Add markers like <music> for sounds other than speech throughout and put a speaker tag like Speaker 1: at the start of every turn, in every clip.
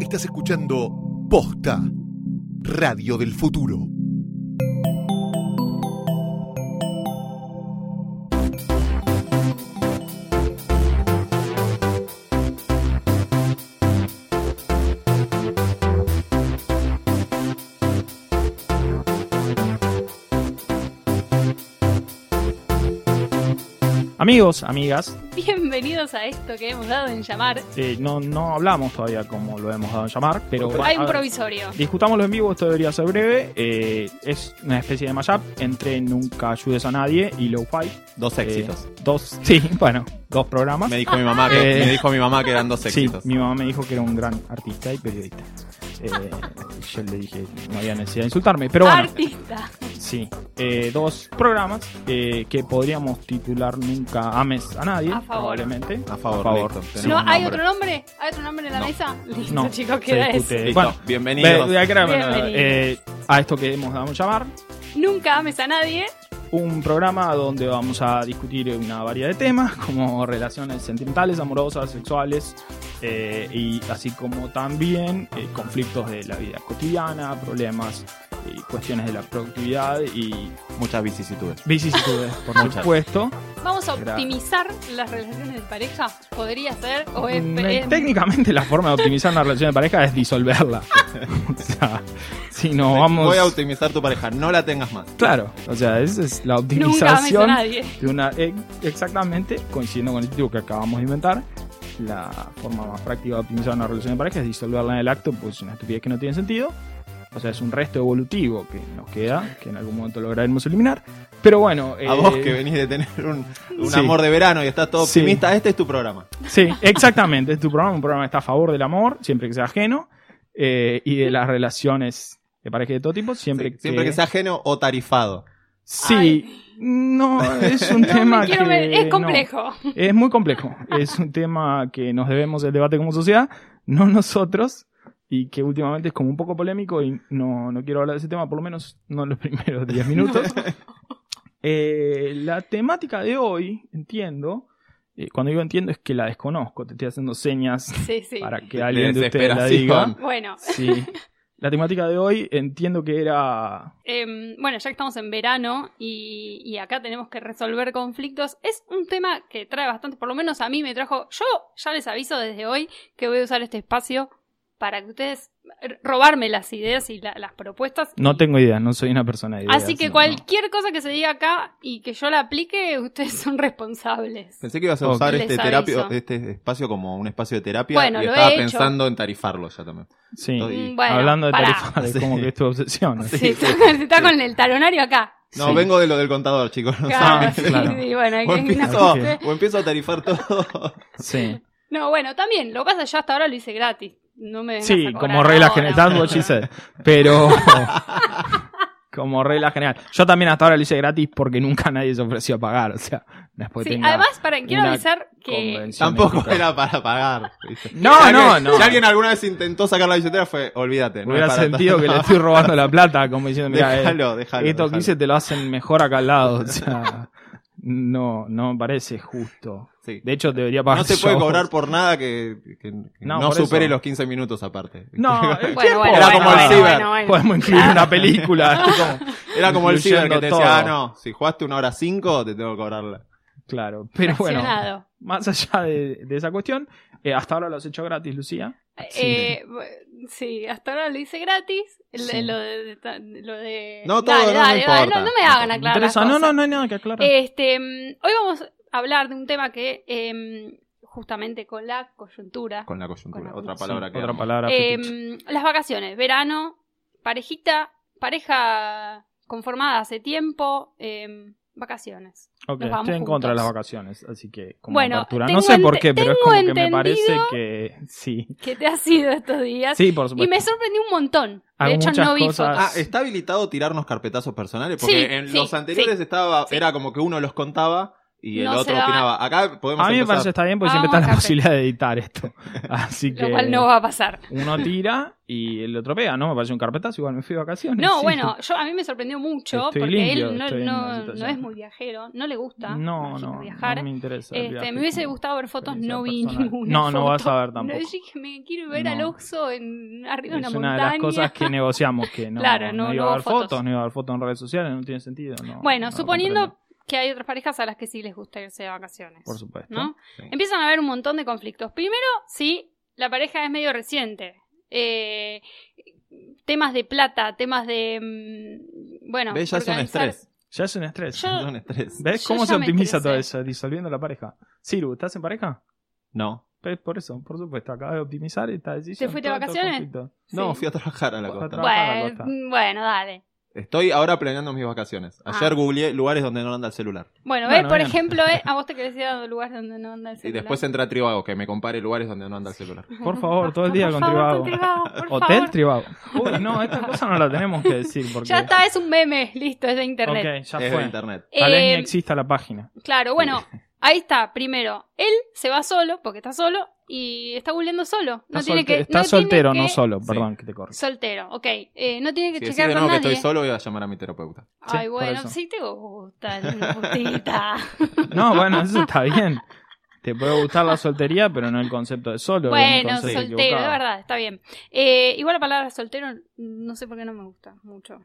Speaker 1: Estás escuchando Posta, Radio del Futuro.
Speaker 2: Amigos, amigas,
Speaker 3: <laughs> Bienvenidos a esto que hemos dado en llamar.
Speaker 2: eh, no, no hablamos todavía como lo hemos dado en llamar, pero
Speaker 3: Hay
Speaker 2: a
Speaker 3: un
Speaker 2: ver,
Speaker 3: provisorio.
Speaker 2: discutámoslo en vivo, esto debería ser breve. eh, es una especie de mashup entre Nunca ayudes a nadie y Lo-Fi.
Speaker 4: Dos
Speaker 2: eh,
Speaker 4: éxitos.
Speaker 2: dos, <laughs> sí, bueno, dos programas.
Speaker 4: Me dijo mi mamá que,
Speaker 2: Eh,
Speaker 4: me dijo mi mamá que eran dos
Speaker 2: Sí,
Speaker 4: éxitos.
Speaker 2: mi mamá me dijo que era un gran artista y periodista. Eh, yo le dije, no había necesidad de insultarme, pero bueno.
Speaker 3: Artista.
Speaker 2: Sí, eh, dos programas eh, que podríamos titular Nunca ames a nadie,
Speaker 3: A favor.
Speaker 2: probablemente.
Speaker 4: A favor, listo, tenemos
Speaker 3: ¿No
Speaker 4: un nombre.
Speaker 3: hay otro nombre? ¿Hay otro nombre en la
Speaker 4: No.
Speaker 3: mesa? Listo,
Speaker 2: No,
Speaker 3: chicos,
Speaker 2: se
Speaker 3: queda
Speaker 2: discute.
Speaker 3: eso.
Speaker 4: Listo,
Speaker 2: Bueno,
Speaker 4: bienvenidos.
Speaker 2: Ve- ve- creo- bueno,
Speaker 3: Bienvenidos.
Speaker 2: eh, a esto que hemos dado a llamar,
Speaker 3: Nunca ames a nadie.
Speaker 2: un programa donde vamos a discutir una variedad de temas como relaciones sentimentales, amorosas, sexuales, eh, y así como también eh, conflictos de la vida cotidiana, problemas y cuestiones de la productividad y
Speaker 4: Muchas vicisitudes.
Speaker 2: vicisitudes, por
Speaker 4: Muchas.
Speaker 2: supuesto.
Speaker 3: Vamos a
Speaker 2: Gra-
Speaker 3: optimizar las relaciones de pareja. Podría ser o es.
Speaker 2: Mm,
Speaker 3: es-
Speaker 2: Técnicamente la forma de optimizar una relación de pareja es disolverla. <laughs> o sea, si no vamos...
Speaker 4: Voy a optimizar tu pareja, no la tengas más.
Speaker 2: Claro, o sea, esa es la
Speaker 3: Nunca ames a
Speaker 2: optimización
Speaker 3: nadie.
Speaker 2: de una eh, exactamente coincidiendo con el título que acabamos de inventar. La forma más práctica de optimizar una relación de pareja es disolverla en el acto, pues es una estupidez que no tiene sentido. O sea, es un resto evolutivo que nos queda, que en algún momento lograremos eliminar. Pero bueno, eh,
Speaker 4: A vos que venís de tener un, un
Speaker 2: sí.
Speaker 4: amor de verano y estás todo
Speaker 2: Sí.
Speaker 4: optimista, este es tu programa.
Speaker 2: sí, exactamente, es tu programa, un programa que está a favor del amor, siempre que sea ajeno, eh, y de las relaciones de pareja de todo tipo, siempre,
Speaker 4: Sí, Siempre que sea ajeno o tarifado.
Speaker 2: Sí,
Speaker 3: Ay.
Speaker 2: no, es un
Speaker 3: No, me
Speaker 2: tema
Speaker 3: quiero
Speaker 2: que...
Speaker 3: ver. Es
Speaker 2: no.
Speaker 3: complejo. <laughs>
Speaker 2: Es muy complejo. Es un tema que nos debemos el debate como sociedad, no nosotros, y que últimamente es como un poco polémico y no, no quiero hablar de ese tema, por lo menos no en los <laughs> primeros 10 minutos. Eh, la temática de hoy, entiendo, eh, cuando digo entiendo es que la desconozco, te estoy haciendo señas
Speaker 3: Sí, sí.
Speaker 2: para que
Speaker 4: De
Speaker 2: alguien de ustedes la diga.
Speaker 4: desesperación.
Speaker 3: Bueno,
Speaker 2: Sí. La temática de hoy entiendo que era...
Speaker 3: em, bueno, ya que estamos en verano y, y acá tenemos que resolver conflictos. Es un tema que trae bastante, por lo menos a mí me trajo. Yo ya les aviso desde hoy que voy a usar este espacio para que ustedes r- robarme las ideas y la- las propuestas.
Speaker 2: No tengo idea, no soy una persona de ideas,
Speaker 3: Así que
Speaker 2: no, no.
Speaker 3: cualquier cosa que se diga acá y que yo la aplique, ustedes son responsables.
Speaker 2: Pues
Speaker 4: Pensé que ibas a
Speaker 2: Ok.
Speaker 4: usar
Speaker 3: Les
Speaker 4: este,
Speaker 3: aviso.
Speaker 4: terapio, este espacio como un espacio de terapia
Speaker 3: Bueno,
Speaker 4: y
Speaker 3: lo
Speaker 4: estaba
Speaker 3: he hecho.
Speaker 4: pensando en tarifarlo ya también.
Speaker 2: Sí.
Speaker 4: Estoy-
Speaker 3: Mm, Bueno,
Speaker 2: Hablando de
Speaker 3: pará.
Speaker 2: tarifas, es como
Speaker 4: Sí.
Speaker 2: que es tu obsesión.
Speaker 3: <laughs> Sí, está, está con el
Speaker 2: <laughs>
Speaker 3: talonario acá.
Speaker 4: No,
Speaker 2: Sí.
Speaker 4: vengo de lo del contador, chicos. no
Speaker 3: Claro, <laughs>
Speaker 4: saben.
Speaker 3: sí,
Speaker 2: claro.
Speaker 3: sí, bueno, hay
Speaker 4: <laughs> O
Speaker 3: que-
Speaker 4: empiezo,
Speaker 2: no sé.
Speaker 4: o empiezo a tarifar todo.
Speaker 2: Sí,
Speaker 3: No, bueno, también, lo que pasa es que yo hasta ahora lo hice gratis. No me vengas
Speaker 2: sí
Speaker 3: a cobrar
Speaker 2: como regla
Speaker 3: ahora.
Speaker 2: general. eh, That's what she <laughs>
Speaker 3: <laughs>
Speaker 2: said. Pero. como regla general. Yo también hasta ahora lo hice gratis porque nunca nadie se ofreció a pagar. O sea, después
Speaker 3: Sí, además, para, quiero
Speaker 2: una
Speaker 3: avisar que...
Speaker 2: convención <laughs>
Speaker 4: Tampoco
Speaker 2: ética.
Speaker 4: era para pagar. ¿viste?
Speaker 2: No,
Speaker 4: Si
Speaker 2: no,
Speaker 4: alguien-
Speaker 2: no.
Speaker 4: Si alguien alguna vez intentó sacar la billetera fue, olvídate. no
Speaker 2: Hubiera
Speaker 4: es para
Speaker 2: sentido <laughs>
Speaker 4: tanto. <laughs>
Speaker 2: que le estoy robando la plata, como diciendo, mira, eh,
Speaker 4: Déjalo, déjalo.
Speaker 2: esto que
Speaker 4: déjalo.
Speaker 2: hice te lo hacen mejor acá al lado. O sea, no, no me parece justo.
Speaker 4: Sí.
Speaker 2: De hecho, debería pagar
Speaker 4: No se puede
Speaker 2: yo.
Speaker 4: cobrar por nada que, que- que
Speaker 2: No,
Speaker 4: no,
Speaker 2: por
Speaker 4: supere
Speaker 2: eso.
Speaker 4: los 15 minutos aparte.
Speaker 2: No, el
Speaker 3: Bueno,
Speaker 2: tiempo-
Speaker 3: bueno,
Speaker 4: Era
Speaker 3: bueno,
Speaker 4: como el
Speaker 3: bueno,
Speaker 4: ciber.
Speaker 3: bueno, bueno.
Speaker 2: Podemos incluir una película. así
Speaker 3: <laughs>
Speaker 2: como-
Speaker 4: Era como el ciber que te
Speaker 2: Incluyendo
Speaker 4: decía, ah,
Speaker 2: todo.
Speaker 4: no, si jugaste una hora cinco, te tengo que cobrarla.
Speaker 2: Claro, pero bueno,
Speaker 3: Fraccionado.
Speaker 2: más allá de, de esa cuestión, eh, hasta ahora lo has hecho gratis, Lucía. Sí.
Speaker 3: Eh, bu- sí, hasta ahora lo hice gratis. El-
Speaker 2: Sí.
Speaker 3: Lo, de, lo de-
Speaker 4: No, todo, no, no importa.
Speaker 3: no, no me hagan aclarar. las
Speaker 2: Interesa- No,
Speaker 3: cosas.
Speaker 2: no, no hay nada que aclarar.
Speaker 3: Este, mm, hoy vamos a hablar de un tema que, em, justamente con la coyuntura,
Speaker 4: Con la coyuntura.
Speaker 3: Con la
Speaker 4: otra
Speaker 3: coyuntura.
Speaker 4: palabra
Speaker 2: Sí,
Speaker 4: que.
Speaker 2: otra
Speaker 4: amo.
Speaker 2: palabra.
Speaker 3: em,
Speaker 2: fetiche.
Speaker 3: las vacaciones, verano, parejita, pareja conformada hace tiempo, em, vacaciones.
Speaker 2: Ok,
Speaker 3: nos vamos
Speaker 2: estoy en contra de
Speaker 3: juntos.
Speaker 2: las vacaciones, así que como
Speaker 3: Bueno,
Speaker 2: apertura.
Speaker 3: tengo
Speaker 2: No sé por
Speaker 3: ente-
Speaker 2: qué, pero es
Speaker 3: tengo
Speaker 2: como que me
Speaker 3: entendido-
Speaker 2: parece que
Speaker 3: <laughs>
Speaker 2: sí.
Speaker 3: ¿Qué te ha sido estos días?
Speaker 2: Sí, por
Speaker 3: y
Speaker 2: supuesto.
Speaker 3: me sorprendió un montón.
Speaker 2: Hay
Speaker 3: De hecho,
Speaker 2: muchas
Speaker 3: no vi
Speaker 2: cosas-
Speaker 3: fotos.
Speaker 4: Ah, ¿está habilitado tirarnos carpetazos personales? Porque
Speaker 3: Sí,
Speaker 4: en
Speaker 3: sí,
Speaker 4: los anteriores estaba,
Speaker 3: sí.
Speaker 4: era como que uno los contaba y el
Speaker 3: No se
Speaker 4: otro
Speaker 3: daba-
Speaker 4: opinaba. Acá podemos
Speaker 2: A mí me
Speaker 4: empezar.
Speaker 2: parece está bien porque siempre
Speaker 3: Vamos,
Speaker 2: está la
Speaker 3: café.
Speaker 2: posibilidad de editar
Speaker 4: <laughs>
Speaker 2: esto. Así que
Speaker 3: Lo cual no va
Speaker 2: <laughs>
Speaker 3: a pasar.
Speaker 2: uno tira y el otro pega, ¿no? Me parece un carpetazo, igual me fui de vacaciones. <laughs>
Speaker 3: No,
Speaker 2: sí.
Speaker 3: bueno, yo a mí me sorprendió mucho
Speaker 2: Estoy
Speaker 3: porque
Speaker 2: limpio,
Speaker 3: él no,
Speaker 2: estoy en
Speaker 3: no-
Speaker 2: una
Speaker 3: no
Speaker 2: situación.
Speaker 3: es muy viajero, no le gusta
Speaker 2: No,
Speaker 3: imagino,
Speaker 2: no,
Speaker 3: viajar.
Speaker 2: no me interesa. el
Speaker 3: Este,
Speaker 2: viaje
Speaker 3: me hubiese
Speaker 2: como
Speaker 3: gustado ver fotos,
Speaker 2: experiencia
Speaker 3: no vi
Speaker 2: personal.
Speaker 3: ninguna.
Speaker 2: No,
Speaker 3: <laughs>
Speaker 2: no vas a
Speaker 3: foto.
Speaker 2: ver tampoco.
Speaker 3: No dije, me quiero ver al
Speaker 2: No.
Speaker 3: oso en, arriba de una
Speaker 2: es
Speaker 3: montaña.
Speaker 2: una de las cosas que negociamos,
Speaker 3: <laughs>
Speaker 2: que no,
Speaker 3: Claro,
Speaker 2: no,
Speaker 3: no-
Speaker 2: iba
Speaker 3: no
Speaker 2: a haber
Speaker 3: hubo fotos.
Speaker 2: fotos. no iba a haber fotos en redes sociales, no tiene sentido. no,
Speaker 3: Bueno,
Speaker 2: Ah, no lo
Speaker 3: suponiendo
Speaker 2: comprendo,
Speaker 3: que hay otras parejas a las que sí les gusta irse de vacaciones.
Speaker 2: Por supuesto.
Speaker 3: ¿no?
Speaker 4: Sí.
Speaker 3: Empiezan a haber un montón de conflictos. Primero, sí, la pareja es medio reciente. Eh, temas de plata, temas de. mm, Bueno,
Speaker 4: ¿Ves? Ya es un
Speaker 3: organizar-
Speaker 4: estrés.
Speaker 2: Ya es un estrés.
Speaker 3: Yo-
Speaker 4: Es un estrés.
Speaker 2: ¿Ves
Speaker 3: yo
Speaker 2: cómo
Speaker 3: ya
Speaker 2: se
Speaker 3: me
Speaker 2: optimiza todo
Speaker 3: estresé.
Speaker 2: eso? Disolviendo la pareja. Siru, ¿estás en pareja?
Speaker 4: No.
Speaker 2: Pues por eso, por supuesto. Acabas de optimizar esta decisión.
Speaker 3: ¿Te fuiste de
Speaker 2: todo, todo
Speaker 3: vacaciones?
Speaker 2: conflicto.
Speaker 4: No,
Speaker 3: Sí.
Speaker 4: fui a trabajar a la
Speaker 2: Fue a
Speaker 4: costa.
Speaker 2: trabajar. Trabaja la
Speaker 3: Bueno, mm,
Speaker 2: costa.
Speaker 3: bueno, dale.
Speaker 4: Estoy ahora planeando mis vacaciones. Ayer
Speaker 3: Ah.
Speaker 4: googleé lugares donde no anda el celular.
Speaker 3: Bueno,
Speaker 2: Bueno,
Speaker 3: ¿ves? Por
Speaker 2: bien.
Speaker 3: ejemplo,
Speaker 2: <laughs>
Speaker 3: eh, a vos te querés ir a lugares donde no anda el
Speaker 4: Y
Speaker 3: celular.
Speaker 4: después
Speaker 3: <laughs>
Speaker 4: entra a Tribago, que me compare lugares donde no anda el celular.
Speaker 2: Por favor, todo el día
Speaker 3: Por
Speaker 2: con Tribago.
Speaker 3: favor, con Trivago, por
Speaker 2: Hotel
Speaker 3: favor. <laughs>
Speaker 2: Tribago. Uy, no, esta cosa no la tenemos que decir porque...
Speaker 3: Ya está, es un meme, listo, es de internet.
Speaker 2: Ok, ya
Speaker 4: es de
Speaker 2: fue.
Speaker 4: internet.
Speaker 2: Tal vez
Speaker 3: Eh,
Speaker 2: ni exista la página.
Speaker 3: Claro, bueno,
Speaker 2: <laughs>
Speaker 3: ahí está. Primero, él se va solo, porque está solo, y está googleando solo. No
Speaker 2: Está,
Speaker 3: tiene
Speaker 2: solte-
Speaker 3: que,
Speaker 2: está
Speaker 3: no tiene
Speaker 2: soltero,
Speaker 3: que-
Speaker 2: no solo.
Speaker 4: Sí.
Speaker 2: Perdón, que te corro.
Speaker 3: Soltero, ok. Eh, no tiene
Speaker 4: Si
Speaker 3: que
Speaker 4: decís
Speaker 3: checar
Speaker 4: de
Speaker 3: con
Speaker 4: nuevo que
Speaker 3: nadie.
Speaker 4: estoy solo, voy a llamar a mi terapeuta.
Speaker 3: Ay,
Speaker 2: Sí, por
Speaker 3: bueno,
Speaker 2: eso.
Speaker 3: sí
Speaker 2: <laughs>
Speaker 3: te gusta, la putita.
Speaker 2: No, bueno, eso está bien. Te puede gustar la soltería, pero no el concepto de solo. es un
Speaker 3: bueno,
Speaker 2: concepto
Speaker 3: soltero, de
Speaker 2: equivocado.
Speaker 3: verdad, está bien. Eh, igual la palabra soltero, no sé por qué no me gusta mucho.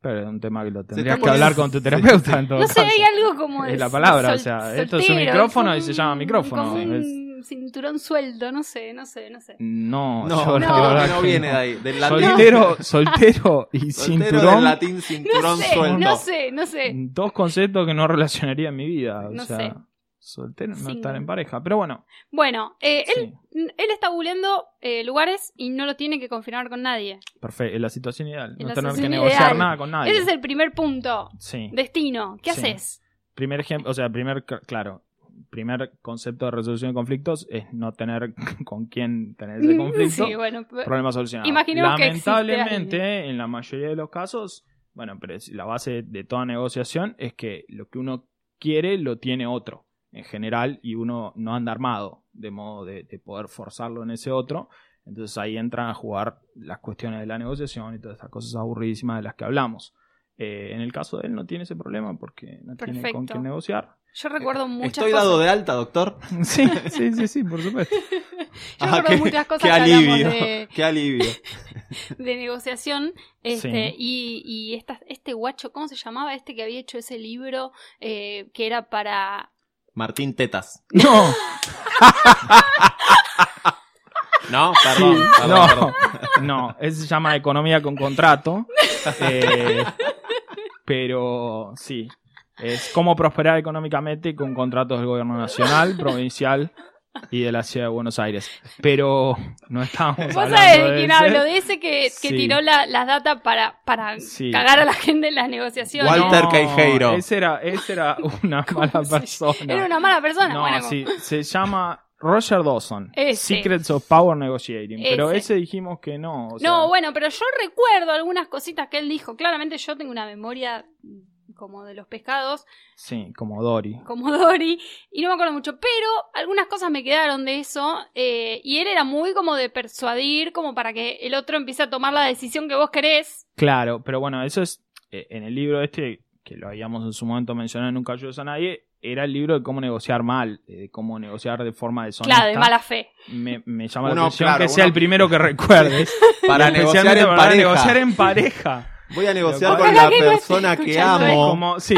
Speaker 2: Pero es un tema que lo
Speaker 4: está
Speaker 2: tendrías que
Speaker 4: poniendo-
Speaker 2: hablar con tu terapeuta en todo
Speaker 3: No sé,
Speaker 2: caso.
Speaker 3: hay algo como
Speaker 2: Es
Speaker 3: de
Speaker 2: la palabra,
Speaker 3: sol-
Speaker 2: o sea, esto es un
Speaker 3: soltero,
Speaker 2: micrófono
Speaker 3: como
Speaker 2: y se llama
Speaker 3: un-
Speaker 2: micrófono,
Speaker 3: como
Speaker 2: sí.
Speaker 3: un cinturón sueldo, no sé, no sé, no sé.
Speaker 2: No,
Speaker 4: No,
Speaker 2: yo
Speaker 4: no,
Speaker 2: la
Speaker 4: no,
Speaker 2: verdad que
Speaker 4: viene
Speaker 2: no.
Speaker 4: de ahí. Del latín,
Speaker 2: Soltero, <laughs> soltero y
Speaker 4: soltero
Speaker 2: cinturón.
Speaker 4: del latín cinturón
Speaker 3: no sé,
Speaker 4: sueldo.
Speaker 3: no sé, no sé.
Speaker 2: Dos conceptos que no relacionaría en mi vida. O
Speaker 3: No
Speaker 2: sea,
Speaker 3: sé.
Speaker 2: soltero no
Speaker 3: Sí.
Speaker 2: estar en pareja. Pero bueno,
Speaker 3: Bueno, eh, él,
Speaker 2: sí,
Speaker 3: él está googleando eh, lugares y no lo tiene que confirmar con nadie.
Speaker 2: perfecto. Es la situación ideal.
Speaker 3: Es
Speaker 2: No
Speaker 3: la
Speaker 2: tener que
Speaker 3: situación
Speaker 2: negociar
Speaker 3: ideal.
Speaker 2: nada con nadie.
Speaker 3: Ese es el primer punto.
Speaker 2: Sí.
Speaker 3: Destino. ¿Qué
Speaker 2: Ah, Sí.
Speaker 3: haces?
Speaker 2: Primer ejemplo, o sea, primer, cl- claro, primer concepto de resolución de conflictos es no tener <laughs> con quién tener ese conflicto.
Speaker 3: <laughs> Sí, bueno. pe-
Speaker 2: Problema solucionado.
Speaker 3: Imaginemos que existe
Speaker 2: Lamentablemente, en la mayoría de los casos, bueno, pero es- la base de toda negociación es que lo que uno quiere lo tiene otro, en general, y uno no anda armado, de modo de, de poder forzarlo en ese otro. Entonces ahí entran a jugar las cuestiones de la negociación y todas estas cosas aburridísimas de las que hablamos. Eh, en el caso de él no tiene ese problema porque no tiene con
Speaker 3: Perfecto.
Speaker 2: quién negociar.
Speaker 3: Yo
Speaker 2: eh,
Speaker 3: recuerdo muchas
Speaker 4: Estoy
Speaker 3: cosas.
Speaker 4: dado de alta, doctor.
Speaker 2: <laughs> Sí, sí, sí, sí, por supuesto.
Speaker 3: Yo
Speaker 4: Ah,
Speaker 3: recuerdo
Speaker 4: qué-
Speaker 3: muchas
Speaker 2: <laughs>
Speaker 3: cosas
Speaker 4: Qué
Speaker 3: que hablamos
Speaker 4: alivio.
Speaker 3: de, <laughs>
Speaker 4: Qué alivio.
Speaker 3: de negociación. Este,
Speaker 2: Sí.
Speaker 3: Y, y esta- este guacho, ¿cómo se llamaba? Este que había hecho ese libro eh, que era para.
Speaker 4: Martín Tetas.
Speaker 2: No,
Speaker 4: No,
Speaker 2: Sí,
Speaker 4: perdón. perdón,
Speaker 2: no,
Speaker 4: perdón.
Speaker 2: <laughs> no, ese se llama economía con
Speaker 4: <laughs>
Speaker 2: contrato. eh, pero sí, es cómo prosperar económicamente con contratos del gobierno nacional, provincial y de la ciudad de Buenos Aires. Pero no estamos
Speaker 3: ¿Vos
Speaker 2: hablando
Speaker 3: sabés de
Speaker 2: de
Speaker 3: quién
Speaker 2: ese.
Speaker 3: hablo? De ese que, que
Speaker 2: Sí.
Speaker 3: tiró la- las datas para, para
Speaker 2: Sí.
Speaker 3: cagar a la gente en las negociaciones.
Speaker 4: Walter
Speaker 2: No,
Speaker 4: Queijeiro.
Speaker 2: Ese era, ese era una
Speaker 3: <laughs> ¿Cómo
Speaker 2: mala
Speaker 3: se llama?
Speaker 2: persona.
Speaker 3: Era una mala persona.
Speaker 2: No,
Speaker 3: bueno,
Speaker 2: sí, se llama Roger Dawson.
Speaker 3: Ese.
Speaker 2: Secrets of Power Negotiating. Pero
Speaker 3: Ese.
Speaker 2: ese dijimos que no. o sea,
Speaker 3: No, bueno, pero yo recuerdo algunas cositas que él dijo. Claramente yo tengo una memoria mm, como de los pescados,
Speaker 2: Sí, como Dory.
Speaker 3: como <laughs> Dory, y no me acuerdo mucho, pero algunas cosas me quedaron de eso, eh, y él era muy como de persuadir, como para que el otro empiece a tomar la decisión que vos querés.
Speaker 2: Claro, pero bueno, eso es eh, en el libro este que lo habíamos en su momento mencionado, en nunca ayudas a nadie, era el libro de cómo negociar mal, eh, de cómo negociar de forma deshonesta.
Speaker 3: Claro, de mala fe.
Speaker 2: Me, me llama la
Speaker 4: Uno,
Speaker 2: atención
Speaker 4: claro,
Speaker 2: que sea
Speaker 4: uno-
Speaker 2: el primero que recuerdes.
Speaker 4: <laughs> Para
Speaker 2: Y
Speaker 4: negociar
Speaker 2: especialmente
Speaker 4: en
Speaker 2: para
Speaker 4: pareja.
Speaker 2: negociar en pareja.
Speaker 4: Voy a negociar
Speaker 2: Pero
Speaker 4: con
Speaker 3: para
Speaker 4: la
Speaker 3: que no estés
Speaker 4: persona que
Speaker 3: escuchando
Speaker 4: amo
Speaker 2: Como, sí,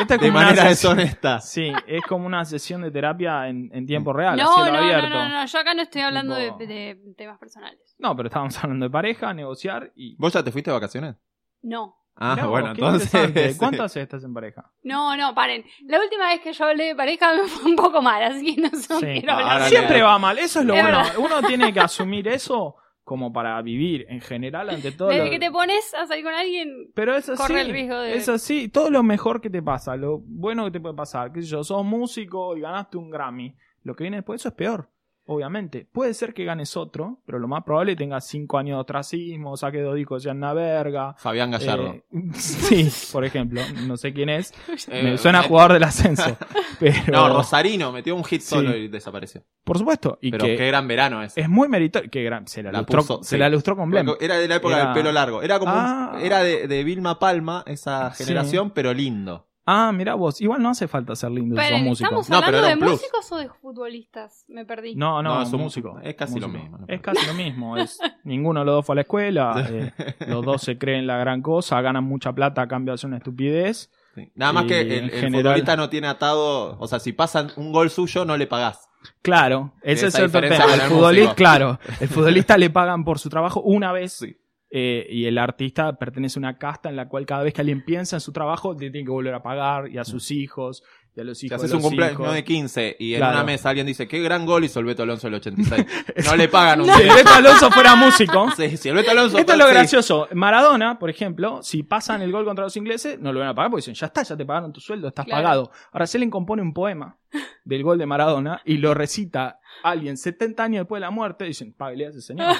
Speaker 2: esta es
Speaker 4: de
Speaker 2: como una
Speaker 4: manera
Speaker 2: sesión- <laughs>
Speaker 4: deshonesta.
Speaker 2: Sí, es como una sesión de terapia en, en tiempo real, a
Speaker 3: no,
Speaker 2: cielo
Speaker 3: no,
Speaker 2: abierto.
Speaker 3: no, no, no, yo acá no estoy hablando de,
Speaker 2: Tipo-
Speaker 3: de temas personales.
Speaker 2: No, pero estábamos hablando de pareja, negociar y...
Speaker 4: ¿Vos ya te fuiste de vacaciones?
Speaker 3: No.
Speaker 4: Ah,
Speaker 2: Mirá vos,
Speaker 4: bueno,
Speaker 2: qué
Speaker 4: entonces. <laughs> este,
Speaker 2: interesante. ¿Cuánto hace que estás en pareja?
Speaker 3: No, no, paren. La última vez que yo hablé de pareja <laughs> me fue un poco mal, así que no <laughs> sé.
Speaker 2: Sí. ah,
Speaker 3: quiero
Speaker 4: Ahora
Speaker 3: hablar.
Speaker 4: Dale,
Speaker 2: Siempre
Speaker 4: dale.
Speaker 2: va mal, eso es lo
Speaker 3: Es
Speaker 2: bueno.
Speaker 3: verdad.
Speaker 2: Uno tiene que asumir eso como para vivir en general ante todo.
Speaker 3: Desde
Speaker 2: lo-
Speaker 3: que te pones a salir con alguien, <laughs>
Speaker 2: Pero es así.
Speaker 3: corre el riesgo de-
Speaker 2: Es así. Todo lo mejor que te pasa, lo bueno que te puede pasar, qué sé yo, sos músico y ganaste un Grammy. Lo que viene después, eso es peor. Obviamente. Puede ser que ganes otro, pero lo más probable es que tengas cinco años de ostracismo, saques dos discos ya en la verga. <laughs>
Speaker 4: Fabián Gallardo.
Speaker 2: Eh, sí, por ejemplo, no sé quién es.
Speaker 4: Eh,
Speaker 2: Me suena a
Speaker 4: eh,
Speaker 2: jugador del ascenso. Pero,
Speaker 4: <laughs> No, Rosarino metió un hit solo
Speaker 2: Sí.
Speaker 4: y desapareció.
Speaker 2: Por supuesto. Y
Speaker 4: Pero
Speaker 2: que
Speaker 4: qué gran verano ese.
Speaker 2: es muy meritorio. Que gran- se la,
Speaker 4: La
Speaker 2: lustró,
Speaker 4: puso,
Speaker 2: se
Speaker 4: sí.
Speaker 2: la lustró con Blem.
Speaker 4: Porque Era de la época
Speaker 2: Era-
Speaker 4: del pelo largo. Era como un-
Speaker 2: Ah.
Speaker 4: era de, de Vilma Palma esa
Speaker 2: Sí.
Speaker 4: generación, pero lindo.
Speaker 2: Ah, mirá vos. Igual no hace falta ser lindo si
Speaker 3: Pero,
Speaker 2: sos músico.
Speaker 3: ¿Estamos
Speaker 4: No, pero
Speaker 3: hablando
Speaker 4: era
Speaker 3: de
Speaker 4: un plus.
Speaker 3: músicos o de futbolistas? Me perdí.
Speaker 2: No, no,
Speaker 4: No,
Speaker 2: es
Speaker 4: es
Speaker 2: un
Speaker 4: un-
Speaker 2: músico.
Speaker 4: es casi lo
Speaker 2: Músico.
Speaker 4: mismo, ¿no?
Speaker 2: Es casi lo mismo. es- ninguno de los dos fue a la
Speaker 4: <laughs>
Speaker 2: escuela. eh, los dos se creen la gran cosa. Ganan mucha plata a cambio de hacer una estupidez.
Speaker 4: Sí. Nada más
Speaker 2: Y
Speaker 4: que
Speaker 2: en
Speaker 4: el, el
Speaker 2: general-
Speaker 4: futbolista no tiene atado. O sea, si pasan un gol suyo, no le pagás.
Speaker 2: Claro, ese es
Speaker 4: Esa
Speaker 2: el tema.
Speaker 4: diferencia con
Speaker 2: El
Speaker 4: el
Speaker 2: futbolista,
Speaker 4: músico.
Speaker 2: claro,
Speaker 4: <laughs>
Speaker 2: el futbolista le pagan por su trabajo una vez
Speaker 4: Sí.
Speaker 2: eh, y el artista pertenece a una casta en la cual cada vez que alguien piensa en su trabajo le tiene que volver a pagar y a sus hijos y a los
Speaker 4: Si
Speaker 2: hijos.
Speaker 4: haces
Speaker 2: de
Speaker 4: un
Speaker 2: los
Speaker 4: cumpleaños
Speaker 2: hijos.
Speaker 4: de 15 y
Speaker 2: Claro.
Speaker 4: en una mesa alguien dice, qué gran gol hizo el Beto Alonso el 86.
Speaker 2: <laughs>
Speaker 4: no le pagan un
Speaker 2: Si el
Speaker 4: peso.
Speaker 2: Beto Alonso fuera músico.
Speaker 4: <laughs> Sí, si el Beto Alonso.
Speaker 2: Esto es lo
Speaker 4: sí.
Speaker 2: gracioso. Maradona, por ejemplo, si pasan el gol contra los ingleses, no lo van a pagar porque dicen, ya está, ya te pagaron tu sueldo, estás
Speaker 3: Claro.
Speaker 2: pagado. Ahora Selen compone un poema del gol de Maradona y lo recita alguien 70 años después de la muerte, dicen, págale a ese señor.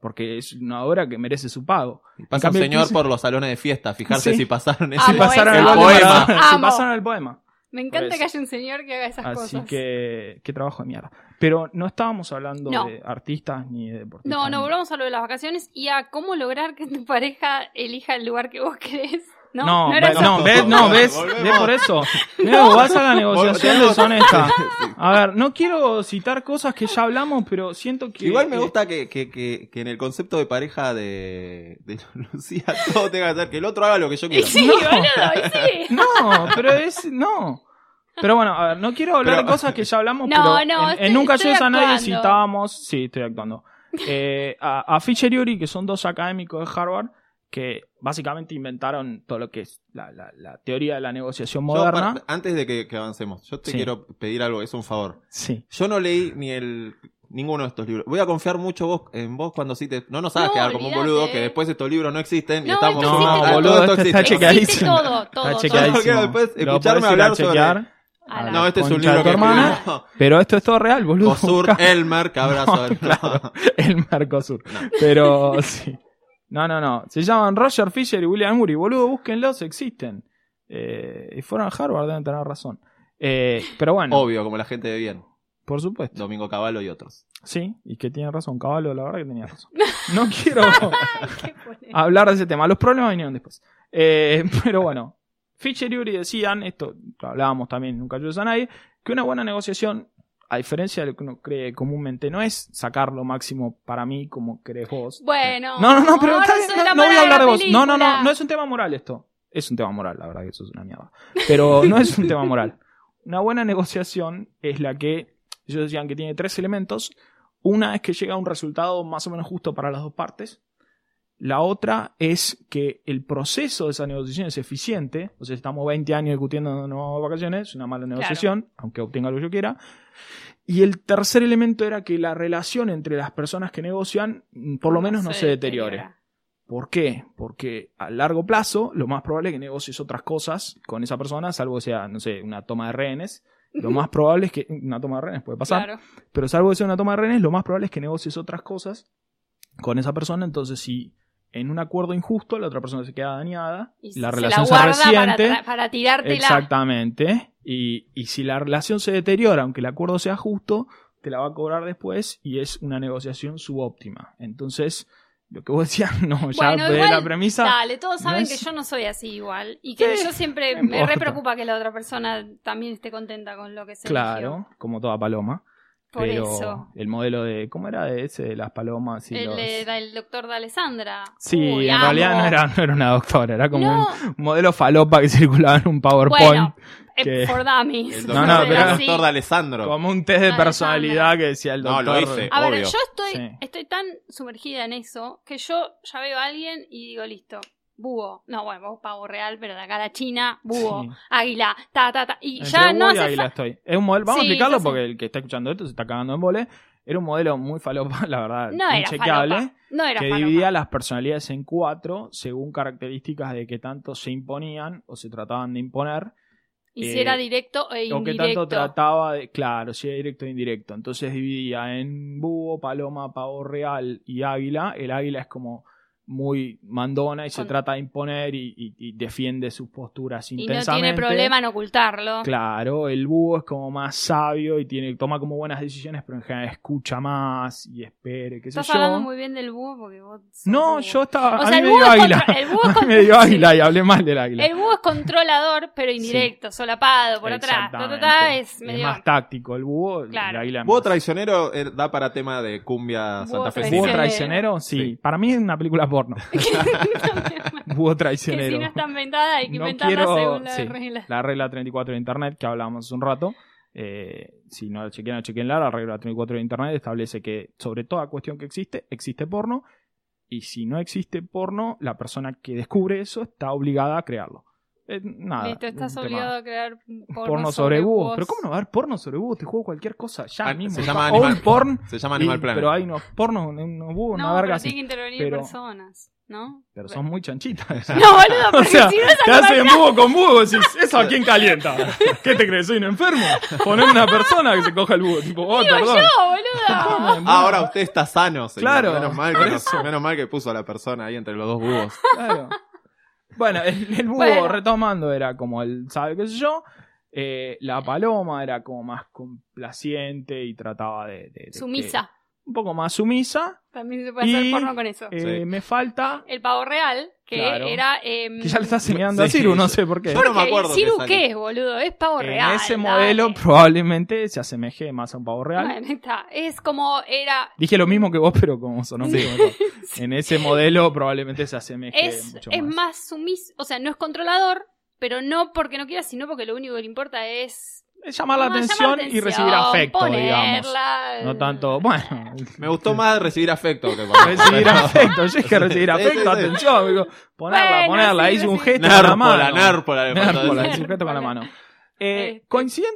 Speaker 2: Porque es una obra que merece su pago. En
Speaker 4: Pasa un
Speaker 2: cambio, el
Speaker 4: señor
Speaker 2: 15.
Speaker 4: por los salones de fiesta,
Speaker 2: Sí.
Speaker 4: fijarse
Speaker 2: pues.
Speaker 4: si pasaron
Speaker 3: Ah,
Speaker 4: ese
Speaker 2: Si pasaron el gol
Speaker 3: ese
Speaker 2: de
Speaker 4: poema.
Speaker 2: Maradona, si
Speaker 3: Amo.
Speaker 2: pasaron el poema.
Speaker 3: Me
Speaker 2: Por
Speaker 3: encanta
Speaker 2: eso.
Speaker 3: que haya un señor que haga esas cosas.
Speaker 2: Así que, qué trabajo de mierda. Pero no estábamos hablando
Speaker 3: No.
Speaker 2: de artistas ni de deportistas.
Speaker 3: No, no,
Speaker 2: ni-
Speaker 3: volvamos a lo de las vacaciones y a cómo lograr que tu pareja elija el lugar que vos querés. No,
Speaker 2: No,
Speaker 3: era
Speaker 2: ve-
Speaker 3: eso.
Speaker 2: no, ves,
Speaker 3: <laughs>
Speaker 2: no, ves,
Speaker 4: Volvemos.
Speaker 2: ves por eso. Mira, vos vas a la negociación
Speaker 4: Volvemos.
Speaker 2: deshonesta.
Speaker 4: <laughs> Sí.
Speaker 2: A ver, no quiero citar cosas que ya hablamos, pero siento que.
Speaker 4: Igual me
Speaker 2: eh,
Speaker 4: gusta que, que, que, que en el concepto de pareja de, de <laughs> Lucía todo tenga que hacer que el otro haga lo que yo
Speaker 2: <laughs>
Speaker 3: Y
Speaker 4: quiero.
Speaker 3: sí,
Speaker 2: No.
Speaker 3: boludo, y sí.
Speaker 2: No, pero es. No. Pero bueno, a ver, no quiero hablar
Speaker 4: Pero-
Speaker 2: de cosas que ya hablamos,
Speaker 3: <laughs> No,
Speaker 2: pero
Speaker 3: no,
Speaker 2: en,
Speaker 3: estoy-
Speaker 2: en Nunca
Speaker 3: estoy
Speaker 2: Ayudes a Nadie
Speaker 3: actuando.
Speaker 2: citábamos. Sí, estoy
Speaker 3: <laughs>
Speaker 2: actuando. Eh, a, a Fisher y Uri, que son dos académicos de Harvard, que básicamente inventaron todo lo que es la, la- la teoría de la negociación
Speaker 4: Yo,
Speaker 2: moderna.
Speaker 4: para- antes de que, que avancemos, yo te
Speaker 2: Sí.
Speaker 4: quiero pedir algo, es un favor.
Speaker 2: Sí.
Speaker 4: Yo no leí ni el ninguno de estos libros. Voy a confiar mucho vos en vos cuando cites. No nos hagas
Speaker 3: No,
Speaker 4: quedar como un
Speaker 3: olvídate.
Speaker 4: boludo que después estos libros no existen y
Speaker 3: No,
Speaker 2: este
Speaker 4: estamos
Speaker 3: esto
Speaker 4: como,
Speaker 3: existe.
Speaker 4: "Ah,
Speaker 2: boludo,
Speaker 4: todo
Speaker 2: esto está
Speaker 4: existe".
Speaker 2: chequeadísimo.
Speaker 3: Existe todo, todo.
Speaker 2: Está
Speaker 3: todo. Ah,
Speaker 4: chequeadísimo.
Speaker 2: chequeadísimo.
Speaker 4: Yo creo después
Speaker 2: Lo podés
Speaker 4: escucharme
Speaker 2: ir a
Speaker 4: hablar sobre-
Speaker 2: chequear.
Speaker 3: A la-
Speaker 4: No, este es un
Speaker 2: Concha de
Speaker 4: libro que
Speaker 2: tu hermana. <laughs>
Speaker 4: escribió
Speaker 2: Pero esto es todo real, boludo.
Speaker 4: Osur
Speaker 2: Buscá
Speaker 4: Elmer Cabrazo.
Speaker 2: <laughs>
Speaker 4: No.
Speaker 2: el Mercosur. Pero <laughs> sí. No, no, no. Se llaman Roger Fisher y William Murray. Boludo, búsquenlos, existen. Eh, y fueron a Harvard, deben tener razón. Eh, pero bueno,
Speaker 4: Obvio, como la gente de bien.
Speaker 2: por supuesto.
Speaker 4: Domingo Cavallo y otros.
Speaker 2: Sí, y que tiene razón, Caballo, la verdad que tenía razón. No quiero
Speaker 3: Qué bueno.
Speaker 2: <laughs> hablar de ese tema. Los problemas vinieron después. Eh, <laughs> pero bueno, Fisher y Uri decían, esto lo hablábamos también, nunca ayudas a nadie, que una buena negociación, a diferencia de lo que uno cree comúnmente, no es sacar lo máximo para mí como crees vos.
Speaker 3: Bueno.
Speaker 2: No, no, no, pero
Speaker 3: ahora
Speaker 2: está bien,
Speaker 3: soy
Speaker 2: no,
Speaker 3: la
Speaker 2: no voy
Speaker 3: mala
Speaker 2: a hablar de
Speaker 3: la
Speaker 2: vos. No, no, no,
Speaker 3: película.
Speaker 2: no es un tema moral esto. Es un tema moral, la verdad que eso es una mierda. Pero no es un tema moral. Una buena negociación es la que, ellos decían que tiene tres elementos. Una es que llega a un resultado más o menos justo para las dos partes. La otra es que el proceso de esa negociación es eficiente. O sea, estamos 20 años discutiendo nuevas vacaciones, es una mala negociación, aunque obtenga lo que yo quiera. Y el tercer elemento era que la relación entre las personas que negocian, mm, por lo menos no se deteriore.
Speaker 3: deteriora.
Speaker 2: ¿Por qué? Porque a largo plazo lo más probable es que negocies otras cosas con esa persona, salvo que sea, no sé, una toma de rehenes. Lo más probable es que una toma de rehenes puede pasar,
Speaker 3: Claro.
Speaker 2: pero salvo que sea una toma de rehenes, lo más probable es que negocies otras cosas con esa persona. Entonces, si en un acuerdo injusto la otra persona se queda dañada,
Speaker 3: Y
Speaker 2: la
Speaker 3: se
Speaker 2: relación se,
Speaker 3: guarda para
Speaker 2: resiente.
Speaker 3: tra- Para tirártela.
Speaker 2: Exactamente. Y, y si la relación se deteriora, aunque el acuerdo sea justo, te la va a cobrar después y es una negociación subóptima. Entonces, lo que vos decías, <laughs> no, ya
Speaker 3: Bueno,
Speaker 2: de
Speaker 3: igual,
Speaker 2: la premisa.
Speaker 3: Dale, todos
Speaker 2: no
Speaker 3: saben
Speaker 2: es-
Speaker 3: que yo no soy así igual. Y que
Speaker 2: Sí,
Speaker 3: yo siempre
Speaker 2: no
Speaker 3: me
Speaker 2: importa.
Speaker 3: re preocupa que la otra persona también esté contenta con lo que se eligió.
Speaker 2: Claro, como toda paloma.
Speaker 3: Por
Speaker 2: pero
Speaker 3: eso.
Speaker 2: el modelo de. ¿Cómo era de ese de las palomas? Y
Speaker 3: el,
Speaker 2: los-
Speaker 3: de- da- el doctor de Alessandra.
Speaker 2: Sí,
Speaker 3: Uy,
Speaker 2: en
Speaker 3: amo.
Speaker 2: realidad no era, no era una doctora, era como
Speaker 3: No,
Speaker 2: un modelo falopa que <laughs> circulaba en un PowerPoint.
Speaker 3: bueno, eh,
Speaker 2: que-
Speaker 3: for dummies.
Speaker 4: El
Speaker 2: No,
Speaker 4: doctor,
Speaker 2: no,
Speaker 4: el
Speaker 2: pero-
Speaker 4: doctor de Alessandro.
Speaker 2: como un test de
Speaker 3: Ah,
Speaker 2: personalidad
Speaker 3: Alexander.
Speaker 2: que decía el
Speaker 4: No,
Speaker 2: doctor.
Speaker 4: lo hice.
Speaker 3: A ver,
Speaker 4: Obvio.
Speaker 3: yo estoy,
Speaker 2: Sí.
Speaker 3: estoy tan sumergida en eso que yo ya veo a alguien y digo, listo, búho. No, bueno, vos pavo real, pero de acá a la China, búho,
Speaker 2: Sí.
Speaker 3: águila, ta, ta, ta. Y
Speaker 2: Entre
Speaker 3: ya no
Speaker 2: Hugo y
Speaker 3: hace
Speaker 2: Águila
Speaker 3: fa-
Speaker 2: estoy. Es un modelo, vamos
Speaker 3: Sí,
Speaker 2: a explicarlo
Speaker 3: ya sé.
Speaker 2: porque el que está escuchando esto se está cagando en vole. Era un modelo muy falopa, <laughs> la verdad,
Speaker 3: No era
Speaker 2: inchequeable,
Speaker 3: falopa. No era
Speaker 2: que
Speaker 3: falopa.
Speaker 2: dividía las personalidades en cuatro según características de que tanto se imponían o se trataban de imponer
Speaker 3: Y si
Speaker 2: eh,
Speaker 3: era directo e indirecto.
Speaker 2: o que tanto trataba de, claro, si era directo o indirecto. Entonces dividía en búho, paloma, pavo real y águila. El águila es como muy mandona y se
Speaker 3: Con-
Speaker 2: trata de imponer y, y- y defiende sus posturas
Speaker 3: Y no
Speaker 2: intensamente.
Speaker 3: tiene problema en ocultarlo.
Speaker 2: Claro, el búho es como más sabio y tiene, toma como buenas decisiones, pero en general escucha más y espere, qué sé
Speaker 3: Estás
Speaker 2: yo.
Speaker 3: hablando muy bien del búho porque vos. sos
Speaker 2: No,
Speaker 3: búho.
Speaker 2: yo estaba.
Speaker 3: O
Speaker 2: a
Speaker 3: sea,
Speaker 2: mí
Speaker 3: el
Speaker 2: me
Speaker 3: búho,
Speaker 2: dio
Speaker 3: es
Speaker 2: águila.
Speaker 3: contra- el
Speaker 2: <laughs>
Speaker 3: búho es
Speaker 2: A mí
Speaker 3: con-
Speaker 2: me
Speaker 3: <laughs>
Speaker 2: dio águila y hablé mal del águila.
Speaker 3: El búho es controlador, pero indirecto, solapado, por atrás. Ta, ta,
Speaker 2: Exactamente.
Speaker 3: ta, es
Speaker 2: Es
Speaker 3: medio. <laughs>
Speaker 2: más táctico el búho.
Speaker 3: Claro.
Speaker 2: El águila es
Speaker 4: Búho
Speaker 2: más-
Speaker 4: traicionero eh, da para tema de cumbia
Speaker 3: Búho
Speaker 2: ¿Búho
Speaker 3: traicionero.
Speaker 4: santafesina.
Speaker 2: traicionero? Sí.
Speaker 4: Sí.
Speaker 2: Para mí es una película porno. <laughs> Búho
Speaker 3: que si
Speaker 2: traicionero.
Speaker 3: no está inventada, hay que
Speaker 2: No
Speaker 3: inventarla
Speaker 2: quiero-
Speaker 3: según la
Speaker 2: sí.
Speaker 3: regla.
Speaker 2: La regla 34 de internet que hablábamos hace un rato. eh, si no la chequean, chequenla. La regla 34 de internet establece que sobre toda cuestión que existe, existe porno. Y si no existe porno, la persona que descubre eso está obligada a crearlo. Eh, nada.
Speaker 3: Listo, estás
Speaker 2: un tema-
Speaker 3: obligado a crear porno,
Speaker 2: Porno sobre búhos.
Speaker 3: búhos.
Speaker 2: Pero ¿cómo no va a haber porno sobre búhos? Te juego cualquier cosa ya
Speaker 4: Ah,
Speaker 2: mismo.
Speaker 4: se llama
Speaker 2: o
Speaker 4: Animal-
Speaker 2: un porn.
Speaker 4: Se
Speaker 2: y-
Speaker 4: llama Animal Planet.
Speaker 2: pero hay unos pornos, unos búhos,
Speaker 3: No,
Speaker 2: una verga
Speaker 3: pero
Speaker 2: así.
Speaker 3: tiene que intervenir
Speaker 2: pero-
Speaker 3: personas,
Speaker 2: <laughs>
Speaker 3: ¿no?
Speaker 2: Pero son muy chanchitas.
Speaker 4: <laughs>
Speaker 3: No, boludo,
Speaker 2: O
Speaker 3: porque
Speaker 2: sea,
Speaker 3: si no es
Speaker 2: te
Speaker 3: animal
Speaker 2: hacen búho con búho, decís, ¿eso a quién calienta? ¿Qué te crees? ¿Soy un enfermo? Poner una persona que se coja el búho, tipo, oh,
Speaker 3: Digo
Speaker 2: perdón.
Speaker 3: yo,
Speaker 2: <laughs>
Speaker 3: boludo.
Speaker 2: Come,
Speaker 4: Ah, ahora usted está sano, señor.
Speaker 2: Claro,
Speaker 4: Menos mal,
Speaker 2: por
Speaker 4: que nos- menos mal que puso a la persona ahí entre los dos búhos.
Speaker 2: Claro. Bueno, el, el búho,
Speaker 3: Bueno.
Speaker 2: retomando, era como el, ¿sabe qué sé yo? Eh, la paloma era como más complaciente y trataba de... de- de
Speaker 3: Sumisa.
Speaker 2: que- un poco más sumisa.
Speaker 3: También se puede hacer
Speaker 2: Y-
Speaker 3: porno con eso.
Speaker 2: Eh,
Speaker 4: Sí.
Speaker 2: Me falta...
Speaker 3: el pavo real, que
Speaker 2: Claro.
Speaker 3: era.
Speaker 4: <laughs>
Speaker 3: em,
Speaker 2: Que ya le está señalando
Speaker 4: Mm. Sí,
Speaker 2: a Ciru, no
Speaker 4: yo-
Speaker 2: sé por qué.
Speaker 4: yo no me
Speaker 3: porque
Speaker 4: acuerdo
Speaker 3: el Ciru,
Speaker 4: que salió.
Speaker 3: ¿qué es, boludo? Es pavo
Speaker 2: en
Speaker 3: real.
Speaker 2: ese
Speaker 3: dale.
Speaker 2: modelo probablemente se asemeje más a un pavo real.
Speaker 3: Bueno, ahí está. Es como era.
Speaker 2: Dije lo mismo que vos, pero como sonó
Speaker 4: Sí.
Speaker 2: mucho
Speaker 3: <laughs>
Speaker 2: mejor. En ese modelo probablemente se asemeje
Speaker 3: Es,
Speaker 2: mucho
Speaker 3: es
Speaker 2: más.
Speaker 3: más sumiso. O sea, no es controlador, pero no porque no quiera, sino porque lo único que le importa es.
Speaker 2: Es llamar la
Speaker 3: llamar
Speaker 2: atención y recibir afecto, digamos.
Speaker 3: ponerla.
Speaker 2: No tanto,
Speaker 3: <laughs>
Speaker 2: bueno, <laughs>
Speaker 4: Me gustó más recibir afecto que
Speaker 2: recibir afecto. Yo es que recibir
Speaker 4: Sí, sí,
Speaker 2: afecto,
Speaker 4: sí.
Speaker 2: atención. digo, ponerla,
Speaker 3: Bueno,
Speaker 2: ponerla.
Speaker 3: sí,
Speaker 2: Hice un
Speaker 3: sí.
Speaker 2: gesto con la mano.
Speaker 4: Nárpola, nárpola. le faltó
Speaker 2: Nárpola,
Speaker 4: decir.
Speaker 2: el sujeto con la mano. Eh,
Speaker 3: Este.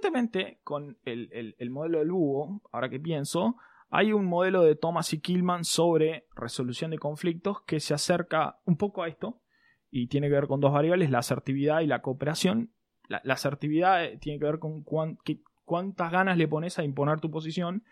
Speaker 2: Coincidentemente con el, el- el modelo del búho, ahora que pienso, hay un modelo de Thomas y Killman sobre resolución de conflictos que se acerca un poco a esto y tiene que ver con dos variables, la asertividad y la cooperación. La, la asertividad eh, tiene que ver con cuán- qué- cuántas ganas le pones a imponer tu posición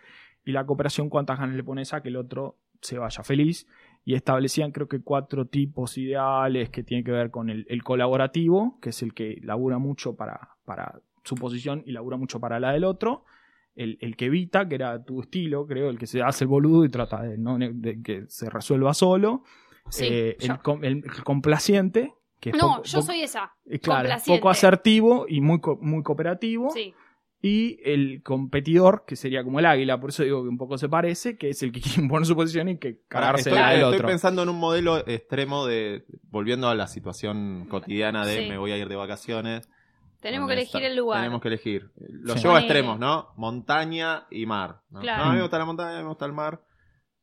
Speaker 2: y la cooperación cuántas ganas le pones a que el otro se vaya feliz. Y establecían creo que cuatro tipos ideales que tienen que ver con el, el colaborativo, que es el que labura mucho para, para su posición y labura mucho para la del otro. El, el que evita, que era tu estilo, creo, el que se hace el boludo y trata de, no- de que se resuelva solo.
Speaker 3: Sí,
Speaker 2: Eh,
Speaker 3: yo.
Speaker 2: el, com- el complaciente, que es
Speaker 3: No,
Speaker 2: poco,
Speaker 3: yo
Speaker 2: poco-
Speaker 3: soy esa.
Speaker 2: eh, claro,
Speaker 3: complaciente.
Speaker 2: poco asertivo y muy, co- muy cooperativo.
Speaker 3: Sí.
Speaker 2: Y el competidor, que sería como el águila, por eso digo que un poco se parece, que es el que <laughs> quiere imponer su posición y que
Speaker 4: Pará,
Speaker 2: cagarse
Speaker 4: estoy,
Speaker 2: la del
Speaker 4: estoy
Speaker 2: otro.
Speaker 4: pensando en un modelo extremo de. Volviendo a la situación cotidiana de
Speaker 3: Sí.
Speaker 4: me voy a ir de vacaciones.
Speaker 3: Tenemos que
Speaker 4: ¿Dónde
Speaker 3: elegir
Speaker 4: está?
Speaker 3: el lugar.
Speaker 4: Tenemos que elegir. Los
Speaker 2: Sí. Mm.
Speaker 4: llevo
Speaker 3: Ponele.
Speaker 4: a extremos, ¿no? Montaña y mar. ¿no?
Speaker 3: Claro.
Speaker 4: No, a mí me gusta la montaña, a mí me gusta el mar.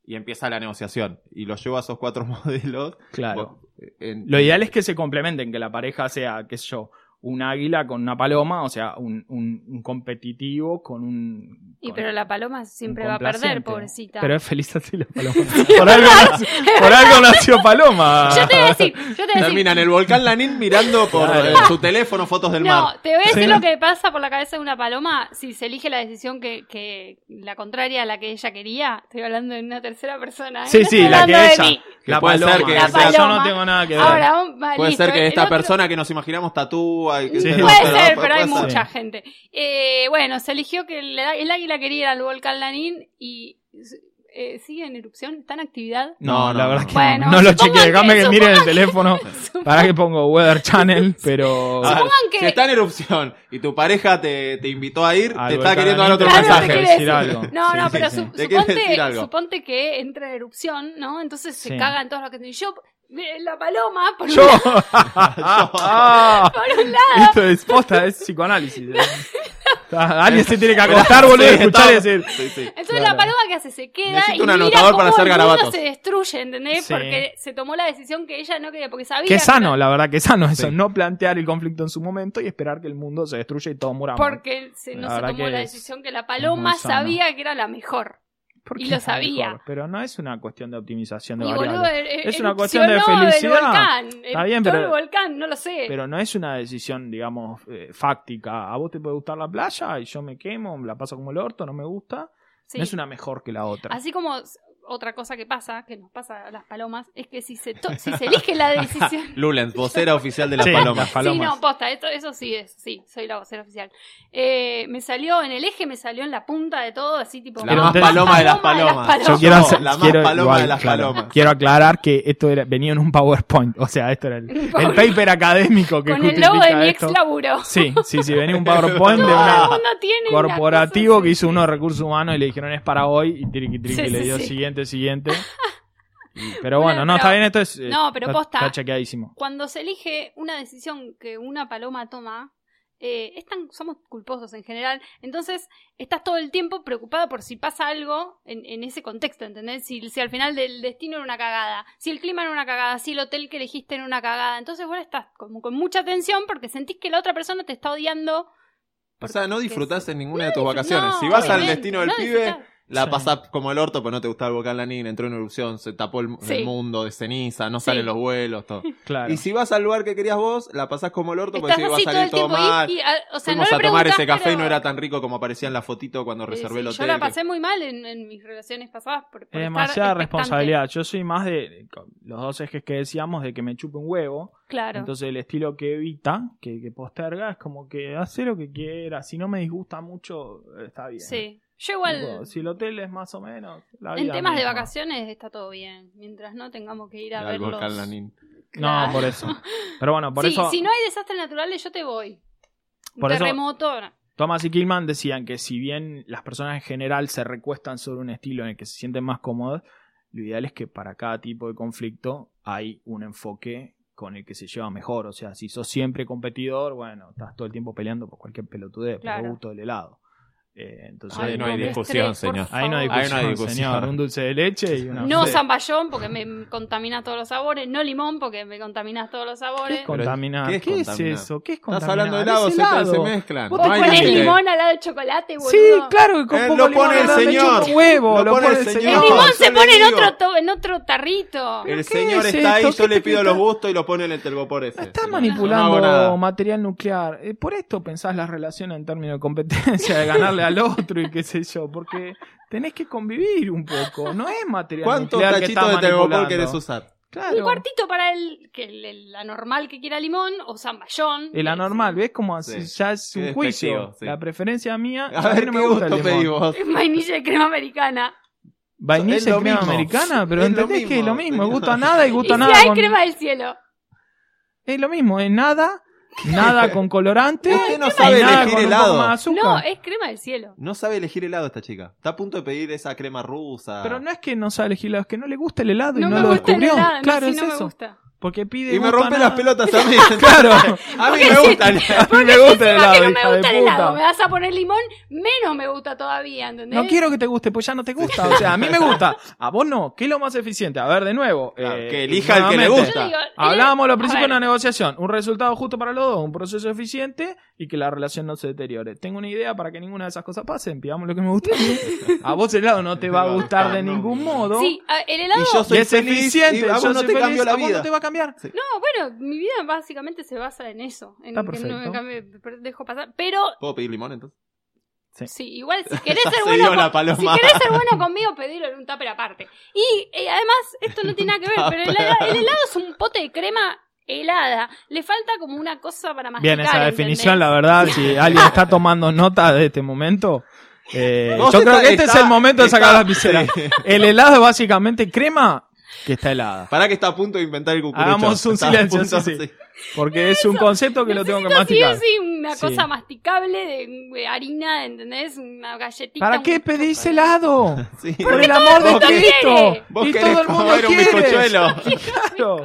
Speaker 4: Y empieza la negociación. Y los llevo a esos cuatro <laughs> modelos.
Speaker 2: Claro.
Speaker 4: En-
Speaker 2: Lo ideal es que se complementen, que la pareja sea, qué sé yo, un águila con una paloma, o sea, un, un- un competitivo con un.
Speaker 3: Y
Speaker 2: con
Speaker 3: pero la paloma
Speaker 2: un
Speaker 3: siempre va a
Speaker 2: complaciente.
Speaker 3: perder, pobrecita.
Speaker 2: Pero es feliz así la paloma. por, algo nació, por algo nació paloma.
Speaker 3: Yo te voy a decir, yo te voy a decir.
Speaker 4: Termina en el volcán Lanín
Speaker 2: <laughs>
Speaker 4: mirando por
Speaker 2: Claro.
Speaker 4: eh, su teléfono fotos del
Speaker 3: No,
Speaker 4: mar.
Speaker 3: te voy a decir
Speaker 2: Sí.
Speaker 3: lo que pasa por la cabeza de una paloma si se elige la decisión que, que la contraria a la que ella quería. Estoy hablando en una tercera persona. ¿eh?
Speaker 2: Sí,
Speaker 3: No
Speaker 2: sí,
Speaker 3: estoy
Speaker 2: la que
Speaker 3: hablando de
Speaker 2: ella.
Speaker 3: mí.
Speaker 4: Que
Speaker 2: La
Speaker 4: puede ser
Speaker 2: paloma.
Speaker 4: que
Speaker 2: o
Speaker 3: La
Speaker 2: sea, yo no
Speaker 3: paloma.
Speaker 2: tengo nada que ver.
Speaker 3: Ahora, vamos- va,
Speaker 4: Puede
Speaker 3: listo,
Speaker 4: ser que
Speaker 3: el
Speaker 4: esta
Speaker 3: otro-
Speaker 4: persona que nos imaginamos tatúa y que
Speaker 2: Sí.
Speaker 4: se-
Speaker 3: Puede
Speaker 4: no,
Speaker 3: ser,
Speaker 4: no,
Speaker 3: pero hay
Speaker 4: puede ser.
Speaker 3: mucha gente. Eh, bueno, se eligió que el, el águila quería ir al volcán Lanín y eh, sigue en erupción, está en actividad. <laughs>
Speaker 2: No,
Speaker 4: No,
Speaker 2: la
Speaker 4: no,
Speaker 2: verdad es
Speaker 4: no.
Speaker 2: que no.
Speaker 3: Bueno,
Speaker 2: no lo
Speaker 3: supongan
Speaker 2: chequeé. Déjame
Speaker 3: que-
Speaker 2: que miren el teléfono. Para que pongo Weather Channel, pero.
Speaker 4: Ah,
Speaker 3: Supongan que-
Speaker 4: Si está en erupción y tu pareja te, te invitó a ir, te
Speaker 2: Algo
Speaker 4: está queriendo dar
Speaker 2: claramente
Speaker 4: otro
Speaker 3: Claro, te
Speaker 4: mensaje.
Speaker 3: quiere decir.
Speaker 2: algo.
Speaker 3: No,
Speaker 2: Sí,
Speaker 3: no,
Speaker 2: sí,
Speaker 3: pero
Speaker 2: sí.
Speaker 3: su-
Speaker 4: Te quiere decir
Speaker 3: suponte,
Speaker 4: algo.
Speaker 3: suponte que entra en erupción, ¿no? Entonces se
Speaker 2: Sí.
Speaker 3: cagan todos los que... Y yo, eh, la paloma, por,
Speaker 2: Yo.
Speaker 3: un,
Speaker 2: Ah,
Speaker 3: por un lado...
Speaker 2: Esto es posta, es psicoanálisis.
Speaker 3: <laughs>
Speaker 2: eh. Ah, Alguien se tiene que acostar,
Speaker 4: Sí,
Speaker 2: boludo, y escuchar y
Speaker 4: está-
Speaker 2: decir.
Speaker 4: sí, sí.
Speaker 3: Entonces
Speaker 2: Claro.
Speaker 3: la paloma que hace se queda
Speaker 4: Necesito
Speaker 3: y
Speaker 4: un
Speaker 3: mira
Speaker 4: anotador para
Speaker 3: cómo
Speaker 4: hacer
Speaker 3: el mundo
Speaker 4: garabatos.
Speaker 3: se destruye, ¿entendés?
Speaker 2: Sí.
Speaker 3: Porque se tomó la decisión que ella no quería, porque sabía
Speaker 2: Qué
Speaker 3: que-
Speaker 2: sano, la verdad, que sano eso.
Speaker 4: Sí.
Speaker 2: No plantear el conflicto en su momento y esperar que el mundo se destruya y todos muramos.
Speaker 3: porque se- no
Speaker 2: La
Speaker 3: se
Speaker 2: verdad
Speaker 3: tomó
Speaker 2: que
Speaker 3: la
Speaker 2: es-
Speaker 3: decisión que la paloma
Speaker 2: muy sano.
Speaker 3: sabía que era la mejor.
Speaker 2: ¿Por
Speaker 3: y
Speaker 2: qué
Speaker 3: lo
Speaker 2: es la
Speaker 3: sabía.
Speaker 2: mejor? Pero no es una cuestión de optimización de
Speaker 3: y
Speaker 2: variables.
Speaker 3: boludo, er-
Speaker 2: Es
Speaker 3: er-
Speaker 2: una cuestión de
Speaker 3: erupcionó el
Speaker 2: felicidad.
Speaker 3: volcán,
Speaker 2: Está
Speaker 3: el-
Speaker 2: bien,
Speaker 3: todo
Speaker 2: pero-
Speaker 3: el volcán, no lo sé.
Speaker 2: Pero no es una decisión, digamos, eh, fáctica. A vos te puede gustar la playa y yo me quemo, la paso como el orto, no me gusta.
Speaker 3: Sí.
Speaker 2: No es una mejor que la otra.
Speaker 3: Así como, otra cosa que pasa, que nos pasa a las palomas, es que si se, to- si se
Speaker 2: <laughs>
Speaker 3: elige la decisión...
Speaker 4: Lulens, vocera oficial de las
Speaker 2: Sí,
Speaker 4: palomas.
Speaker 2: las palomas.
Speaker 3: Sí, no, posta, esto- eso sí es, sí, soy la vocera oficial. Eh, me salió en el eje, me salió en la punta de todo, así tipo...
Speaker 4: La
Speaker 2: Pero
Speaker 4: más
Speaker 2: entonces-
Speaker 4: paloma de las palomas.
Speaker 2: Yo
Speaker 3: No,
Speaker 2: quiero,
Speaker 4: no,
Speaker 2: hacer-
Speaker 4: la más
Speaker 2: quiero-
Speaker 4: paloma
Speaker 2: igual,
Speaker 4: de las
Speaker 2: claro,
Speaker 4: palomas.
Speaker 2: quiero aclarar que esto era, venía en un PowerPoint. O sea, esto era
Speaker 3: <laughs>
Speaker 2: el,
Speaker 3: Un
Speaker 2: el
Speaker 3: PowerPoint.
Speaker 2: paper académico que
Speaker 3: Con el logo de
Speaker 2: justifica
Speaker 3: mi ex
Speaker 2: esto.
Speaker 3: laburo.
Speaker 2: Sí, sí, sí, venía un
Speaker 3: <laughs>
Speaker 2: PowerPoint de
Speaker 3: Todo
Speaker 2: una-
Speaker 3: el mundo tiene una
Speaker 2: corporativo
Speaker 3: cosa
Speaker 2: que
Speaker 3: así.
Speaker 2: hizo uno de recursos humanos y le dijeron es para hoy y triqui triqui
Speaker 3: Sí,
Speaker 2: le
Speaker 3: sí,
Speaker 2: dio
Speaker 3: sí.
Speaker 2: siguiente,
Speaker 3: <laughs>
Speaker 2: siguiente. Y- Pero
Speaker 3: Bueno,
Speaker 2: bueno, no,
Speaker 3: pero-
Speaker 2: está bien, esto es. eh,
Speaker 3: No, pero
Speaker 2: está-
Speaker 3: posta.
Speaker 2: Está chequeadísimo.
Speaker 3: Cuando se elige una decisión que una paloma toma, eh, es tan- somos culposos en general, entonces estás todo el tiempo preocupada por si pasa algo en, en ese contexto, ¿entendés? Si, si al final del destino era una cagada, si el clima era una cagada, si el hotel que elegiste era una cagada, entonces vos estás como con mucha tensión porque sentís que la otra persona te está odiando.
Speaker 4: O sea, no disfrutás en ninguna de tus
Speaker 3: No,
Speaker 4: vacaciones. si vas al
Speaker 3: obviamente,
Speaker 4: destino del
Speaker 3: no
Speaker 4: pibe,
Speaker 3: disfrutás.
Speaker 4: la
Speaker 2: Sí.
Speaker 4: pasás como el orto, pero no te gustaba el volcán Lanín, entró en erupción, se tapó el, el
Speaker 3: Sí.
Speaker 4: mundo de ceniza, no
Speaker 3: Sí.
Speaker 4: salen los vuelos, todo.
Speaker 2: Claro.
Speaker 4: Y si vas al lugar que querías vos, la pasás como el orto, porque
Speaker 3: Estás
Speaker 4: si va a
Speaker 3: así todo
Speaker 4: salir
Speaker 3: el
Speaker 4: todo
Speaker 3: tiempo. y-
Speaker 4: mal.
Speaker 3: y, ah, o sea, no
Speaker 4: Fuimos
Speaker 3: le
Speaker 4: a tomar ese
Speaker 3: preguntás,
Speaker 4: café y no
Speaker 3: pero-
Speaker 4: era tan rico como aparecía en la fotito cuando
Speaker 3: Eh,
Speaker 4: reservé
Speaker 3: sí,
Speaker 4: el hotel.
Speaker 3: Yo la
Speaker 4: que-
Speaker 3: pasé muy mal en, en mis relaciones pasadas. Por, por
Speaker 2: Es
Speaker 3: estar
Speaker 2: demasiada
Speaker 3: expectante.
Speaker 2: responsabilidad. Yo soy más de con los dos ejes que decíamos de que me chupe un huevo.
Speaker 3: Claro.
Speaker 2: Entonces el estilo que evita, que, que posterga, es como que hace lo que quiera. Si no me disgusta mucho, está bien.
Speaker 3: sí. Yo
Speaker 2: Tipo,
Speaker 3: igual.
Speaker 2: Si el hotel es más o menos. La
Speaker 3: En
Speaker 2: vida
Speaker 3: temas de
Speaker 2: misma.
Speaker 3: vacaciones está todo bien. Mientras no tengamos que ir a
Speaker 4: Al
Speaker 3: verlos.
Speaker 4: volcán Lanín.
Speaker 2: No,
Speaker 3: Claro.
Speaker 2: por eso. Pero bueno, por
Speaker 3: Sí,
Speaker 2: eso.
Speaker 3: Si no hay desastres naturales, yo te voy. Un
Speaker 2: Por eso-
Speaker 3: terremoto. no.
Speaker 2: Thomas y Killman decían que si bien las personas en general se recuestan sobre un estilo en el que se sienten más cómodos, lo ideal es que para cada tipo de conflicto hay un enfoque con el que se lleva mejor. O sea, si sos siempre competidor, bueno, estás todo el tiempo peleando por cualquier pelotudez, por
Speaker 3: Claro.
Speaker 2: el gusto del helado. Eh, entonces,
Speaker 4: Ahí
Speaker 2: ahí
Speaker 4: no
Speaker 2: no,
Speaker 4: hay
Speaker 3: qué
Speaker 4: discusión,
Speaker 3: estrés, por
Speaker 4: señor.
Speaker 3: favor.
Speaker 2: hay
Speaker 4: no hay
Speaker 2: discusión,
Speaker 4: discusión.
Speaker 2: señor. Un dulce de leche y una...
Speaker 3: No
Speaker 2: Sí.
Speaker 3: zamballón porque me contamina todos los sabores. No limón porque me contaminas todos los sabores.
Speaker 2: ¿Qué es contaminar?
Speaker 4: ¿Qué
Speaker 2: ¿Qué
Speaker 4: es
Speaker 2: es,
Speaker 4: contaminar?
Speaker 2: eso? ¿Qué es contaminar?
Speaker 4: Estás hablando de
Speaker 2: Es
Speaker 4: helado, se,
Speaker 2: helado.
Speaker 4: se mezclan.
Speaker 2: Vos
Speaker 3: Vos
Speaker 4: No hay
Speaker 3: pones
Speaker 4: límite.
Speaker 3: limón al lado del chocolate, boludo.
Speaker 2: Sí, claro, que con
Speaker 4: Eh,
Speaker 2: poco
Speaker 4: lo pone
Speaker 2: limón
Speaker 4: el
Speaker 2: le chupa
Speaker 4: señor.
Speaker 2: un huevo,
Speaker 4: Lo
Speaker 2: lo,
Speaker 4: pone
Speaker 2: pone
Speaker 4: el
Speaker 2: el
Speaker 4: señor.
Speaker 2: señor.
Speaker 3: El limón
Speaker 4: No,
Speaker 3: se
Speaker 4: yo
Speaker 3: pone
Speaker 4: le
Speaker 3: en
Speaker 4: digo.
Speaker 3: otro, to- en otro tarrito.
Speaker 4: El
Speaker 2: ¿Qué
Speaker 4: señor
Speaker 2: es
Speaker 4: está ahí,
Speaker 2: esto?
Speaker 4: yo
Speaker 2: ¿Qué
Speaker 4: le
Speaker 2: te
Speaker 4: pido
Speaker 2: pinta?
Speaker 4: los gustos y lo pone en el telgopores.
Speaker 2: Estás
Speaker 4: No
Speaker 2: manipulando
Speaker 4: hago nada.
Speaker 2: material nuclear. Eh, por esto pensás las relaciones en términos de competencia, de ganarle al otro y qué sé yo, porque tenés que convivir un poco. No es material
Speaker 4: ¿Cuántos
Speaker 2: nuclear que
Speaker 4: cachitos
Speaker 2: estás
Speaker 4: de telgopor
Speaker 2: manipulando.
Speaker 4: querés usar?
Speaker 2: Claro.
Speaker 3: Un cuartito para el, que el, el anormal que quiera limón o zamballón.
Speaker 2: El anormal, ¿ves? Como así,
Speaker 4: Sí.
Speaker 2: ya es
Speaker 4: Qué
Speaker 2: un juicio.
Speaker 4: despectivo, sí.
Speaker 2: La preferencia mía.
Speaker 4: A ver
Speaker 2: no
Speaker 4: qué
Speaker 2: me gusta el
Speaker 4: gusto
Speaker 2: limón.
Speaker 4: pedís
Speaker 3: <laughs>
Speaker 4: vos.
Speaker 3: Vainilla de crema americana.
Speaker 2: Vainilla
Speaker 4: Es
Speaker 2: y
Speaker 4: lo
Speaker 2: crema
Speaker 4: mismo.
Speaker 2: americana, pero
Speaker 4: Es lo
Speaker 2: entendés que es lo
Speaker 4: mismo, <laughs>
Speaker 2: mismo.
Speaker 4: señor.
Speaker 2: Gusta nada y
Speaker 3: Y
Speaker 2: gusta
Speaker 3: si
Speaker 2: nada.
Speaker 3: hay
Speaker 2: con-
Speaker 3: crema del cielo.
Speaker 2: Es lo mismo, es nada, nada con colorante.
Speaker 4: Usted no
Speaker 2: y
Speaker 4: sabe
Speaker 2: nada
Speaker 4: elegir
Speaker 2: con un poco
Speaker 4: helado.
Speaker 2: más de azúcar.
Speaker 3: No, es crema del cielo.
Speaker 4: No sabe elegir helado esta chica. Está a punto de pedir esa crema rusa.
Speaker 2: Pero no es que no sabe elegir helado, es que no le gusta el helado
Speaker 3: No,
Speaker 2: y no
Speaker 3: me
Speaker 2: lo
Speaker 3: gusta el
Speaker 2: descubrió.
Speaker 3: helado,
Speaker 2: claro,
Speaker 3: no, si
Speaker 2: es
Speaker 3: no me
Speaker 2: eso.
Speaker 3: gusta.
Speaker 2: Porque pide.
Speaker 4: Y me
Speaker 2: gusto a
Speaker 4: rompe
Speaker 2: nada. <laughs>
Speaker 4: las pelotas a mí. <laughs>
Speaker 2: Claro.
Speaker 4: A mí
Speaker 3: <laughs> Porque
Speaker 4: me
Speaker 3: sí.
Speaker 4: gusta. el-
Speaker 2: A mí me
Speaker 3: <laughs>
Speaker 2: gusta el
Speaker 3: Encima
Speaker 2: helado.
Speaker 3: que no
Speaker 2: hija
Speaker 3: me gusta el
Speaker 2: de
Speaker 3: helado, me
Speaker 2: puta.
Speaker 3: vas a poner limón, menos me gusta todavía, ¿entendés?
Speaker 2: No quiero que te guste, pues ya no te gusta. O sea, a mí me gusta. A vos no. ¿Qué es lo más eficiente? A ver, de nuevo.
Speaker 4: Claro,
Speaker 2: eh,
Speaker 4: que elija el que le
Speaker 2: nuevamente.
Speaker 3: Yo
Speaker 4: gusta.
Speaker 3: digo, eh,
Speaker 2: Hablábamos
Speaker 3: a
Speaker 2: al principio de
Speaker 3: ver,
Speaker 2: una negociación. Un resultado justo para los dos, un proceso eficiente y que la relación no se deteriore. Tengo una idea para que ninguna de esas cosas pasen. Pidamos lo que me
Speaker 3: <laughs>
Speaker 2: guste. A vos el helado no te va a gustar de
Speaker 4: No.
Speaker 2: ningún modo.
Speaker 3: Sí, a- el helado.
Speaker 4: Y yo soy
Speaker 2: y es
Speaker 4: feliz,
Speaker 2: eficiente.
Speaker 4: y a vos
Speaker 2: yo
Speaker 4: no
Speaker 2: soy
Speaker 4: te
Speaker 2: feliz,
Speaker 4: cambió la
Speaker 2: a vos
Speaker 4: vida.
Speaker 2: no te va a cambiar.
Speaker 3: No, bueno, mi vida básicamente se basa en eso. En
Speaker 2: Está
Speaker 3: que no me
Speaker 2: perfecto.
Speaker 3: cambie- dejo pasar. Pero,
Speaker 4: ¿Puedo pedir limón entonces?
Speaker 3: sí, igual,
Speaker 2: <laughs>
Speaker 3: si querés
Speaker 4: Ya
Speaker 3: ser
Speaker 4: se
Speaker 3: bueno.
Speaker 4: dio
Speaker 3: con-
Speaker 4: la paloma.
Speaker 3: Si querés ser bueno conmigo, pedilo en un tupper aparte. Y eh, además, esto no tiene nada que ver, pero el, hela- el helado es un pote de crema helada. Le falta como una cosa para masticar.
Speaker 2: Bien, esa
Speaker 3: ¿entendés?
Speaker 2: definición, la verdad,
Speaker 3: <laughs>
Speaker 2: si alguien está tomando nota de este momento, eh, yo
Speaker 4: Vos
Speaker 2: creo
Speaker 4: está-
Speaker 2: que este
Speaker 4: está-
Speaker 2: es el momento de sacar
Speaker 4: está-
Speaker 2: las piseras. El helado es básicamente crema que está helada.
Speaker 4: <laughs> Pará que está a punto de inventar el cucurucho.
Speaker 2: Hagamos un
Speaker 4: Está a
Speaker 2: silencio,
Speaker 4: punto-
Speaker 2: sí, sí. Porque es un concepto que lo tengo que
Speaker 3: Sí,
Speaker 2: masticar.
Speaker 3: sí, una
Speaker 2: Sí.
Speaker 3: cosa masticable de, de harina, ¿entendés? Una galletita.
Speaker 2: ¿Para
Speaker 3: un-
Speaker 2: qué pedís helado?
Speaker 4: Sí.
Speaker 2: Por el amor de
Speaker 4: mundo
Speaker 2: Cristo.
Speaker 3: quiere.
Speaker 4: Vos
Speaker 2: Y
Speaker 4: querés
Speaker 2: todo el mundo
Speaker 4: comer un
Speaker 2: quiere.
Speaker 4: bizcochuelo.
Speaker 2: <laughs> Claro.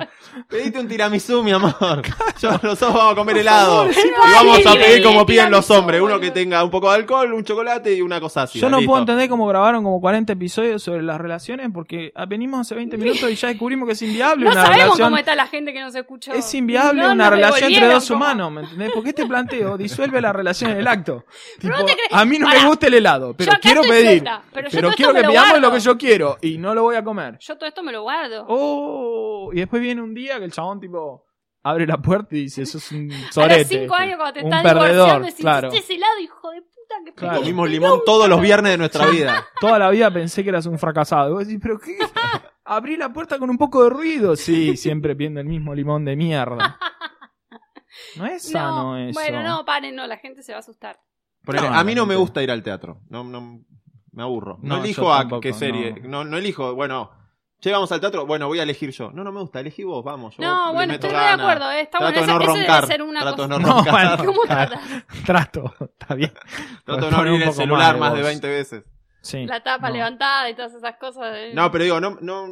Speaker 4: Pedite un tiramisú, mi
Speaker 2: <laughs>
Speaker 4: amor. Yo, nosotros vamos a comer helado.
Speaker 3: sí,
Speaker 4: Y
Speaker 3: por
Speaker 4: vamos a
Speaker 3: favor.
Speaker 4: pedir como piden los
Speaker 3: Tiramisú,
Speaker 4: hombres. Uno
Speaker 3: boludo.
Speaker 4: que tenga un poco de alcohol, un chocolate y una cosa así.
Speaker 2: Yo no
Speaker 4: Listo.
Speaker 2: puedo entender cómo grabaron como 40 episodios sobre las relaciones porque ah, venimos hace 20 minutos y ya descubrimos que es inviable
Speaker 3: No
Speaker 2: una
Speaker 3: sabemos
Speaker 2: relación
Speaker 3: cómo está la gente que nos escuchó.
Speaker 2: Es inviable
Speaker 3: No,
Speaker 2: una
Speaker 3: nos
Speaker 2: relación entre
Speaker 3: devolvieron
Speaker 2: dos
Speaker 3: como-
Speaker 2: humanos, ¿me entendés? Porque este planteo disuelve la relación en el acto. Tipo,
Speaker 3: no te crees-
Speaker 2: a mí no
Speaker 3: Pará.
Speaker 2: me gusta el helado, pero
Speaker 3: Yo acá
Speaker 2: quiero
Speaker 3: estoy
Speaker 2: pedir.
Speaker 3: suelta, pero
Speaker 2: pero
Speaker 3: yo todo
Speaker 2: quiero
Speaker 3: esto
Speaker 2: que
Speaker 3: me lo
Speaker 2: pidamos
Speaker 3: guardo.
Speaker 2: lo que yo quiero y no lo voy a comer.
Speaker 3: Yo todo esto me lo guardo.
Speaker 2: Oh, y después viene un día que el chabón tipo, abre la puerta y dice, eso es un
Speaker 3: a los
Speaker 2: sorete. este".
Speaker 3: cinco años cuando te
Speaker 2: Un
Speaker 3: estás
Speaker 2: perdedor,
Speaker 3: divorciando decís,
Speaker 2: claro.
Speaker 3: "Este es helado, hijo de puta, que
Speaker 2: Claro.
Speaker 4: Comimos limón todos los viernes de nuestra vida.
Speaker 2: Toda la vida pensé que eras un fracasado. Y vos decís, pero
Speaker 3: <laughs>
Speaker 2: ¿qué? Abrí la puerta con un poco de ruido. Sí, siempre viendo el mismo limón de
Speaker 3: <laughs>
Speaker 2: mierda. No es sano
Speaker 3: No,
Speaker 2: eso.
Speaker 3: bueno, no, paren, no, la gente se va a asustar.
Speaker 4: Ponele,
Speaker 2: No,
Speaker 4: a mí no me
Speaker 2: realmente.
Speaker 4: gusta ir al teatro. No, no, me aburro. No,
Speaker 2: No,
Speaker 4: elijo
Speaker 2: yo
Speaker 4: a
Speaker 2: tampoco,
Speaker 4: qué serie. No. No, elijo, bueno, llegamos al teatro, bueno, voy a elegir yo. No, no me gusta, elegí vos, vamos. Yo
Speaker 3: No,
Speaker 4: le
Speaker 3: bueno,
Speaker 4: meto
Speaker 3: estoy re de
Speaker 4: gana.
Speaker 3: acuerdo, eh, está
Speaker 4: Trato
Speaker 3: bueno.
Speaker 4: de no
Speaker 3: Esa- ese debe
Speaker 4: roncar.
Speaker 3: ser una
Speaker 4: Trato de <laughs>
Speaker 3: cosa.
Speaker 4: no
Speaker 2: No,
Speaker 3: <laughs>
Speaker 4: roncar.
Speaker 2: bueno.
Speaker 3: ¿Cómo
Speaker 2: Claro.
Speaker 3: tratas?
Speaker 2: Trato, está bien.
Speaker 4: Trato de
Speaker 2: Poner
Speaker 4: no
Speaker 2: un
Speaker 4: abrir el
Speaker 2: poco
Speaker 4: celular
Speaker 2: más de
Speaker 4: más de
Speaker 2: voz.
Speaker 4: 20 veces.
Speaker 2: Sí.
Speaker 3: La tapa
Speaker 2: No.
Speaker 3: levantada y todas esas cosas. eh.
Speaker 4: No, pero digo, no, no,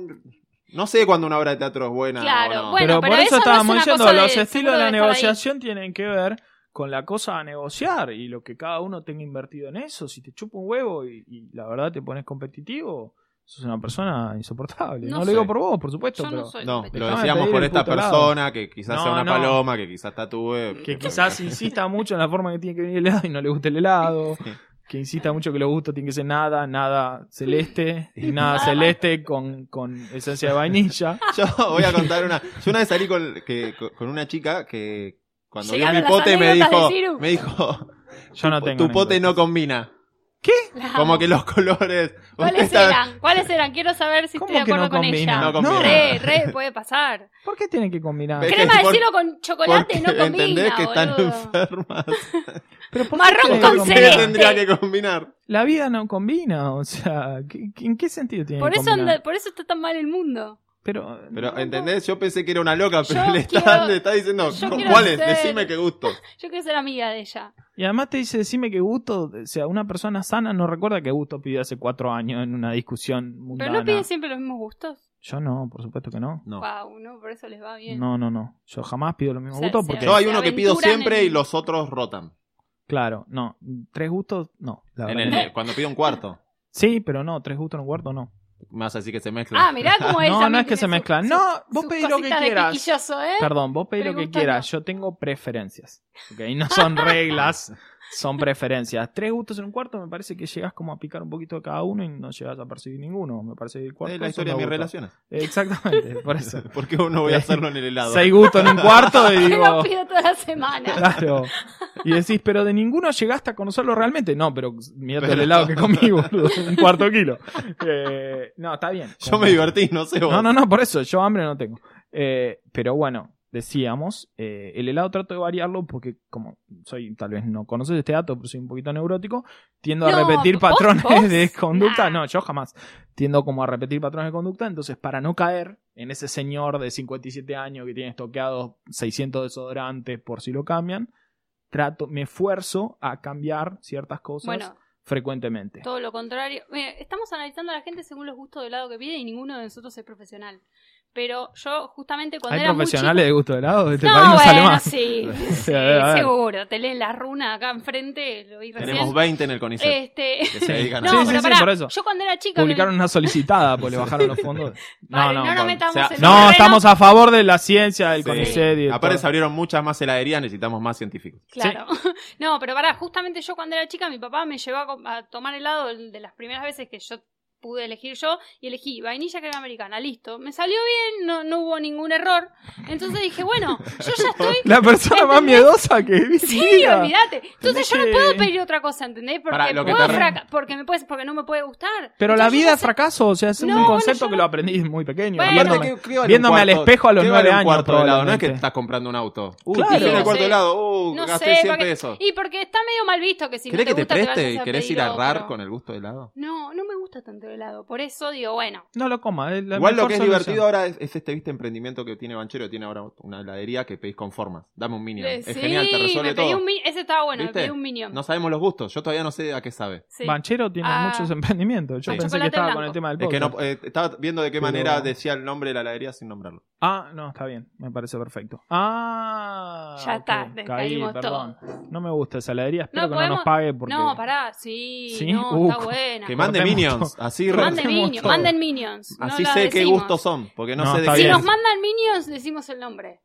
Speaker 4: no sé cuándo una obra de teatro es buena.
Speaker 3: Claro,
Speaker 4: o no.
Speaker 3: bueno,
Speaker 2: pero,
Speaker 3: pero
Speaker 2: por
Speaker 3: eso
Speaker 2: eso
Speaker 3: no es
Speaker 2: estábamos
Speaker 3: una
Speaker 2: diciendo,
Speaker 3: cosa de
Speaker 2: los estilos
Speaker 3: seguro
Speaker 2: de
Speaker 3: de
Speaker 2: la
Speaker 3: estar ahí.
Speaker 2: negociación tienen que ver con la cosa a negociar y lo que cada uno tenga invertido en eso. Si te chupa un huevo y, y la verdad te pones competitivo, sos una persona insoportable.
Speaker 3: No
Speaker 2: No, lo digo
Speaker 4: sé.
Speaker 2: por vos, por supuesto,
Speaker 3: Yo
Speaker 2: pero
Speaker 3: no soy.
Speaker 4: No,
Speaker 3: competitiva.
Speaker 4: lo
Speaker 2: Ah,
Speaker 4: decíamos
Speaker 2: pedir
Speaker 4: por
Speaker 2: el
Speaker 4: esta
Speaker 2: puto lado.
Speaker 4: persona que quizás
Speaker 2: No,
Speaker 4: sea una
Speaker 2: no.
Speaker 4: paloma, que quizás tatúe.
Speaker 2: que quizás insista mucho en la forma que tiene que venir el helado y no le gusta el helado. Que insista mucho que los gustos tienen que ser nada, nada celeste y nada celeste con, con esencia de vainilla.
Speaker 4: <laughs> Yo voy a contar una. Yo una vez salí con, que- con una chica que cuando
Speaker 3: Llegando
Speaker 4: vio
Speaker 3: las
Speaker 4: mi pote me
Speaker 3: anécdotas
Speaker 4: dijo,
Speaker 3: de Ciru.
Speaker 4: me dijo,
Speaker 2: Yo no
Speaker 4: "Tu-
Speaker 2: tengo
Speaker 4: tu pote
Speaker 2: ningún-
Speaker 4: no combina. <laughs>
Speaker 3: La-
Speaker 4: Como que los colores.
Speaker 3: <laughs> ¿Cuáles
Speaker 4: usted está-
Speaker 3: eran? ¿Cuáles eran? Quiero saber si estoy de
Speaker 2: ¿Cómo que
Speaker 3: acuerdo
Speaker 2: no
Speaker 3: con
Speaker 2: combina?
Speaker 3: ella.
Speaker 4: No combina.
Speaker 3: Re, re, puede pasar.
Speaker 2: ¿Por qué tienen que combinar?
Speaker 4: <laughs> Es que
Speaker 3: Crema de
Speaker 4: por-
Speaker 3: cielo con chocolate
Speaker 4: porque
Speaker 3: no combina,
Speaker 4: <laughs> Entendés que están
Speaker 3: boludo.
Speaker 4: enfermas.
Speaker 2: Pero ¿por qué
Speaker 3: Marrón
Speaker 2: tienen que
Speaker 3: con
Speaker 4: ¿Por qué
Speaker 2: combinar?
Speaker 3: celeste.
Speaker 4: tendría que combinar?
Speaker 2: La vida no combina, o sea, ¿qué- qué- ¿en qué sentido tiene
Speaker 3: Por
Speaker 2: que
Speaker 3: eso,
Speaker 2: combinar?
Speaker 3: anda- por eso está tan mal el mundo.
Speaker 2: Pero,
Speaker 4: Pero, ¿entendés? Yo pensé que era una loca, pero
Speaker 3: Yo
Speaker 4: le, está,
Speaker 3: quiero-
Speaker 4: le está diciendo,
Speaker 3: yo
Speaker 4: "No,
Speaker 3: quiero
Speaker 4: ¿cuáles?
Speaker 3: ser-
Speaker 4: Decime qué gusto.
Speaker 3: Yo quiero ser amiga de ella.
Speaker 2: Y además te dice, decime qué gusto, o sea, una persona sana no recuerda qué gusto pidió hace cuatro años en una discusión
Speaker 3: Pero
Speaker 2: mundana.
Speaker 3: no piden siempre los mismos gustos.
Speaker 2: Yo no, por supuesto que no.
Speaker 4: No.
Speaker 3: Wow, no, por eso les va bien.
Speaker 2: No, no, no. Yo jamás pido los mismos
Speaker 3: O sea,
Speaker 2: gustos
Speaker 3: se
Speaker 2: porque,
Speaker 4: Yo hay uno
Speaker 3: Se
Speaker 4: que pido
Speaker 3: aventuran
Speaker 4: siempre
Speaker 3: en-
Speaker 4: y los otros rotan.
Speaker 2: claro, no. Tres gustos, no. la
Speaker 4: En
Speaker 2: Ah, verdad
Speaker 4: el-
Speaker 2: que no.
Speaker 4: cuando pido un cuarto.
Speaker 2: Sí, pero no, tres gustos en un cuarto no.
Speaker 4: Más así que se mezclan.
Speaker 3: Ah, mirá
Speaker 2: <laughs>
Speaker 3: cómo él
Speaker 2: No,
Speaker 3: también
Speaker 2: no es que
Speaker 3: tiene
Speaker 2: se
Speaker 3: su-
Speaker 2: mezclan.
Speaker 3: su-
Speaker 2: No, vos
Speaker 3: sus
Speaker 2: pedís lo que
Speaker 3: cositas de
Speaker 2: quieras.
Speaker 3: quisquilloso, ¿eh? <laughs>
Speaker 2: Perdón, vos pedís lo que
Speaker 3: Preguntando.
Speaker 2: quieras. Yo tengo preferencias. ¿ok? No
Speaker 3: <laughs>
Speaker 2: son reglas, son preferencias. Tres gustos en un cuarto me parece que llegas como a picar un poquito de cada uno y no llegas a percibir ninguno. Me parece que el cuarto
Speaker 4: es la historia de
Speaker 2: son dos
Speaker 4: mis
Speaker 2: gustos.
Speaker 4: relaciones.
Speaker 2: Exactamente, por <laughs>
Speaker 4: <laughs>
Speaker 2: eso.
Speaker 4: ¿Por qué uno voy a hacerlo en el helado?
Speaker 2: Seis gustos en un
Speaker 3: <laughs>
Speaker 2: cuarto y
Speaker 3: Que lo
Speaker 2: digo.
Speaker 3: pido toda la semana.
Speaker 2: <laughs> Claro. Y decís, pero de ninguno llegaste a conocerlo realmente. No, pero mira el
Speaker 4: Pero-
Speaker 2: helado que
Speaker 4: <laughs>
Speaker 2: comí, boludo. Un cuarto kilo. Eh, no, está bien.
Speaker 4: Yo me divertí, no sé vos.
Speaker 2: No, no, no, por eso, yo hambre no tengo. Eh, pero bueno, decíamos, eh, el helado trato de variarlo porque como soy, tal vez no conoces este dato, pero soy un poquito neurótico, tiendo a
Speaker 3: No,
Speaker 2: repetir
Speaker 3: ¿vos,
Speaker 2: patrones
Speaker 3: vos?
Speaker 2: de conducta.
Speaker 3: Nah.
Speaker 2: No, yo jamás. Tiendo como a repetir patrones de conducta, entonces para no caer en ese señor de 57 años que tiene estoqueados 600 desodorantes por si lo cambian, trato, me esfuerzo a cambiar ciertas cosas
Speaker 3: Bueno,
Speaker 2: frecuentemente.
Speaker 3: todo lo contrario. Mira, estamos analizando a la gente según los gustos del lado que pide y ninguno de nosotros es profesional. Pero yo, justamente cuando
Speaker 2: Hay
Speaker 3: era muy
Speaker 2: profesionales
Speaker 3: chico-
Speaker 2: de gusto de helado, de este
Speaker 3: no,
Speaker 2: país no
Speaker 3: bueno,
Speaker 2: sale más. <laughs>
Speaker 3: sí, sí,
Speaker 2: Sí, a ver, a ver.
Speaker 3: seguro. Te leen la runa acá enfrente, lo vi recién.
Speaker 4: Tenemos 20 en el CONICET.
Speaker 3: Este,
Speaker 4: que se dedican
Speaker 3: no,
Speaker 4: a
Speaker 2: Sí, sí,
Speaker 3: pero
Speaker 2: sí,
Speaker 3: pará,
Speaker 2: por eso.
Speaker 3: yo cuando era chica... me-
Speaker 2: Publicaron una solicitada, pues le bajaron los fondos.
Speaker 3: Vale, no, nos
Speaker 2: vale.
Speaker 3: metamos
Speaker 4: o sea,
Speaker 3: en
Speaker 2: No,
Speaker 3: terreno.
Speaker 2: estamos a favor de la ciencia, del
Speaker 4: Sí.
Speaker 2: CONICET y de
Speaker 4: Aparte se
Speaker 2: todo.
Speaker 4: abrieron muchas más heladerías, necesitamos más científicos.
Speaker 3: Claro. <laughs> No, pero pará, justamente yo cuando era chica, mi papá me llevó a, com- a tomar helado el- de las primeras veces que yo pude elegir yo y elegí vainilla crema americana, listo. Me salió bien, no, no hubo ningún error. Entonces dije, bueno, yo ya estoy.
Speaker 2: <laughs> La persona
Speaker 3: <laughs>
Speaker 2: más
Speaker 3: ¿Entendés?
Speaker 2: miedosa que vi.
Speaker 3: Sí,
Speaker 2: mira.
Speaker 3: olvídate. Entonces
Speaker 2: Tenés
Speaker 3: yo no
Speaker 2: que-
Speaker 3: puedo pedir otra cosa, ¿entendés? Porque,
Speaker 4: Pará, lo que
Speaker 3: puedo
Speaker 4: te-
Speaker 3: fraca- porque, me puede, porque no me puede gustar.
Speaker 2: Pero la
Speaker 3: Entonces yo
Speaker 2: vida
Speaker 3: ya
Speaker 2: es fracaso, o sea, es
Speaker 3: No,
Speaker 2: un
Speaker 3: bueno,
Speaker 2: concepto
Speaker 3: yo
Speaker 2: que
Speaker 3: no-
Speaker 2: lo aprendí desde muy pequeño.
Speaker 3: Bueno.
Speaker 2: viéndome-
Speaker 4: Aparte, ¿qué- qué vale un
Speaker 2: viéndome al
Speaker 4: cuarto?
Speaker 2: especho a los
Speaker 4: ¿Qué vale
Speaker 2: nueve
Speaker 4: un
Speaker 2: años,
Speaker 4: cuarto de helado? No es que
Speaker 2: probablemente.
Speaker 4: estás comprando un auto. Uh,
Speaker 2: Claro.
Speaker 4: te fui en el
Speaker 2: No
Speaker 4: cuarto
Speaker 3: sé.
Speaker 4: de helado. Uh,
Speaker 3: No
Speaker 4: gasté
Speaker 3: sé,
Speaker 4: siempre
Speaker 3: porque-
Speaker 4: eso.
Speaker 3: Y porque está medio mal visto que si no
Speaker 4: ¿Querés
Speaker 3: te
Speaker 4: que te
Speaker 3: gusta te
Speaker 4: preste
Speaker 3: vayas
Speaker 4: y
Speaker 3: a
Speaker 4: querés
Speaker 3: pedir
Speaker 4: ir a RAR
Speaker 3: otro.
Speaker 4: con el gusto de helado?
Speaker 3: No, no me gusta tanto el helado. Por eso digo, bueno,
Speaker 2: No lo coma. es la
Speaker 4: Igual
Speaker 2: mejor
Speaker 4: lo que es
Speaker 2: solución.
Speaker 4: divertido ahora es, es este viste emprendimiento que tiene Banchero, tiene ahora una heladería que pedís con formas. Dame un minion.
Speaker 3: Le-
Speaker 4: es
Speaker 3: Eh, sí,
Speaker 4: genial, te resuelve
Speaker 3: me pedí
Speaker 4: todo.
Speaker 3: un minion. Ese estaba bueno,
Speaker 4: ¿Viste?
Speaker 3: me pedí un minion.
Speaker 4: No sabemos los gustos, yo todavía no sé a qué sabe.
Speaker 3: Sí.
Speaker 2: Banchero tiene
Speaker 3: Ah.
Speaker 2: muchos emprendimientos. Yo
Speaker 4: Sí.
Speaker 2: pensé que
Speaker 3: Chocolate
Speaker 2: estaba
Speaker 3: blanco.
Speaker 2: con el tema del
Speaker 4: Es que
Speaker 2: podcast.
Speaker 4: no, eh, estaba viendo de qué
Speaker 2: Pero-
Speaker 4: manera decía el nombre de la heladería sin nombrarlo.
Speaker 2: Ah, no, está bien. Me parece perfecto. Ah.
Speaker 3: Ya
Speaker 2: ok,
Speaker 3: está, te
Speaker 2: Caí,
Speaker 3: caímos
Speaker 2: perdón. No me gusta esa heladería. Espero
Speaker 3: No,
Speaker 2: que no
Speaker 3: podemos-
Speaker 2: nos pague porque...
Speaker 3: No, pará, sí,
Speaker 2: Sí,
Speaker 3: no,
Speaker 2: uh,
Speaker 3: está buena.
Speaker 4: Que mande
Speaker 2: Cortemos
Speaker 4: minions, así,
Speaker 3: Que
Speaker 4: re-
Speaker 3: manden
Speaker 2: Hacemos
Speaker 3: minions,
Speaker 2: todo.
Speaker 3: manden minions. no
Speaker 4: así
Speaker 3: la
Speaker 4: sé qué
Speaker 3: decimos.
Speaker 4: gustos son, porque no,
Speaker 2: No,
Speaker 4: sé de
Speaker 2: está
Speaker 4: qué
Speaker 3: Si
Speaker 2: bien.
Speaker 4: es.
Speaker 3: nos mandan minions, decimos el nombre.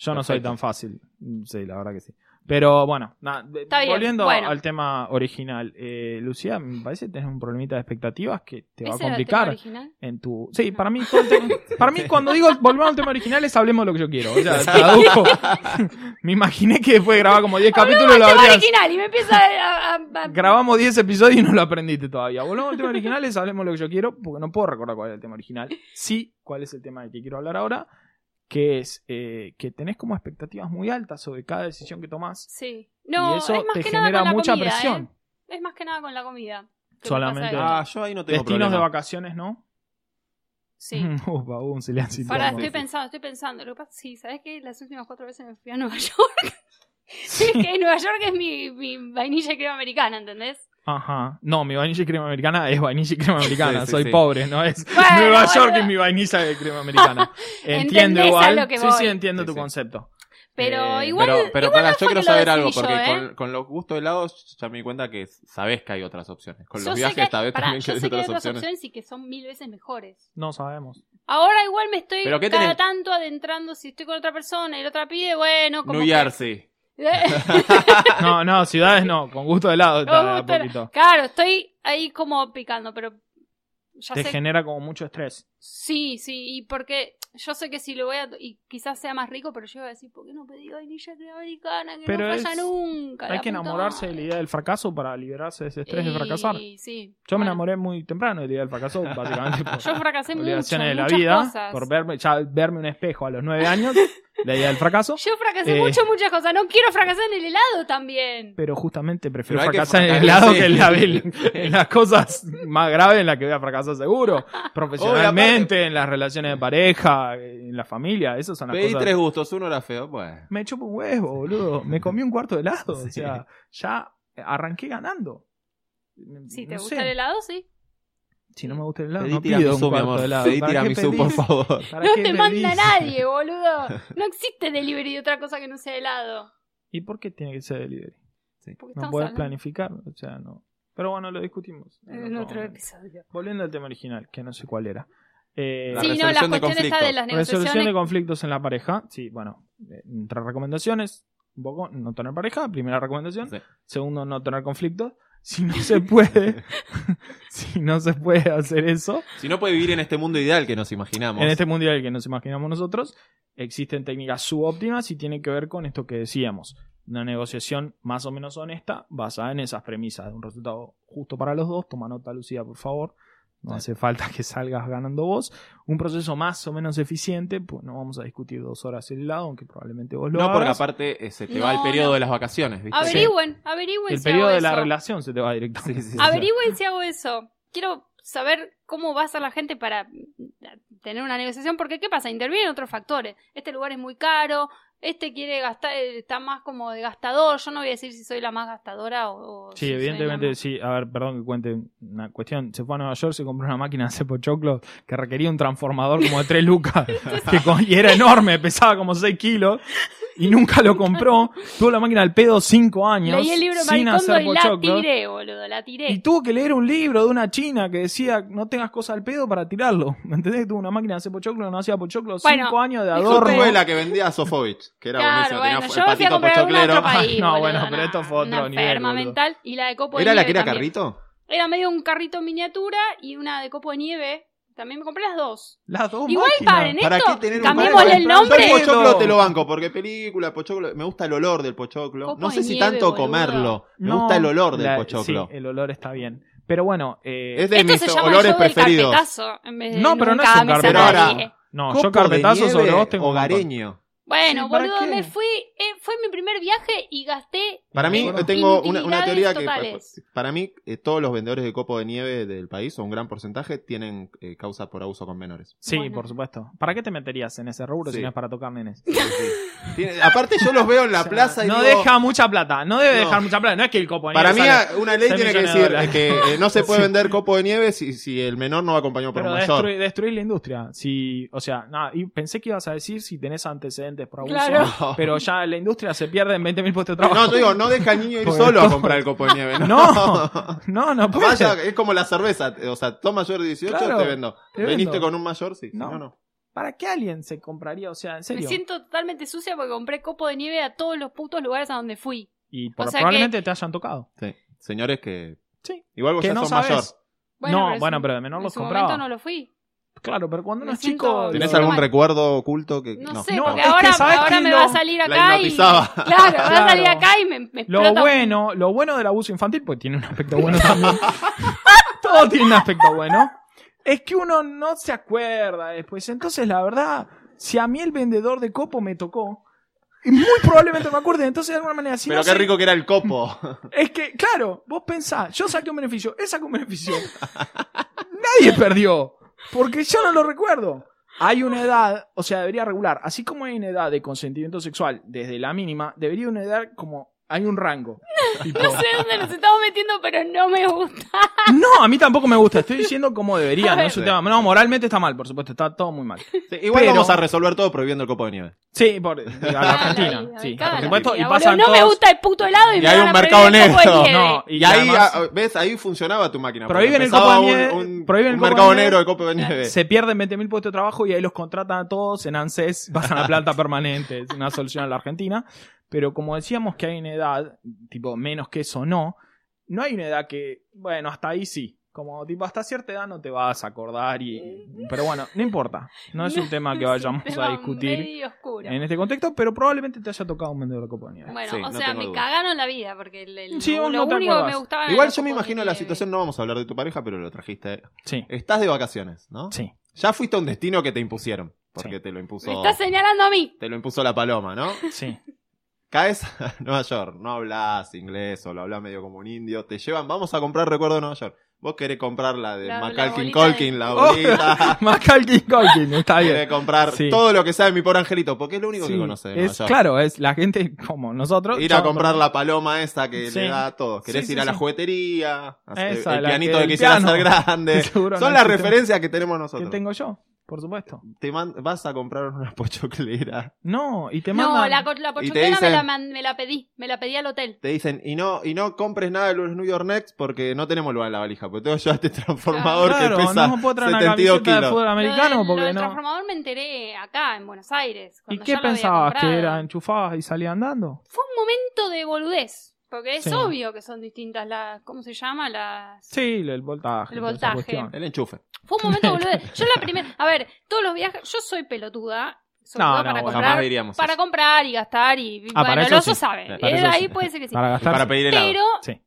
Speaker 2: Yo no soy
Speaker 4: Perfecto.
Speaker 2: tan fácil. Mm, Sí, la verdad que sí. Pero bueno, nada, de-
Speaker 3: Está bien,
Speaker 2: volviendo
Speaker 3: bueno.
Speaker 2: al tema original. Eh, Lucía, me parece que tenés un problemita de expectativas que te va a
Speaker 3: ¿Ese era el tema
Speaker 2: complicar
Speaker 3: original?
Speaker 2: en tu... Sí, para mí, todo el tema- para mí cuando digo volvemos al tema original es hablemos de lo que yo quiero. O sea, traduzco. <laughs> me imaginé que después de grabar como 10 capítulos
Speaker 3: Hablamos
Speaker 2: lo
Speaker 3: del tema
Speaker 2: habrías...
Speaker 3: original y me empieza a... a- a- a-
Speaker 2: Grabamos 10 episodios y no lo aprendiste todavía. Volvamos al tema original, es hablemos lo que yo quiero, porque no puedo recordar cuál es el tema original. Sí, cuál es el tema del que quiero hablar ahora, que es eh, que tenés como expectativas muy altas sobre cada decisión que tomás.
Speaker 3: Sí. No,
Speaker 2: y eso
Speaker 3: es más
Speaker 2: te
Speaker 3: que
Speaker 2: genera
Speaker 3: nada con la
Speaker 2: mucha
Speaker 3: comida, ¿eh?
Speaker 2: presión.
Speaker 3: Es más que nada con la comida. que me
Speaker 2: Solamente-
Speaker 3: pasa
Speaker 4: Ah,
Speaker 3: eso.
Speaker 4: yo ahí no tengo
Speaker 2: Destinos
Speaker 4: problema.
Speaker 2: de vacaciones, ¿no? <laughs>
Speaker 3: Sí.
Speaker 2: Upa, hubo un silencio
Speaker 3: Ahora
Speaker 2: incómodo.
Speaker 3: estoy pensando, estoy pensando. Lo que pasa, sí, ¿sabes qué? Las últimas cuatro veces me fui a Nueva <laughs>
Speaker 4: <laughs>
Speaker 3: York. es que Nueva York es mi, mi vainilla y crema americana, ¿entendés?
Speaker 2: Ajá. No, mi vainilla y crema americana es vainilla y crema americana.
Speaker 4: Sí, sí,
Speaker 2: Soy
Speaker 4: sí.
Speaker 2: pobre, no es
Speaker 3: Bueno,
Speaker 2: Nueva York
Speaker 3: boludo.
Speaker 2: y mi vainilla de crema
Speaker 3: <laughs>
Speaker 2: americana. Entiendo
Speaker 3: Entendés a
Speaker 2: igual.
Speaker 3: lo que
Speaker 2: sí,
Speaker 3: voy.
Speaker 2: sí, entiendo
Speaker 4: Sí,
Speaker 2: tu
Speaker 4: sí.
Speaker 2: concepto.
Speaker 3: Pero
Speaker 2: Eh,
Speaker 3: igual.
Speaker 4: pero pero
Speaker 3: igual
Speaker 4: pará,
Speaker 3: no
Speaker 4: yo
Speaker 3: fue
Speaker 4: quiero
Speaker 3: que lo
Speaker 4: saber algo,
Speaker 3: decidí
Speaker 4: porque
Speaker 3: yo, ¿eh?
Speaker 4: con, con los gustos helados ya me di cuenta que sabés que hay otras opciones. Con
Speaker 3: Yo
Speaker 4: los
Speaker 3: sé
Speaker 4: viajes
Speaker 3: que hay-
Speaker 4: esta vez
Speaker 3: pará,
Speaker 4: también
Speaker 3: yo
Speaker 4: que hay
Speaker 3: sé que hay
Speaker 4: otras
Speaker 3: otras
Speaker 4: opciones.
Speaker 3: opciones y que son mil veces mejores.
Speaker 2: No sabemos.
Speaker 3: Ahora igual me estoy
Speaker 4: ¿Pero qué
Speaker 3: cada
Speaker 4: tenés?
Speaker 3: tanto adentrando. Si estoy con otra persona y la otra pide, bueno, como.
Speaker 4: New
Speaker 3: que-
Speaker 4: Jersey.
Speaker 2: <laughs> No, no, ciudades no. Con gusto de helado.
Speaker 3: Con
Speaker 2: está,
Speaker 3: gusto de
Speaker 2: poquito.
Speaker 3: <laughs> claro, estoy ahí como picando, pero. Ya
Speaker 2: Te
Speaker 3: sé
Speaker 2: genera como mucho estrés.
Speaker 3: Sí, sí, y porque yo sé que si lo voy a. y quizás sea más rico, pero yo iba a decir, ¿por qué no pedí vainilla crema americana? Que
Speaker 2: Pero
Speaker 3: no
Speaker 2: es-
Speaker 3: falla nunca.
Speaker 2: Hay que enamorarse de la idea del fracaso para liberarse de ese estrés de fracasar. Yo
Speaker 3: Sí, sí.
Speaker 2: me
Speaker 3: Bueno,
Speaker 2: enamoré muy temprano de la idea del
Speaker 3: <laughs>
Speaker 2: fracaso, básicamente por
Speaker 3: Yo fracasé mucho.
Speaker 2: obligaciones
Speaker 3: en
Speaker 2: de la
Speaker 3: muchas
Speaker 2: vida,
Speaker 3: cosas.
Speaker 2: por verme, ya verme un espejo a los nueve años, la idea del fracaso.
Speaker 3: Yo fracasé
Speaker 2: Eh.
Speaker 3: mucho, muchas cosas. No quiero fracasar en el helado también.
Speaker 2: Pero justamente prefiero
Speaker 4: Pero hay que
Speaker 2: fracasar en el
Speaker 4: fracar-
Speaker 2: lado
Speaker 4: sí.
Speaker 2: que en, la-
Speaker 4: <laughs>
Speaker 2: en las cosas más graves en las que voy a fracasar
Speaker 3: <laughs>
Speaker 2: seguro. Profesionalmente, en las relaciones de pareja, en la familia, esas son las
Speaker 4: Pedí
Speaker 2: cosas.
Speaker 4: tres gustos, uno era feo, pues.
Speaker 2: Me chupo un huevo, boludo. Me comí un cuarto de helado. O
Speaker 4: Sí.
Speaker 2: sea, ya arranqué ganando.
Speaker 3: Si te
Speaker 2: No
Speaker 3: gusta
Speaker 2: sé.
Speaker 3: el helado, sí.
Speaker 2: Si no me gusta el helado,
Speaker 4: Pedí
Speaker 2: no pido un
Speaker 4: tiramisú, mi
Speaker 2: cuarto
Speaker 4: amor.
Speaker 2: de helado.
Speaker 4: Pedí
Speaker 2: ¿Para qué
Speaker 4: tiramisú,
Speaker 2: pedís? <laughs>
Speaker 4: por favor.
Speaker 2: ¿Para
Speaker 3: No
Speaker 2: qué
Speaker 3: te manda
Speaker 2: pedís? <laughs>
Speaker 3: nadie, boludo. No existe delivery de otra cosa que no sea helado.
Speaker 2: ¿Y por qué tiene que ser delivery?
Speaker 3: Porque
Speaker 2: No
Speaker 3: estamos
Speaker 2: puedes
Speaker 3: hablando
Speaker 2: planificar, o sea, no. Pero bueno, lo discutimos. en
Speaker 3: en
Speaker 2: otro
Speaker 3: otro
Speaker 2: momento.
Speaker 3: episodio.
Speaker 2: Volviendo al tema original, que no sé cuál era. Eh,
Speaker 4: La
Speaker 3: sí, no,
Speaker 4: resolución
Speaker 3: la
Speaker 4: de
Speaker 3: cuestión está de
Speaker 4: conflictos.
Speaker 3: las negociaciones
Speaker 2: Resolución de conflictos en la pareja. Sí, bueno, eh, entre recomendaciones, un poco no tener pareja, primera recomendación.
Speaker 4: Sí.
Speaker 2: Segundo, no tener conflictos. Si no se
Speaker 4: <laughs>
Speaker 2: puede, <laughs> si no se puede hacer eso,
Speaker 4: Si no puede vivir en este mundo ideal que nos imaginamos.
Speaker 2: en este mundial que nos imaginamos nosotros, existen técnicas subóptimas y tiene que ver con esto que decíamos. Una negociación más o menos honesta basada en esas premisas de un resultado justo para los dos. Toma nota, Lucía, por favor. No
Speaker 4: Sí.
Speaker 2: hace falta que salgas ganando vos. Un proceso más o menos eficiente, pues no vamos a discutir dos horas el lado, aunque probablemente vos lo
Speaker 4: No, porque
Speaker 2: hagas.
Speaker 4: aparte eh, se te
Speaker 3: No,
Speaker 4: va el periodo
Speaker 3: no.
Speaker 4: de las vacaciones, ¿viste?
Speaker 3: Averigüen, averigüen
Speaker 2: el
Speaker 3: si Pues hago
Speaker 2: periodo de la
Speaker 3: eso.
Speaker 2: relación se te va directamente.
Speaker 4: Sí, sí, sí.
Speaker 3: Averigüen si hago eso. Quiero saber cómo va a ser la gente para mm, tener una negociación, porque ¿qué pasa? Intervienen otros factores. Este lugar es muy caro, este quiere gastar, eh, está más como de gastador. Yo no voy a decir si soy la más gastadora o. o si
Speaker 2: Sí,
Speaker 3: soy la
Speaker 2: evidentemente,
Speaker 3: más-
Speaker 2: sí. A ver, perdón que cuente una cuestión. Se fue a Nueva York, se compró una máquina de hacer pochoclos que requería un transformadador como de 3 lucas.
Speaker 3: <laughs>
Speaker 2: que con- y era enorme, pesaba como 6 kilos. Y nunca lo compró. Tuvo la máquina al pedo 5 años.
Speaker 3: Leí el libro de
Speaker 2: sin
Speaker 3: Maricondo
Speaker 2: hacer
Speaker 3: y la
Speaker 2: pochoclos.
Speaker 3: tiré, boludo, la tiré.
Speaker 2: Y tuvo que leer un libro de una china que decía no tengas cosas al pedo para tirarlo. <laughs> ¿Me entendés? Tuvo una máquina de hacer pochoclos, no hacía pochoclos. 5
Speaker 3: Bueno,
Speaker 2: años de
Speaker 4: Yo
Speaker 2: adorno.
Speaker 4: tuve la que vendía a Sofovich, que era
Speaker 3: Claro,
Speaker 4: buenísimo.
Speaker 3: bueno, yo
Speaker 4: tenía el
Speaker 3: me fui a
Speaker 4: patito
Speaker 3: comprar una a otro
Speaker 4: pochoclero.
Speaker 3: país.
Speaker 2: Ay, <laughs> no,
Speaker 3: boludo,
Speaker 2: bueno, pero
Speaker 3: una-
Speaker 2: esto fue otro
Speaker 3: una
Speaker 2: nivel,
Speaker 3: enferma
Speaker 2: boludo.
Speaker 3: mental y la de copo de
Speaker 4: <laughs> ¿Era la
Speaker 3: nieve
Speaker 4: que era
Speaker 3: también.
Speaker 4: carrito?
Speaker 3: Era medio un carrito en miniatura y una de copo de nieve. También me compré las dos.
Speaker 2: Las dos
Speaker 3: Igual
Speaker 2: máquinas.
Speaker 3: paren, ¿eh?
Speaker 4: ¿Para
Speaker 3: Esto,
Speaker 4: qué tener un
Speaker 3: cambiémosle el
Speaker 4: Yo
Speaker 3: nombre.
Speaker 4: el pochoclo
Speaker 2: Pero-
Speaker 4: te lo banco, porque película, pochoclo, me gusta el olor del pochoclo.
Speaker 3: Copo
Speaker 4: no
Speaker 3: de
Speaker 4: sé si
Speaker 3: nieve,
Speaker 4: tanto
Speaker 3: boludo.
Speaker 4: comerlo, me
Speaker 2: No,
Speaker 4: gusta el olor del
Speaker 2: la-
Speaker 4: pochoclo.
Speaker 2: Sí, eh, el olor está bien. Pero bueno, eh,
Speaker 4: Es de
Speaker 3: Esto
Speaker 4: mis
Speaker 3: se llama
Speaker 4: olores
Speaker 3: yo del
Speaker 4: preferidos.
Speaker 3: carpetazo. En vez de
Speaker 2: No, pero no
Speaker 3: nunca
Speaker 2: es un
Speaker 3: ames a
Speaker 2: carpetazo.
Speaker 3: nadie.
Speaker 4: Pero ahora-
Speaker 2: No,
Speaker 4: Copo
Speaker 2: yo carpetazo
Speaker 4: de
Speaker 2: sobre
Speaker 4: nieve
Speaker 2: vos tengo un montón.
Speaker 4: hogareño.
Speaker 3: Bueno,
Speaker 2: Sí, ¿para
Speaker 3: boludo,
Speaker 2: qué?
Speaker 3: me fui. eh, fue mi primer viaje y gasté.
Speaker 4: Para mí, este-
Speaker 2: Bueno.
Speaker 4: tengo una, una teoría que.
Speaker 3: Totales.
Speaker 4: Para mí, eh, todos los vendedores de copo de nieve del país, o un gran porcentaje, tienen eh, causa por abuso con menores.
Speaker 2: Sí,
Speaker 3: Bueno.
Speaker 2: por supuesto. ¿Para qué te meterías en ese rubro si
Speaker 4: Sí.
Speaker 2: no es para tocar nenes?
Speaker 4: Tiene- aparte, yo los veo en
Speaker 2: <laughs>
Speaker 4: la
Speaker 2: O sea,
Speaker 4: plaza y
Speaker 2: no
Speaker 4: digo,
Speaker 2: deja mucha plata, no debe
Speaker 4: No.
Speaker 2: dejar mucha plata, no es que el copo de
Speaker 4: Para mí,
Speaker 2: nieve sale-
Speaker 4: una ley
Speaker 2: 6
Speaker 4: tiene que
Speaker 2: millones
Speaker 4: decir
Speaker 2: de dólares.
Speaker 4: que eh,
Speaker 2: <laughs>
Speaker 4: no se puede
Speaker 2: Sí.
Speaker 4: vender copo de nieve si, si el menor no va acompañado por
Speaker 2: pero
Speaker 4: un mayor.
Speaker 2: destruir, destruir la industria. Si, o sea, nada, y pensé que ibas a decir si tenés antecedentes por abuso,
Speaker 3: Claro.
Speaker 4: <laughs> No.
Speaker 2: pero ya la industria se pierde en 20.000 puestos de trabajo.
Speaker 4: No, te digo, no deja al niño ir
Speaker 2: Porque
Speaker 4: solo a
Speaker 2: todo-
Speaker 4: comprar el copo de nieve. No.
Speaker 2: <laughs>
Speaker 4: <laughs>
Speaker 2: No, no, no puede
Speaker 4: Vaya,
Speaker 2: ser.
Speaker 4: es como la cerveza. O sea, toma mayor de 18,
Speaker 2: Claro,
Speaker 4: te vendo.
Speaker 2: te
Speaker 4: Veniste
Speaker 2: vendo.
Speaker 4: con un mayor, sí.
Speaker 2: No.
Speaker 4: No, no.
Speaker 2: ¿Para qué alguien se compraría? O sea, en
Speaker 3: Me
Speaker 2: serio.
Speaker 3: siento totalmente sucia porque compré copo de nieve a todos los putos lugares a donde fui.
Speaker 2: Y por-
Speaker 3: o sea
Speaker 2: probablemente te hayan tocado.
Speaker 4: Sí. Señores que.
Speaker 2: Sí.
Speaker 4: Igual vos
Speaker 2: Que
Speaker 4: ya
Speaker 2: no
Speaker 4: sos
Speaker 2: sabes.
Speaker 4: mayor.
Speaker 2: no,
Speaker 3: en
Speaker 2: bueno,
Speaker 3: su-
Speaker 2: pero de menor los
Speaker 3: en su
Speaker 2: compraba.
Speaker 3: momento no lo fui.
Speaker 2: Claro, pero cuando uno
Speaker 3: Me
Speaker 2: es chico.
Speaker 3: siento-
Speaker 4: ¿Tenés
Speaker 3: Lo-
Speaker 4: algún
Speaker 3: Mal.
Speaker 4: recuerdo oculto que.?
Speaker 3: No, sé,
Speaker 2: no,
Speaker 3: porque
Speaker 2: es que
Speaker 3: ahora,
Speaker 2: sabes
Speaker 3: ahora
Speaker 2: que
Speaker 3: me
Speaker 2: lo-
Speaker 3: va a salir
Speaker 4: La
Speaker 3: acá y... <laughs> Claro,
Speaker 4: hipnotizaba.
Speaker 3: me va a salir
Speaker 2: Claro.
Speaker 3: acá y me, me
Speaker 2: Lo
Speaker 3: explota.
Speaker 2: bueno, lo bueno del abuso infantil, pues tiene un aspecto bueno también. <laughs> Todo tiene un aspecto bueno. Es que uno no se acuerda después. Entonces, la verdad, si a mí el vendedor de copo me tocó, muy probablemente me acuerde. Entonces, de alguna manera, si
Speaker 4: <laughs> Pero
Speaker 2: no
Speaker 4: qué
Speaker 2: sé-
Speaker 4: rico que era el copo.
Speaker 2: <laughs> Es que, claro, vos pensás, yo saqué un beneficio, él sacó un beneficio. Nadie perdió, porque yo no lo recuerdo. Hay una edad, o sea, debería regular, así como hay una edad de consentimiento sexual desde la mínima, debería una edad como hay un
Speaker 3: <laughs>
Speaker 2: rango. Tipo,
Speaker 3: <laughs> No sé dónde nos estamos metiendo, pero no me gusta.
Speaker 2: no, a mí tampoco me gusta, estoy diciendo como debería,
Speaker 3: A
Speaker 2: no
Speaker 3: ver.
Speaker 2: es un tema. No, moralmente está mal, por supuesto, está todo muy mal.
Speaker 4: Sí, igual
Speaker 2: Pero-
Speaker 4: vamos a resolver todo prohibiendo el copo de nieve.
Speaker 2: Sí, por, a la Argentina,
Speaker 3: Ay,
Speaker 2: sí,
Speaker 3: ay,
Speaker 2: por
Speaker 3: cara,
Speaker 2: supuesto, y
Speaker 3: mira,
Speaker 2: pasan
Speaker 3: boludo, No me
Speaker 2: todos-
Speaker 3: gusta el puto helado y,
Speaker 4: Y
Speaker 3: me
Speaker 4: hay
Speaker 3: van
Speaker 4: un
Speaker 3: a
Speaker 4: mercado
Speaker 3: prohibir el copo de
Speaker 4: negro.
Speaker 3: nieve.
Speaker 2: No,
Speaker 4: Y,
Speaker 2: y
Speaker 4: ahí,
Speaker 2: además-
Speaker 4: ah, ¿ves? Ahí funcionaba tu máquina. porque
Speaker 2: Prohíben el
Speaker 4: empezaba
Speaker 2: copo de nieve,
Speaker 4: Un, un-
Speaker 2: prohíben el
Speaker 4: un
Speaker 2: copo de
Speaker 4: mercado
Speaker 2: nieve.
Speaker 4: negro de copo de
Speaker 2: <laughs>
Speaker 4: nieve.
Speaker 2: Se pierden 20.000 puestos de trabajo y ahí los contratan a todos en ANSES,
Speaker 4: <laughs>
Speaker 2: pasan a planta permanente. Es una solución a la Argentina. Pero como decíamos que hay una edad, tipo menos que eso no, no hay una edad que, bueno, hasta ahí sí. Como tipo, hasta cierta edad no te vas a acordar y... Pero bueno, no importa. No es un tema que
Speaker 3: es un <laughs>
Speaker 2: vayamos
Speaker 3: tema
Speaker 2: a discutir
Speaker 3: medio oscuro.
Speaker 2: en este contexto, pero probablemente te haya tocado un vendedor de copa de nieve.
Speaker 3: Bueno,
Speaker 4: Sí,
Speaker 3: o
Speaker 4: no
Speaker 3: sea,
Speaker 4: tengo
Speaker 3: me
Speaker 4: duda.
Speaker 3: cagaron la vida porque el, el-
Speaker 2: Sí, vos
Speaker 3: lo
Speaker 2: no te
Speaker 3: único que me
Speaker 2: acordás.
Speaker 3: gustaba era
Speaker 4: Igual
Speaker 3: los
Speaker 4: yo me
Speaker 3: copos de
Speaker 4: imagino la
Speaker 3: nieve.
Speaker 4: situación, no vamos a hablar de tu pareja, pero lo trajiste.
Speaker 2: Sí,
Speaker 4: Estás de vacaciones, ¿no?
Speaker 2: sí.
Speaker 4: Ya fuiste a un destino que te impusieron. Porque te lo
Speaker 3: Me
Speaker 4: impuso.
Speaker 3: está señalando a mí.
Speaker 4: Te lo impuso la paloma, ¿no?
Speaker 2: Sí. <laughs>
Speaker 4: Caes <laughs> a Nueva York, no hablas inglés o lo hablas medio como un indio. Te llevan, vamos a comprar recuerdo de Nueva York. Vos querés comprar la de
Speaker 3: La- la
Speaker 4: Macalkin
Speaker 3: bolita de-
Speaker 4: Colkin,
Speaker 2: <laughs>
Speaker 4: la bolita.
Speaker 2: Más Calkin Calkin, está bien.
Speaker 4: <laughs> Querés comprar
Speaker 2: Oh. Sí.
Speaker 4: todo lo que sabe mi pobre angelito, porque es lo único
Speaker 2: Sí,
Speaker 4: que conoce de Nueva
Speaker 2: es,
Speaker 4: York.
Speaker 2: claro, es la gente como nosotros.
Speaker 4: Ir a
Speaker 2: son-
Speaker 4: comprar la paloma esa que
Speaker 2: Sí.
Speaker 4: le da a todos. Querés
Speaker 2: Sí, sí,
Speaker 4: ir a la
Speaker 2: sí.
Speaker 4: juguetería, hacer
Speaker 2: Esa,
Speaker 4: el
Speaker 2: la
Speaker 4: pianito
Speaker 2: que-
Speaker 4: que,
Speaker 2: el
Speaker 4: quisiera
Speaker 2: piano.
Speaker 4: ser
Speaker 2: que <laughs>
Speaker 4: grande.
Speaker 2: seguro no
Speaker 4: Son las
Speaker 2: existe.
Speaker 4: referencias que tenemos
Speaker 2: que
Speaker 4: nosotros.
Speaker 2: tengo yo, por supuesto.
Speaker 4: Te man- vas a comprar <laughs> una pochoclera.
Speaker 2: No, y te
Speaker 3: No,
Speaker 2: mandan.
Speaker 3: la, co- la pochoclera me,
Speaker 4: dicen-
Speaker 3: la, man- me la pedí. Me la pedí al hotel.
Speaker 4: Te dicen, y no, y no compres nada de los New York Next porque no tenemos lugar en la valija, porque tengo que llevar este transformador
Speaker 2: Claro,
Speaker 4: que pesa
Speaker 2: no puedo traer una
Speaker 4: 72
Speaker 2: camiseta de
Speaker 4: kilos.
Speaker 2: fútbol
Speaker 3: lo
Speaker 2: americano
Speaker 3: del, lo
Speaker 2: porque
Speaker 3: del
Speaker 2: no.
Speaker 3: transformador me enteré acá, en Buenos Aires.
Speaker 2: ¿Y
Speaker 3: cuando
Speaker 2: qué
Speaker 3: ya lo había
Speaker 2: pensabas? ¿Que
Speaker 3: comprado.
Speaker 2: era enchufada y salía andando?
Speaker 3: Fue un momento de boludez. Porque es
Speaker 2: Sí.
Speaker 3: obvio que son distintas las. ¿Cómo se llama? Las.
Speaker 2: Sí, el voltaje.
Speaker 3: El
Speaker 2: toda esa
Speaker 3: voltaje.
Speaker 2: cuestión.
Speaker 4: El enchufe.
Speaker 3: Fue un
Speaker 2: <laughs>
Speaker 3: momento de boludez. Yo la primera. A ver, todos los viajes. Yo soy pelotuda. sobre
Speaker 2: No,
Speaker 3: todo
Speaker 2: no,
Speaker 3: para
Speaker 2: bueno.
Speaker 3: comprar
Speaker 4: Jamás diríamos
Speaker 3: para
Speaker 4: eso.
Speaker 3: comprar y gastar y
Speaker 2: Ah, para
Speaker 3: bueno, el
Speaker 2: eso
Speaker 3: oso
Speaker 2: sí.
Speaker 3: sabe.
Speaker 4: Para
Speaker 3: Eh,
Speaker 2: eso
Speaker 3: ahí
Speaker 2: sí.
Speaker 3: puede ser que sí.
Speaker 2: Para
Speaker 4: Y
Speaker 2: gastar.
Speaker 4: para pedir
Speaker 3: <laughs>
Speaker 4: helado.
Speaker 3: Pero
Speaker 2: Sí.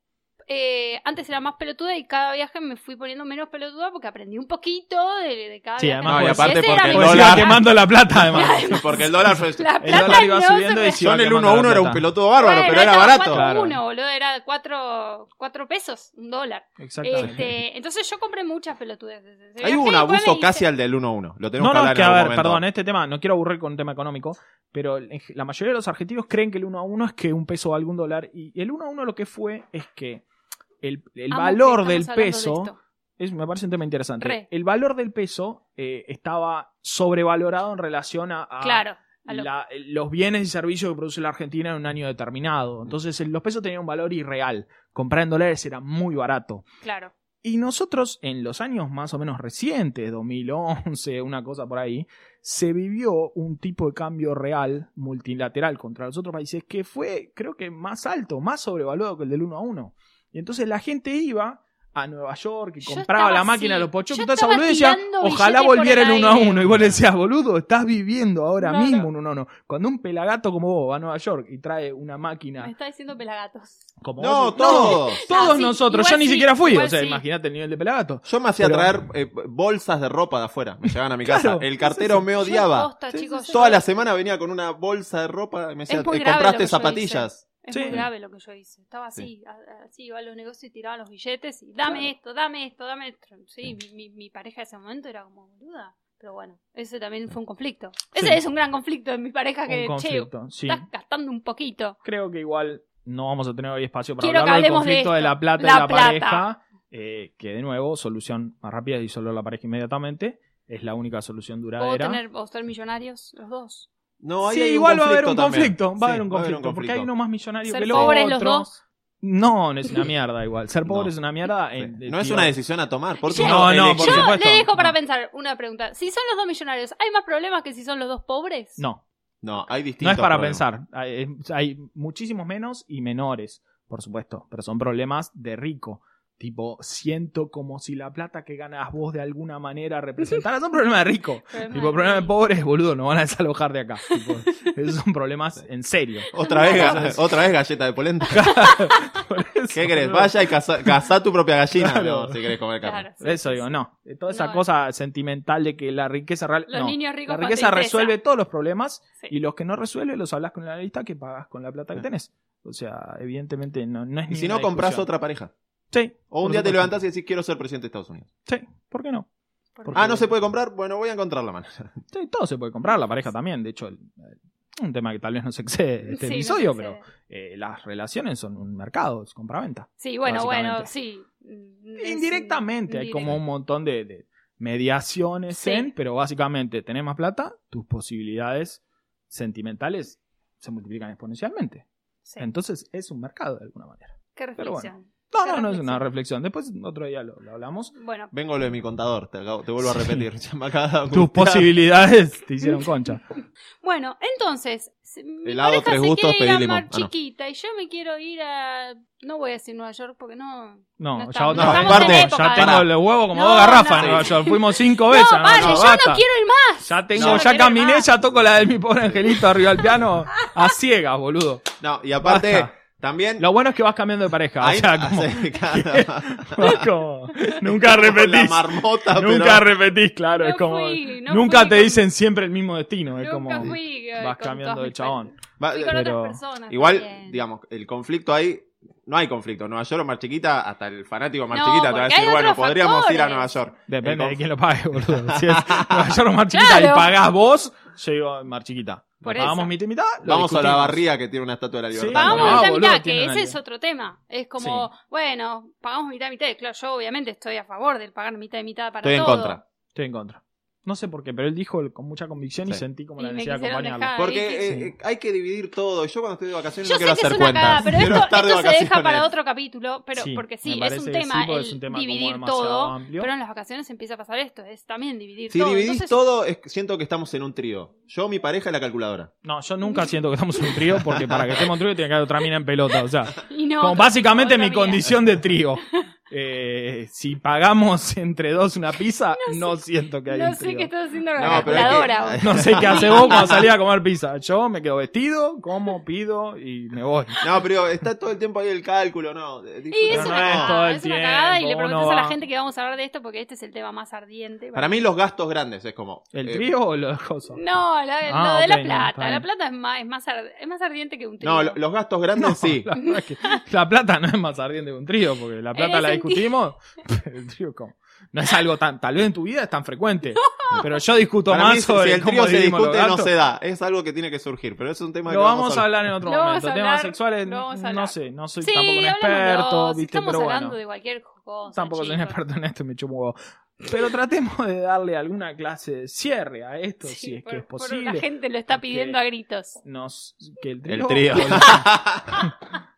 Speaker 3: eh, antes era más pelotuda y cada viaje me fui poniendo menos pelotuda porque aprendí un poquito de, de cada
Speaker 2: Sí,
Speaker 3: viaje.
Speaker 2: además, No, y
Speaker 3: Ese
Speaker 4: aparte
Speaker 3: era
Speaker 4: porque
Speaker 3: mi
Speaker 4: el
Speaker 2: Pues
Speaker 3: plan.
Speaker 4: dólar-
Speaker 2: iba quemando la plata,
Speaker 3: <laughs>
Speaker 2: además.
Speaker 4: Porque el dólar fue...
Speaker 3: La
Speaker 2: El
Speaker 3: plata
Speaker 2: dólar iba
Speaker 3: no
Speaker 2: subiendo
Speaker 3: se-
Speaker 2: y si
Speaker 4: Yo en el 1-1 era un pelotudo bárbaro,
Speaker 3: Bueno,
Speaker 4: pero era
Speaker 3: estaba
Speaker 4: barato.
Speaker 3: 4-1,
Speaker 2: Claro.
Speaker 3: boludo, era 4, pesos, un dólar.
Speaker 2: Exactamente.
Speaker 3: Este, entonces yo compré muchas pelotudes. desde ese
Speaker 4: Hay
Speaker 3: viaje,
Speaker 4: hubo un
Speaker 3: igual me
Speaker 4: abuso
Speaker 3: hice-
Speaker 4: casi al del 1-1. Lo tenemos
Speaker 2: No,
Speaker 4: que
Speaker 2: no, es
Speaker 4: hablar
Speaker 2: que
Speaker 4: en
Speaker 2: a ver,
Speaker 4: algún momento.
Speaker 2: perdón, este tema, no quiero aburrir con un tema económico, pero en ge- la mayoría de los argentinos creen que el 1 a 1 es que un peso vale un dólar, y el 1 a 1 lo que fue es que el, el
Speaker 3: Amo
Speaker 2: valor
Speaker 3: que
Speaker 2: del
Speaker 3: estamos hablando
Speaker 2: peso,
Speaker 3: de esto.
Speaker 2: es, me parece un tema interesante,
Speaker 3: Re.
Speaker 2: el valor del peso eh, estaba sobrevalorado en relación a, a
Speaker 3: Claro. a lo-
Speaker 2: Ah, la- los bienes y servicios que produce la Argentina en un año determinado. Entonces el- los pesos tenían un valor irreal, comprar en dólares era muy barato.
Speaker 3: Claro.
Speaker 2: Y nosotros, en los años más o menos recientes, 2011, una cosa por ahí, se vivió un tipo de cambio real multilateral contra los otros países que fue, creo que, más alto, más sobrevaluado que el del 1 a 1. Y entonces la gente iba a Nueva York y
Speaker 3: Yo
Speaker 2: compraba
Speaker 3: estaba
Speaker 2: la máquina de
Speaker 3: así.
Speaker 2: los pochos
Speaker 3: Yo
Speaker 2: y toda esa
Speaker 3: estaba
Speaker 2: boludez y decía,
Speaker 3: tirando
Speaker 2: ojalá
Speaker 3: billete por
Speaker 2: volviera
Speaker 3: el
Speaker 2: el 1 a
Speaker 3: aire".
Speaker 2: 1. Y vos le decías, boludo, estás viviendo ahora
Speaker 3: No,
Speaker 2: mismo
Speaker 3: no.
Speaker 2: un 1 a 1. Cuando un pelagato como vos va a Nueva York y trae una máquina
Speaker 3: Me está diciendo pelagatos.
Speaker 2: como
Speaker 4: No,
Speaker 2: vos-
Speaker 4: todos.
Speaker 2: todos
Speaker 3: Ah, sí,
Speaker 2: nosotros,
Speaker 3: igual
Speaker 2: yo ni
Speaker 3: sí,
Speaker 2: siquiera fui,
Speaker 3: igual
Speaker 2: o sea,
Speaker 3: sí.
Speaker 2: imagínate el nivel de pelagato.
Speaker 4: Yo me hacía
Speaker 2: Pero-
Speaker 4: traer eh, bolsas de ropa de afuera. Me llegaban a mi casa.
Speaker 2: Claro,
Speaker 4: el
Speaker 2: es
Speaker 4: cartero
Speaker 2: eso.
Speaker 4: me
Speaker 3: Yo
Speaker 4: odiaba.
Speaker 3: posta,
Speaker 2: Sí, sí,
Speaker 3: chicos, yo
Speaker 4: Toda
Speaker 3: lo-
Speaker 4: la semana venía con una bolsa de ropa y me decía,
Speaker 3: Es muy
Speaker 4: "Eh,
Speaker 3: grave lo que
Speaker 4: compraste
Speaker 3: yo
Speaker 4: zapatillas.
Speaker 3: Es
Speaker 2: Sí.
Speaker 3: muy grave lo que yo hice. Estaba así, a- así iba a los negocios y tiraba los billetes y dame esto, dame esto, dame esto. Sí, mi, mi- mi pareja en ese momento era como boluda. Pero bueno, ese también fue un conflicto. Ese
Speaker 2: Sí.
Speaker 3: es un gran conflicto en mi pareja que,
Speaker 2: Un
Speaker 3: che,
Speaker 2: conflicto, sí.
Speaker 3: estás gastando un poquito.
Speaker 2: Creo que igual no vamos a tener hoy espacio para
Speaker 3: Quiero que
Speaker 2: hablar del
Speaker 3: hablemos de
Speaker 2: conflicto de,
Speaker 3: esto.
Speaker 2: la plata
Speaker 3: La
Speaker 2: y la
Speaker 3: plata.
Speaker 2: pareja, eh, que de nuevo, solución más rápida es disolver la pareja inmediatamente, es la única solución
Speaker 3: Puedo
Speaker 2: duradera.
Speaker 3: tener, o ser millonarios los dos.
Speaker 4: No, ahí
Speaker 2: sí,
Speaker 4: hay un
Speaker 2: igual va a haber un
Speaker 4: también.
Speaker 2: conflicto, va a
Speaker 4: Sí,
Speaker 2: haber un conflicto, porque hay uno más millonario
Speaker 3: Ser
Speaker 2: que el
Speaker 3: pobres
Speaker 2: otro.
Speaker 3: los dos.
Speaker 2: No, no es una mierda igual. Ser pobre
Speaker 4: <laughs> No.
Speaker 2: es una mierda. en-
Speaker 4: Sí.
Speaker 2: de-
Speaker 4: No es
Speaker 2: tío,
Speaker 4: una decisión a tomar, porque
Speaker 3: Yo-
Speaker 4: uno
Speaker 2: No, no,
Speaker 4: elige-
Speaker 2: por
Speaker 3: Yo
Speaker 2: supuesto.
Speaker 3: le dejo para
Speaker 2: No.
Speaker 3: pensar una pregunta. Si son los dos millonarios, ¿hay más problemas que si son los dos pobres?
Speaker 2: No,
Speaker 4: No, hay distintos.
Speaker 2: no es para
Speaker 4: problemas.
Speaker 2: pensar. Hay, es- hay muchísimos menos y menores, por supuesto, pero son problemas de rico. Tipo, siento como si la plata que ganas vos de alguna manera representara. Son problemas de
Speaker 3: <laughs>
Speaker 2: rico.
Speaker 3: Problema
Speaker 2: Tipo,
Speaker 3: de-
Speaker 2: problemas de pobres, boludo, no van a desalojar de acá.
Speaker 3: <laughs>
Speaker 2: Tipo, esos son problemas en serio. <laughs>
Speaker 4: Otra vez, ga- otra vez galleta de polenta.
Speaker 2: Por eso,
Speaker 4: ¿Qué querés?
Speaker 2: boludo.
Speaker 4: Vaya y caza, cazá tu propia gallina
Speaker 2: Claro.
Speaker 4: no, si querés comer carne.
Speaker 3: Claro, sí,
Speaker 2: Por eso
Speaker 3: sí,
Speaker 2: digo,
Speaker 3: sí.
Speaker 2: no. Toda esa
Speaker 3: No. eh.
Speaker 2: cosa sentimental de que la riqueza real.
Speaker 3: Los
Speaker 2: no.
Speaker 3: niños ricos
Speaker 2: La riqueza
Speaker 3: con tristeza.
Speaker 2: resuelve todos los problemas
Speaker 3: Sí.
Speaker 2: Y los que no resuelves los hablas con la analista que pagas con la plata que
Speaker 4: Ah.
Speaker 2: tenés. O sea, evidentemente no, no es
Speaker 4: Y
Speaker 2: ni
Speaker 4: si
Speaker 2: una
Speaker 4: no, compras
Speaker 2: discusión.
Speaker 4: otra pareja.
Speaker 2: Sí.
Speaker 4: O
Speaker 2: por
Speaker 4: un día te
Speaker 2: supuesto.
Speaker 4: levantás y decís, quiero ser presidente de Estados Unidos.
Speaker 2: Sí, ¿por qué no?
Speaker 3: Porque-
Speaker 4: Ah, no se puede comprar. Bueno, voy a encontrar la manera. <laughs>
Speaker 2: Sí, todo se puede comprar, la pareja también. De hecho, el- el- un tema que tal vez no se excede este
Speaker 3: Sí, no
Speaker 2: episodio,
Speaker 3: sé,
Speaker 2: pero
Speaker 3: sí.
Speaker 2: eh, las relaciones son un mercado, es compra-venta.
Speaker 3: Sí, bueno, bueno,
Speaker 2: básicamente.
Speaker 3: sí. Mm, es-
Speaker 2: Indirectamente, hay como un montón de, de mediaciones
Speaker 3: Sí.
Speaker 2: en, pero básicamente tenés más plata, tus posibilidades sentimentales se multiplican exponencialmente.
Speaker 3: Sí.
Speaker 2: Entonces es un mercado de alguna manera.
Speaker 3: Qué
Speaker 2: pero bueno.
Speaker 3: reflexión.
Speaker 2: No,
Speaker 3: Qué
Speaker 2: no, no es una reflexión.
Speaker 3: reflexión.
Speaker 2: Después otro día lo- lo hablamos.
Speaker 3: Bueno,
Speaker 4: Vengo lo de mi contador, te, acabo- te vuelvo
Speaker 2: Sí.
Speaker 4: a repetir. <laughs> Ya me acaba de dar
Speaker 2: Tus
Speaker 4: cuenta.
Speaker 2: posibilidades te <laughs> hicieron concha.
Speaker 3: bueno, entonces, si mi
Speaker 4: Helado,
Speaker 3: pareja
Speaker 4: tres
Speaker 3: se
Speaker 4: gustos,
Speaker 3: quiere ir a
Speaker 4: pedí
Speaker 3: Mar
Speaker 4: limón. Ah, no.
Speaker 3: Chiquita y yo me quiero ir a... No voy a decir Nueva York porque no...
Speaker 2: No,
Speaker 3: No
Speaker 2: ya
Speaker 3: estamos-
Speaker 2: otra
Speaker 4: no
Speaker 2: vez.
Speaker 4: estamos en
Speaker 2: ya
Speaker 3: época,
Speaker 2: tengo
Speaker 4: ¿verdad?
Speaker 2: el huevo como
Speaker 3: No,
Speaker 2: dos garrafas
Speaker 3: no.
Speaker 2: en Nueva York. Fuimos cinco
Speaker 3: <laughs> No,
Speaker 2: veces.
Speaker 3: vale, yo
Speaker 2: basta.
Speaker 3: no quiero ir más.
Speaker 2: Ya tengo,
Speaker 4: No, no
Speaker 2: ya
Speaker 3: quiero
Speaker 2: caminé,
Speaker 3: más.
Speaker 2: ya toco la de mi pobre angelito arriba del piano a ciegas, boludo.
Speaker 4: No, y aparte,
Speaker 2: Basta.
Speaker 4: también.
Speaker 2: Lo bueno es que vas cambiando de pareja.
Speaker 4: ahí-
Speaker 2: o
Speaker 4: <laughs>
Speaker 2: sea, como, <laughs>
Speaker 4: sí, claro. <laughs>
Speaker 2: es como- <laughs> nunca
Speaker 4: Como <laughs> La
Speaker 2: repetís.
Speaker 4: marmota,
Speaker 2: Nunca
Speaker 4: pero-
Speaker 2: repetís, claro.
Speaker 3: No
Speaker 2: es como,
Speaker 3: fui, no
Speaker 2: nunca
Speaker 3: fui
Speaker 2: te
Speaker 3: con-
Speaker 2: dicen siempre el mismo destino. Es
Speaker 3: Nunca
Speaker 2: como
Speaker 3: fui, eh,
Speaker 2: vas
Speaker 3: con
Speaker 2: cambiando
Speaker 3: todas
Speaker 2: de
Speaker 3: mis
Speaker 2: chabón.
Speaker 4: Va-
Speaker 3: Fui con
Speaker 2: Pero-
Speaker 3: otras personas.
Speaker 4: Igual,
Speaker 3: también.
Speaker 4: digamos, el conflicto ahí. No hay conflicto. Nueva York o Mar Chiquita, hasta el fanático Mar
Speaker 3: No,
Speaker 4: Chiquita te va a
Speaker 3: porque
Speaker 4: decir,
Speaker 3: hay
Speaker 4: bueno,
Speaker 3: otros
Speaker 4: podríamos ir a Nueva
Speaker 3: factores.
Speaker 4: York. El
Speaker 2: Depende
Speaker 4: conf-
Speaker 2: de quién lo pague, boludo.
Speaker 4: <laughs>
Speaker 2: Si es Nueva York o Mar Chiquita
Speaker 3: Claro.
Speaker 2: y pagás vos, yo digo Mar Chiquita. Lo
Speaker 3: Por
Speaker 2: pagamos
Speaker 3: eso.
Speaker 2: mitad y mitad. lo
Speaker 4: Vamos a la
Speaker 2: discutimos.
Speaker 4: barría que tiene una estatua de la libertad.
Speaker 2: Vamos
Speaker 3: Pagamos
Speaker 2: Ah,
Speaker 3: mitad
Speaker 2: boludo,
Speaker 3: mitad,
Speaker 2: tiene
Speaker 3: que
Speaker 2: una
Speaker 3: ese
Speaker 2: idea.
Speaker 3: es otro tema. Es como,
Speaker 2: Sí.
Speaker 3: bueno, pagamos mitad mitad. Claro, yo obviamente estoy a favor del pagar mitad y mitad para
Speaker 4: Estoy en
Speaker 3: todo.
Speaker 4: contra.
Speaker 2: Estoy en contra. No sé por qué, pero él dijo el- con mucha convicción y
Speaker 4: Sí.
Speaker 2: sentí como
Speaker 3: Y
Speaker 2: la
Speaker 3: me
Speaker 2: necesidad de
Speaker 3: quisieron
Speaker 2: acompañarlo.
Speaker 3: dejar.
Speaker 4: Porque
Speaker 3: Ahí
Speaker 2: sí.
Speaker 4: eh, eh, hay que dividir todo. Yo cuando estoy de vacaciones
Speaker 3: Yo
Speaker 4: no
Speaker 3: sé
Speaker 4: quiero
Speaker 3: que es
Speaker 4: hacer
Speaker 3: una
Speaker 4: cuentas.
Speaker 3: cagada, pero
Speaker 4: Quiero
Speaker 3: esto,
Speaker 4: estar de
Speaker 3: esto se deja
Speaker 4: vacaciones.
Speaker 3: para otro capítulo, pero
Speaker 2: Sí,
Speaker 3: porque
Speaker 2: me
Speaker 3: sí, es
Speaker 2: parece
Speaker 3: un
Speaker 2: que
Speaker 3: tema
Speaker 2: sí, porque
Speaker 3: el
Speaker 2: es un tema como
Speaker 3: dividir
Speaker 2: demasiado
Speaker 3: todo,
Speaker 2: amplio.
Speaker 3: pero en las vacaciones empieza a pasar esto, es también dividir
Speaker 4: Si
Speaker 3: todo.
Speaker 4: dividís
Speaker 3: Entonces,
Speaker 4: todo, es- siento que estamos en un trío. Yo, mi pareja y la calculadora.
Speaker 2: No, yo nunca siento que estamos en un trío porque para que estemos en un trío tiene que haber otra mina en pelota. O sea,
Speaker 3: y <laughs> no,
Speaker 2: como
Speaker 3: otra-
Speaker 2: básicamente
Speaker 3: otra
Speaker 2: mi
Speaker 3: mina.
Speaker 2: condición de
Speaker 3: <laughs>
Speaker 2: trío. Eh, si pagamos entre dos una pizza, no, siento que hay
Speaker 3: No
Speaker 2: un
Speaker 3: sé
Speaker 2: <laughs> trío.
Speaker 3: qué estás haciendo con
Speaker 4: No,
Speaker 3: la
Speaker 4: pero es que-
Speaker 3: calculadora.
Speaker 4: <laughs>
Speaker 3: vos.
Speaker 2: No sé qué hace vos cuando salís a comer pizza. Yo me quedo vestido, como, pido y me voy.
Speaker 4: No, pero está todo el tiempo ahí el cálculo, ¿no? eh,
Speaker 3: Y
Speaker 4: disfrutar.
Speaker 3: es
Speaker 2: Pero
Speaker 3: una
Speaker 2: no es todo
Speaker 3: cagada,
Speaker 2: el
Speaker 3: es una cagada y
Speaker 2: tiempo,
Speaker 3: le preguntas
Speaker 2: uno
Speaker 3: a la
Speaker 2: va-
Speaker 3: gente que vamos a hablar de esto porque este es el tema más ardiente.
Speaker 4: Para mí los gastos grandes es como...
Speaker 2: ¿El
Speaker 4: eh,
Speaker 2: trío o los cosas?
Speaker 3: No, la-
Speaker 2: Ah,
Speaker 3: lo de
Speaker 2: ok,
Speaker 3: la
Speaker 2: no, está
Speaker 3: plata.
Speaker 2: bien.
Speaker 3: La plata es más, es más, ar- es más ardiente que un trío.
Speaker 4: no, lo- los gastos grandes <laughs> sí.
Speaker 2: La, verdad es que la plata no es más ardiente que un trío, porque la plata
Speaker 3: En
Speaker 2: la
Speaker 3: ese
Speaker 2: discutimos, pero el trío como- No es algo tan, tal vez en tu vida es tan frecuente, pero yo discuto
Speaker 4: Para
Speaker 2: más
Speaker 4: mí, si
Speaker 2: sobre
Speaker 4: si el
Speaker 2: cómo
Speaker 4: trío se
Speaker 2: dividimos los
Speaker 4: discute, no
Speaker 2: gastos.
Speaker 4: se da. Es algo que tiene que surgir, pero es un tema que
Speaker 2: Lo vamos a hablar
Speaker 4: hablar.
Speaker 2: en otro
Speaker 3: Lo vamos
Speaker 2: momento.
Speaker 3: a
Speaker 2: Temas
Speaker 3: hablar,
Speaker 2: sexuales,
Speaker 3: lo vamos a
Speaker 2: no
Speaker 3: hablar.
Speaker 2: sé, no soy
Speaker 3: sí,
Speaker 2: tampoco un
Speaker 3: hablamos los
Speaker 2: experto,
Speaker 3: dos,
Speaker 2: ¿viste?
Speaker 3: Estamos
Speaker 2: Pero
Speaker 3: hablando
Speaker 2: bueno,
Speaker 3: de cualquier cosa.
Speaker 2: tampoco soy un
Speaker 3: chicos.
Speaker 2: experto en esto, me chupo un huevo. Pero tratemos de darle alguna clase de cierre a esto,
Speaker 3: Sí,
Speaker 2: si es
Speaker 3: por-
Speaker 2: que es
Speaker 3: por-
Speaker 2: posible.
Speaker 3: la gente lo está
Speaker 2: porque-
Speaker 3: pidiendo a gritos.
Speaker 2: Nos, que el trío.
Speaker 4: El trío.
Speaker 2: <laughs>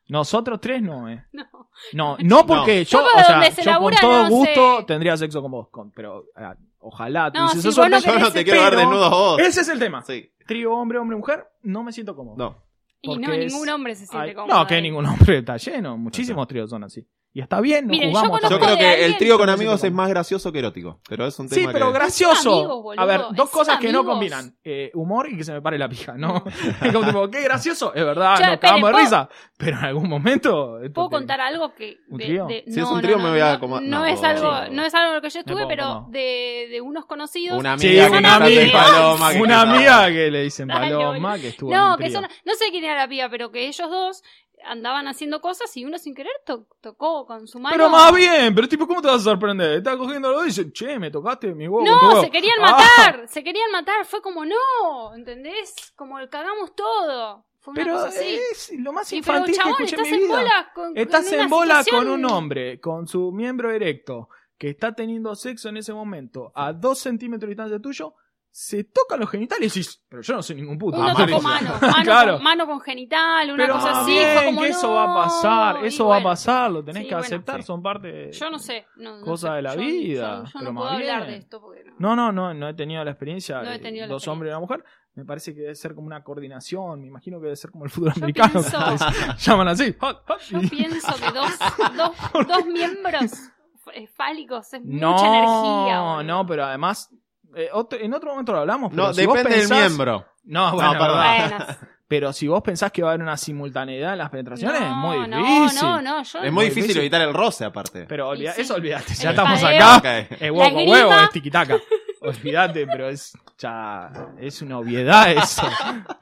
Speaker 2: Nosotros tres no, eh.
Speaker 3: No.
Speaker 2: No, no porque yo,
Speaker 3: Yo por
Speaker 2: o sea,
Speaker 3: donde se
Speaker 2: yo con
Speaker 3: labura,
Speaker 2: todo
Speaker 3: no
Speaker 2: gusto
Speaker 3: sé.
Speaker 2: tendría sexo con vos, con- pero ah, ojalá
Speaker 3: No,
Speaker 2: tuvieses
Speaker 3: si
Speaker 2: esa
Speaker 3: vos no
Speaker 2: suerte.
Speaker 4: Yo no te quiero ver
Speaker 2: Pero-
Speaker 4: desnudo a vos. Ah,
Speaker 2: Ese es el tema.
Speaker 4: Sí,
Speaker 2: Trío hombre, hombre, mujer, no me siento cómodo.
Speaker 4: no.
Speaker 3: Y no,
Speaker 2: Porque es-
Speaker 3: ningún hombre se siente
Speaker 2: Ay,
Speaker 3: cómodo.
Speaker 2: no, que
Speaker 3: ahí.
Speaker 2: ningún hombre está lleno. Muchísimos tríos son así. Y está bien, no
Speaker 3: Miren, yo
Speaker 2: jugamos.
Speaker 4: Yo
Speaker 3: conozco-
Speaker 2: tampoco.
Speaker 3: de
Speaker 4: creo que el
Speaker 3: alguien-
Speaker 4: trío con
Speaker 2: No sé
Speaker 4: amigos
Speaker 2: cómo.
Speaker 4: es más gracioso que erótico, pero es un
Speaker 2: Sí,
Speaker 4: tema
Speaker 2: pero
Speaker 4: que...
Speaker 2: gracioso.
Speaker 3: amigos, boludo,
Speaker 2: a ver, dos
Speaker 3: son
Speaker 2: cosas que no
Speaker 3: amigos.
Speaker 2: combinan. Eh, humor y que se me pare la pija, ¿no? <laughs> Es como tipo, qué gracioso. Es verdad,
Speaker 3: Ya,
Speaker 2: nos
Speaker 3: pero
Speaker 2: cagamos de
Speaker 3: ¿puedo-
Speaker 2: risa. Pero en algún momento... esto
Speaker 3: <laughs> ¿Puedo
Speaker 2: te-
Speaker 3: contar algo que.?
Speaker 2: ¿Un
Speaker 3: de-
Speaker 2: trío?
Speaker 3: de-
Speaker 4: Si es
Speaker 3: no,
Speaker 4: un trío,
Speaker 3: no,
Speaker 4: me
Speaker 3: no,
Speaker 4: voy a
Speaker 3: no,
Speaker 4: como-
Speaker 3: No,
Speaker 4: no,
Speaker 3: es algo,
Speaker 4: sí.
Speaker 3: no es algo en lo que yo estuve,
Speaker 2: pongo,
Speaker 3: pero
Speaker 2: no.
Speaker 3: de, de unos conocidos.
Speaker 4: Una
Speaker 2: Sí,
Speaker 4: amiga que
Speaker 2: una
Speaker 4: no está
Speaker 2: amiga,
Speaker 4: tan paloma que
Speaker 2: una
Speaker 4: está-
Speaker 2: amiga que le dicen
Speaker 3: Dale,
Speaker 2: paloma, que estuvo en
Speaker 3: No,
Speaker 2: un
Speaker 3: que
Speaker 2: trío.
Speaker 3: son, no sé quién era la piba, pero que ellos dos andaban haciendo cosas y uno sin querer to- tocó con su mano.
Speaker 2: Pero más bien, pero tipo, ¿cómo te vas a sorprender? Estás cogiendo algo y dice, che, me tocaste mi huevo. con tu
Speaker 3: No,
Speaker 2: huevo".
Speaker 3: se querían
Speaker 2: Ah,
Speaker 3: matar, se querían matar, fue como no, ¿entendés? Como cagamos todo. Fue una
Speaker 2: <laughs> pero
Speaker 3: cosa así.
Speaker 2: es lo más
Speaker 3: Y pero
Speaker 2: infantil que
Speaker 3: chabón,
Speaker 2: escuché en
Speaker 3: estás
Speaker 2: mi
Speaker 3: en
Speaker 2: vida.
Speaker 3: bola con
Speaker 2: Estás
Speaker 3: con una
Speaker 2: en bola
Speaker 3: situación-
Speaker 2: con un hombre, con su miembro erecto, que está teniendo sexo en ese momento, a dos centímetros de distancia tuyo, se tocan los genitales y decís, pero yo no soy ningún puto.
Speaker 3: Uno
Speaker 4: Amarilla.
Speaker 2: <laughs>
Speaker 3: tocó mano, mano,
Speaker 2: Claro.
Speaker 3: con, mano con genital, una
Speaker 2: pero
Speaker 3: cosa
Speaker 2: está
Speaker 3: así.
Speaker 2: bien,
Speaker 3: fue como,
Speaker 2: que eso
Speaker 3: "No".
Speaker 2: va a pasar,
Speaker 3: Y
Speaker 2: eso
Speaker 3: bueno,
Speaker 2: va a pasar, lo tenés
Speaker 3: Sí,
Speaker 2: que
Speaker 3: bueno.
Speaker 2: aceptar,
Speaker 4: Sí.
Speaker 2: son parte de-
Speaker 3: Yo no sé. No, no
Speaker 2: Cosa
Speaker 3: sé,
Speaker 2: de la
Speaker 3: yo-
Speaker 2: vida,
Speaker 3: Yo, yo
Speaker 2: pero
Speaker 3: no
Speaker 2: más
Speaker 3: puedo hablar
Speaker 2: bien.
Speaker 3: de esto porque
Speaker 2: <laughs> No,
Speaker 3: no.
Speaker 2: no, no, no he tenido la experiencia
Speaker 3: No he
Speaker 2: de
Speaker 3: tenido la
Speaker 2: dos
Speaker 3: experiencia.
Speaker 2: hombres y una mujer. Me parece que debe ser como una coordinación. Me imagino que debe ser como el fútbol
Speaker 3: Yo
Speaker 2: americano.
Speaker 3: pienso-
Speaker 2: <laughs> que llaman así. hot, hot,
Speaker 3: Yo
Speaker 2: y-
Speaker 3: pienso que dos,
Speaker 2: <laughs>
Speaker 3: dos, dos miembros f- eh, fálicos es
Speaker 2: no,
Speaker 3: mucha energía. boludo.
Speaker 2: no, pero además, eh, otro- en otro momento lo hablamos. Pero
Speaker 4: No,
Speaker 2: si vos
Speaker 4: depende
Speaker 2: pensás-
Speaker 4: del miembro.
Speaker 2: No, bueno,
Speaker 4: perdón.
Speaker 2: verdad.
Speaker 3: Buenas.
Speaker 2: pero si vos pensás que va a haber una simultaneidad en las penetraciones, es muy
Speaker 3: No,
Speaker 2: difícil.
Speaker 3: No, no, no. Yo
Speaker 4: Es muy
Speaker 2: Muy
Speaker 4: difícil
Speaker 2: difícil.
Speaker 4: evitar el roce, aparte.
Speaker 2: Pero olvida-
Speaker 3: Y sí.
Speaker 2: eso olvidaste, ya
Speaker 3: El
Speaker 2: estamos
Speaker 3: padeo.
Speaker 2: acá.
Speaker 4: Ok.
Speaker 2: Es huevo
Speaker 3: La
Speaker 2: con
Speaker 3: gripa.
Speaker 2: huevo, es tiquitaca. Olvídate, pero es ya es una obviedad eso.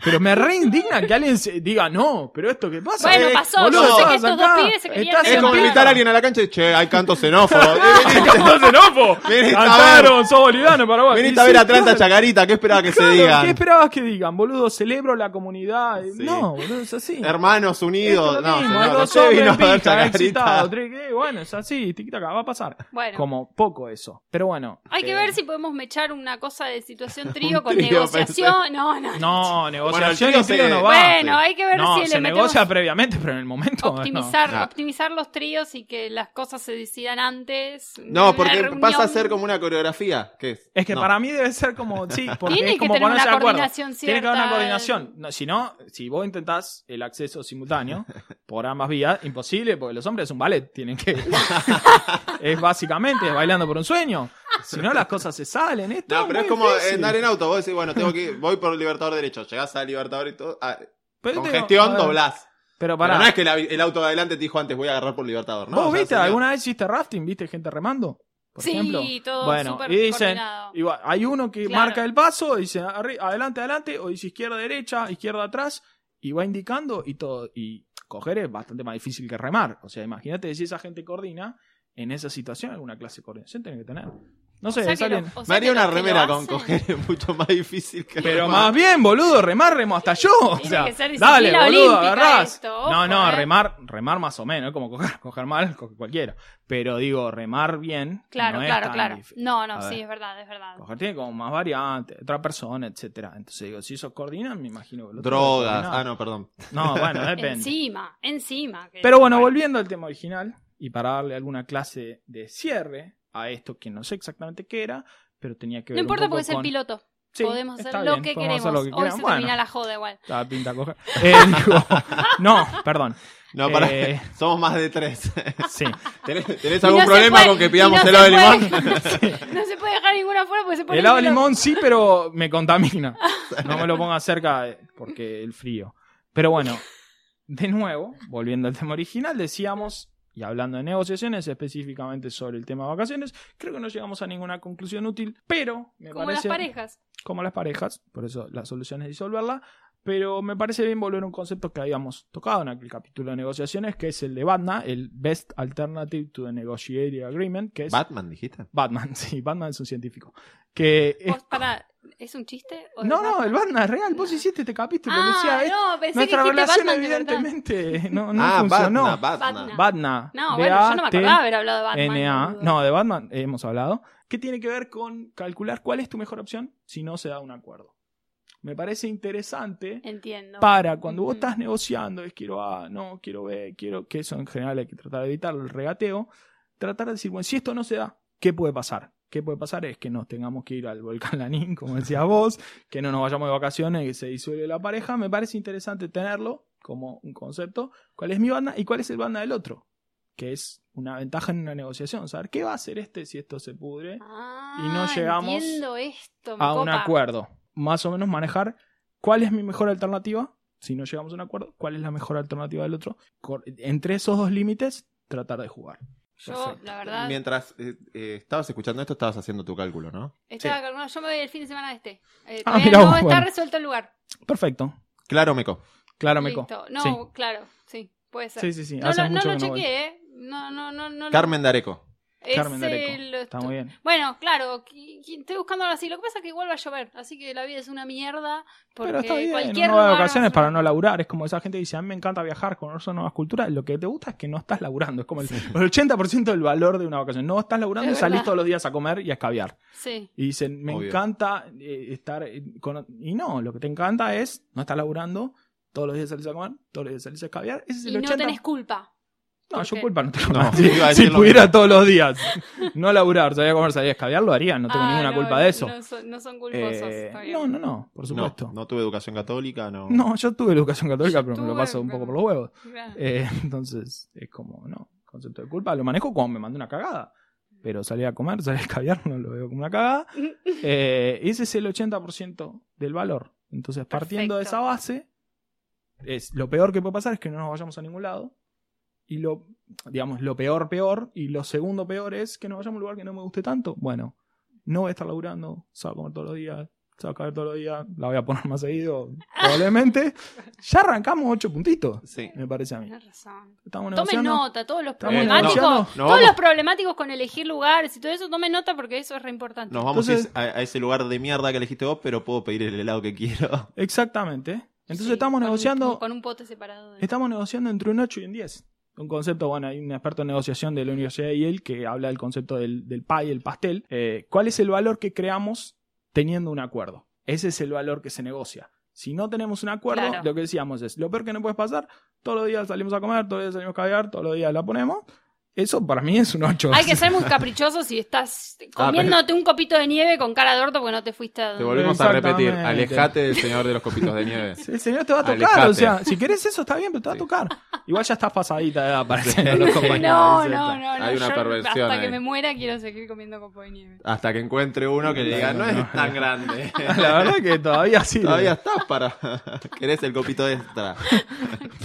Speaker 2: Pero me reindigna que alguien se diga no, pero esto qué pasa.
Speaker 3: Bueno,
Speaker 4: Eh,
Speaker 3: pasó.
Speaker 4: boludo,
Speaker 3: yo sé que
Speaker 2: estabas
Speaker 3: estos
Speaker 2: acá,
Speaker 3: dos pibes se querían
Speaker 2: estás
Speaker 3: meter
Speaker 4: Es
Speaker 2: en
Speaker 4: como
Speaker 3: en
Speaker 4: invitar a
Speaker 3: pedo.
Speaker 4: alguien a la cancha y che, hay
Speaker 2: <laughs>
Speaker 4: canto xenófobo.
Speaker 2: ¡Estás xenófobo!
Speaker 4: <laughs> Veniste a
Speaker 2: ¡Cantaron! ¡Sos boliviano, Paraguay! Y
Speaker 4: Veniste a ver
Speaker 2: sí,
Speaker 4: a Atlanta
Speaker 2: claro,
Speaker 4: Chacarita, ¿qué esperaba que
Speaker 2: claro,
Speaker 4: se digan?
Speaker 2: ¿Qué esperabas que digan, boludo? Celebro la comunidad.
Speaker 4: Sí.
Speaker 2: No, boludo, es así.
Speaker 4: Hermanos
Speaker 2: Esto
Speaker 4: unidos.
Speaker 2: es lo
Speaker 4: No,
Speaker 2: mismo,
Speaker 4: señor,
Speaker 2: hay dos
Speaker 4: usted
Speaker 2: hombres
Speaker 4: vino a
Speaker 2: en
Speaker 4: ver
Speaker 2: pija,
Speaker 4: Chacarita.
Speaker 2: excitados, tres- eh, bueno, es así, tiquitaca, va a pasar.
Speaker 3: Bueno,
Speaker 2: Como poco eso. Pero bueno.
Speaker 3: hay que
Speaker 2: eh,
Speaker 3: ver si podemos mechar una cosa
Speaker 2: <laughs>
Speaker 3: de situación trío con
Speaker 4: trío,
Speaker 3: negociación. No, no.
Speaker 2: No, negociación
Speaker 4: trío
Speaker 2: y trío
Speaker 4: se-
Speaker 2: no va.
Speaker 3: Bueno, hay que ver
Speaker 2: no,
Speaker 3: si
Speaker 2: se
Speaker 3: le metemos
Speaker 2: negocia previamente, pero en el momento. no.
Speaker 3: optimizar,
Speaker 4: Ah.
Speaker 3: optimizar los tríos y que las cosas se decidan antes.
Speaker 4: No,
Speaker 3: Una
Speaker 4: porque
Speaker 3: reunión.
Speaker 4: pasa a ser como una coreografía. ¿Qué es?
Speaker 2: Es que
Speaker 4: No.
Speaker 2: para mí debe ser como,
Speaker 3: <laughs>
Speaker 2: sí, porque
Speaker 3: Tiene
Speaker 2: es
Speaker 3: que
Speaker 2: como
Speaker 3: tener
Speaker 2: ponerse
Speaker 3: una
Speaker 2: de acuerdo.
Speaker 3: coordinación cierta.
Speaker 2: Tiene que haber una coordinación. No, si no, si vos intentás el acceso
Speaker 4: <laughs>
Speaker 2: simultáneo por ambas vías, imposible, porque los hombres es un ballet, tienen
Speaker 3: <laughs>
Speaker 2: que. <laughs> es básicamente bailando por un sueño. Si no, las cosas se salen. Esto
Speaker 4: No, pero es
Speaker 2: muy
Speaker 4: como eh,
Speaker 2: difícil.
Speaker 4: andar en auto. Vos decís, bueno, tengo que ir- voy por el Libertador derecho. Llegás al Libertador y todo. ah,
Speaker 2: Pero
Speaker 4: con
Speaker 2: te digo,
Speaker 4: gestión
Speaker 2: a ver,
Speaker 4: doblás.
Speaker 2: Pero
Speaker 4: Pero
Speaker 2: pará.
Speaker 4: no es que la- el auto de adelante te dijo antes, voy a agarrar por Libertador. No,
Speaker 2: ¿Vos
Speaker 4: O sea,
Speaker 2: viste
Speaker 4: señor,
Speaker 2: alguna vez hiciste rafting? ¿Viste gente remando? Por
Speaker 3: sí,
Speaker 2: ejemplo.
Speaker 3: todo
Speaker 2: Bueno,
Speaker 3: súper
Speaker 2: y dicen-
Speaker 3: coordinado.
Speaker 2: Igual, hay uno que
Speaker 3: Claro.
Speaker 2: marca el paso, dice arri- adelante, adelante, o dice izquierda, derecha, izquierda, atrás, y va indicando y todo. Y coger es bastante más difícil que remar. O sea, imagínate si esa gente coordina, en esa situación alguna clase de coordinación tiene que tener. No sé,
Speaker 3: O sea
Speaker 2: es
Speaker 3: que lo-
Speaker 2: alguien-
Speaker 3: o sea
Speaker 4: Me haría
Speaker 3: que
Speaker 4: una
Speaker 3: los que lo
Speaker 4: remera con
Speaker 3: hacen
Speaker 4: coger, es mucho más difícil que
Speaker 2: Pero
Speaker 4: remar.
Speaker 2: más bien, boludo, remar remo hasta yo. O
Speaker 3: Tiene
Speaker 2: sea,
Speaker 3: que ser disciplina
Speaker 2: dale, boludo,
Speaker 3: olímpica
Speaker 2: agarrás.
Speaker 3: esto, ojo,
Speaker 2: no, no,
Speaker 3: eh.
Speaker 2: remar, remar más o menos, es como coger, coger mal, coge cualquiera. Pero digo, remar bien.
Speaker 3: Claro,
Speaker 2: no es
Speaker 3: claro,
Speaker 2: tan
Speaker 3: claro.
Speaker 2: difícil.
Speaker 3: No, no,
Speaker 2: A
Speaker 3: sí,
Speaker 2: ver.
Speaker 3: es verdad, es verdad.
Speaker 2: Coger tiene como más variantes, otra persona, etcétera. Entonces digo, si eso coordinan, me imagino que lo
Speaker 4: <laughs> Drogas. Ah, no, perdón.
Speaker 2: No,
Speaker 4: <laughs>
Speaker 2: bueno, depende.
Speaker 3: Encima, encima. que-
Speaker 2: Pero bueno, volviendo al tema original, y para darle alguna clase de cierre a esto que no sé exactamente qué era, pero tenía que
Speaker 3: No
Speaker 2: ver. un
Speaker 3: importa
Speaker 2: poco
Speaker 3: porque es el
Speaker 2: con-
Speaker 3: piloto.
Speaker 2: Sí,
Speaker 3: podemos hacer
Speaker 2: está
Speaker 3: lo
Speaker 2: bien,
Speaker 3: que
Speaker 2: podemos
Speaker 3: queremos.
Speaker 2: hacer lo que
Speaker 3: Hoy
Speaker 2: quieran.
Speaker 3: se
Speaker 2: Bueno,
Speaker 3: termina la joda igual.
Speaker 2: estaba pinta coger. Eh,
Speaker 3: <laughs>
Speaker 2: digo, no, perdón.
Speaker 4: No, pará.
Speaker 2: Eh.
Speaker 4: <laughs> Somos más de tres. <laughs>
Speaker 2: Sí.
Speaker 4: ¿Tenés, tenés
Speaker 3: Y
Speaker 4: algún
Speaker 3: no se
Speaker 4: problema
Speaker 3: puede-
Speaker 4: con que
Speaker 3: y
Speaker 4: pidamos
Speaker 3: no se
Speaker 4: helado de
Speaker 3: puede-
Speaker 4: limón?
Speaker 3: No se puede <laughs> dejar ninguna afuera porque se pone.
Speaker 2: Helado de
Speaker 3: pelo-
Speaker 2: limón sí, pero me contamina. No me lo ponga cerca eh, porque el frío. Pero bueno, de nuevo, volviendo al tema original, decíamos, y hablando de negociaciones, específicamente sobre el tema de vacaciones, creo que no llegamos a ninguna conclusión útil, pero me
Speaker 3: Como las
Speaker 2: parece.
Speaker 3: parejas.
Speaker 2: Como las parejas, por eso la solución es disolverla. Pero me parece bien volver a un concepto que habíamos tocado en aquel capítulo de negociaciones, que es el de Batna, el Best Alternative to the Negotiated Agreement, que es
Speaker 4: Batman, dijiste.
Speaker 2: Batman, <laughs> sí, Batman es un científico. Que es- <laughs>
Speaker 3: Vos, pará, ¿es un chiste? o es
Speaker 2: No,
Speaker 3: verdad?
Speaker 2: no, el Batman es real. Vos hiciste este capítulo.
Speaker 3: Pues, Ah,
Speaker 2: Lucía, es-
Speaker 3: no, pensé que
Speaker 2: nuestra
Speaker 3: dijiste
Speaker 2: relación
Speaker 3: Batman de verdad.
Speaker 2: evidentemente <laughs> no, no
Speaker 4: ah,
Speaker 2: funcionó.
Speaker 4: Batman, Batman.
Speaker 3: Batman.
Speaker 2: Batna,
Speaker 3: No, bueno, yo no me acordaba haber hablado de Batman.
Speaker 2: N-A.
Speaker 3: boludo.
Speaker 2: No, de Batman hemos hablado. Que tiene que ver con calcular cuál es tu mejor opción si no se da un acuerdo. Me parece interesante
Speaker 3: Entiendo.
Speaker 2: para cuando vos
Speaker 3: Ujú.
Speaker 2: estás negociando, es quiero A, no, quiero B, quiero que eso en general hay que tratar de evitarlo, el regateo, tratar de decir, bueno, si esto no se da, ¿qué puede pasar? ¿Qué puede pasar? Es que nos tengamos que ir al volcán Lanín, como decías vos, que no nos vayamos de vacaciones, que se disuelve la pareja. Me parece interesante tenerlo como un concepto. ¿Cuál es mi banda y cuál es el banda del otro? Que es una ventaja en una negociación. Saber qué va a hacer este si esto se pudre
Speaker 3: Ah,
Speaker 2: y no llegamos
Speaker 3: entiendo esto, me
Speaker 2: a un
Speaker 3: copa.
Speaker 2: acuerdo. Más o menos manejar cuál es mi mejor alternativa, si no llegamos a un acuerdo, cuál es la mejor alternativa del otro. Cor- Entre esos dos límites, tratar de jugar.
Speaker 3: Yo,
Speaker 2: Perfecto.
Speaker 3: la verdad,
Speaker 4: Mientras eh, eh, estabas escuchando esto, estabas haciendo tu cálculo, ¿no?
Speaker 3: estaba calculando, yo me voy el fin de semana de este. Eh,
Speaker 2: Ah,
Speaker 3: todavía
Speaker 2: mirá
Speaker 3: no
Speaker 2: vos,
Speaker 3: está
Speaker 2: bueno.
Speaker 3: resuelto el lugar.
Speaker 2: Perfecto.
Speaker 4: Claro, Meco.
Speaker 2: Claro, Meco.
Speaker 3: Listo. No,
Speaker 2: Sí.
Speaker 3: claro, sí, puede ser.
Speaker 2: Sí, sí, sí.
Speaker 3: No,
Speaker 2: Hace
Speaker 3: lo, no
Speaker 2: mucho
Speaker 3: lo
Speaker 2: que no voy.
Speaker 3: chequeé, ¿eh? No, no, no, no. lo-
Speaker 4: Carmen Dareco.
Speaker 3: Es
Speaker 2: Carmen Areco.
Speaker 3: el-
Speaker 2: Está muy bien.
Speaker 3: Bueno, claro, qui- qui- estoy buscando ahora sí. Lo que pasa es que igual va a llover, así que la vida es una mierda. Porque
Speaker 2: Pero está bien,
Speaker 3: cualquier
Speaker 2: uno va de
Speaker 3: lugar
Speaker 2: vacaciones
Speaker 3: a-
Speaker 2: para no laburar. Es como esa gente que dice, a mí me encanta viajar, conocer nuevas culturas. Lo que te gusta es que no estás laburando. Es como el, el 80% del valor de una vacación. No estás laburando
Speaker 3: Es
Speaker 2: y salís
Speaker 3: verdad.
Speaker 2: todos los días a comer y a escabiar.
Speaker 3: Sí,
Speaker 2: Y dicen, me
Speaker 4: Obvio.
Speaker 2: encanta eh, estar... eh, con- Y no, lo que te encanta es no estar laburando, todos los días salís a comer, todos los días salís a escabiar. Ese es el
Speaker 3: y no
Speaker 2: 80%.
Speaker 3: tenés culpa.
Speaker 2: No, yo
Speaker 3: porque-
Speaker 2: culpa no tengo
Speaker 4: No,
Speaker 2: nada.
Speaker 4: te iba a
Speaker 2: Si,
Speaker 4: decir lo
Speaker 2: pudiera
Speaker 4: mismo.
Speaker 2: todos los días no laburar, salía a comer, salía a escabiar, lo haría. No tengo
Speaker 3: Ah,
Speaker 2: ninguna
Speaker 3: no,
Speaker 2: culpa de eso.
Speaker 3: No son, no son culposos.
Speaker 2: Eh,
Speaker 3: está bien.
Speaker 2: no, no, no, por
Speaker 4: No,
Speaker 2: supuesto.
Speaker 4: no tuve educación católica, no.
Speaker 2: No, yo tuve educación católica,
Speaker 3: Yo
Speaker 2: pero me lo
Speaker 3: tuve,
Speaker 2: paso un
Speaker 3: pero-
Speaker 2: poco por los huevos.
Speaker 3: Claro.
Speaker 2: Eh, <laughs> entonces, es como, no, concepto de culpa. Lo manejo como me mandé una cagada. Pero salir a comer, <laughs> salir a caviar, no lo veo como una cagada. Eh, ese es el 80% del valor. Entonces, partiendo de
Speaker 3: Perfecto.
Speaker 2: esa base, es, lo peor que puede pasar es que no nos vayamos a ningún lado. Y lo, digamos, lo peor, peor. Y lo segundo peor es que nos vayamos a un lugar que no me guste tanto. Bueno, no voy a estar laburando, salgo a comer todos los días, salgo a caer todos los días, la voy a poner más seguido, probablemente. ya arrancamos 8 puntitos,
Speaker 4: Sí.
Speaker 2: me parece a mí.
Speaker 3: Tenés razón.
Speaker 2: Estamos
Speaker 3: Tomen
Speaker 2: negociando.
Speaker 3: nota, todos los
Speaker 2: Estamos
Speaker 3: problemáticos.
Speaker 2: negociando.
Speaker 4: No,
Speaker 3: todos
Speaker 4: vamos.
Speaker 3: los problemáticos con elegir lugares y todo eso, tomen nota porque eso es re importante.
Speaker 4: Nos vamos a
Speaker 2: Entonces-
Speaker 4: ese- a, a ese lugar de mierda que elegiste vos, pero puedo pedir el helado que quiero.
Speaker 3: Ah.
Speaker 2: Exactamente. Entonces
Speaker 3: Sí,
Speaker 2: estamos
Speaker 3: con un-
Speaker 2: negociando
Speaker 3: con un pote separado. de-
Speaker 2: Estamos negociando entre un 8 y un 10. Un concepto, bueno, hay un experto en negociación de la Universidad de Yale que habla del concepto del, del pie, el pastel. Eh, ¿Cuál es el valor que creamos teniendo un acuerdo? Ese es el valor que se negocia. Si no tenemos un acuerdo,
Speaker 3: Claro.
Speaker 2: lo que decíamos es, lo peor que no puede pasar, todos los días salimos a comer, todos los días salimos a caviar, todos los días la ponemos. Eso para mí es un 8.
Speaker 3: Hay que ser muy caprichosos si estás comiéndote un copito de nieve con cara de orto porque no te fuiste a...
Speaker 5: Te volvemos a repetir.
Speaker 2: Exactamente.
Speaker 5: Alejate del señor de los copitos de nieve.
Speaker 2: El señor te va a tocar,
Speaker 5: Alejate.
Speaker 2: o sea, si quieres eso está bien, pero te va a
Speaker 5: Sí.
Speaker 2: tocar. Igual ya estás pasadita de edad para ser los <laughs> compañeros.
Speaker 3: No, no,
Speaker 5: Ahí
Speaker 3: no,
Speaker 5: está.
Speaker 3: no,
Speaker 5: Hay una
Speaker 3: yo
Speaker 5: perversión
Speaker 3: Hasta que
Speaker 5: ahí.
Speaker 3: me muera quiero seguir comiendo copo de nieve.
Speaker 5: Hasta que encuentre uno que le diga, no es tan
Speaker 2: <laughs>
Speaker 5: grande.
Speaker 2: La verdad que todavía sí.
Speaker 4: <laughs> Todavía estás para. <laughs> Querés el copito extra.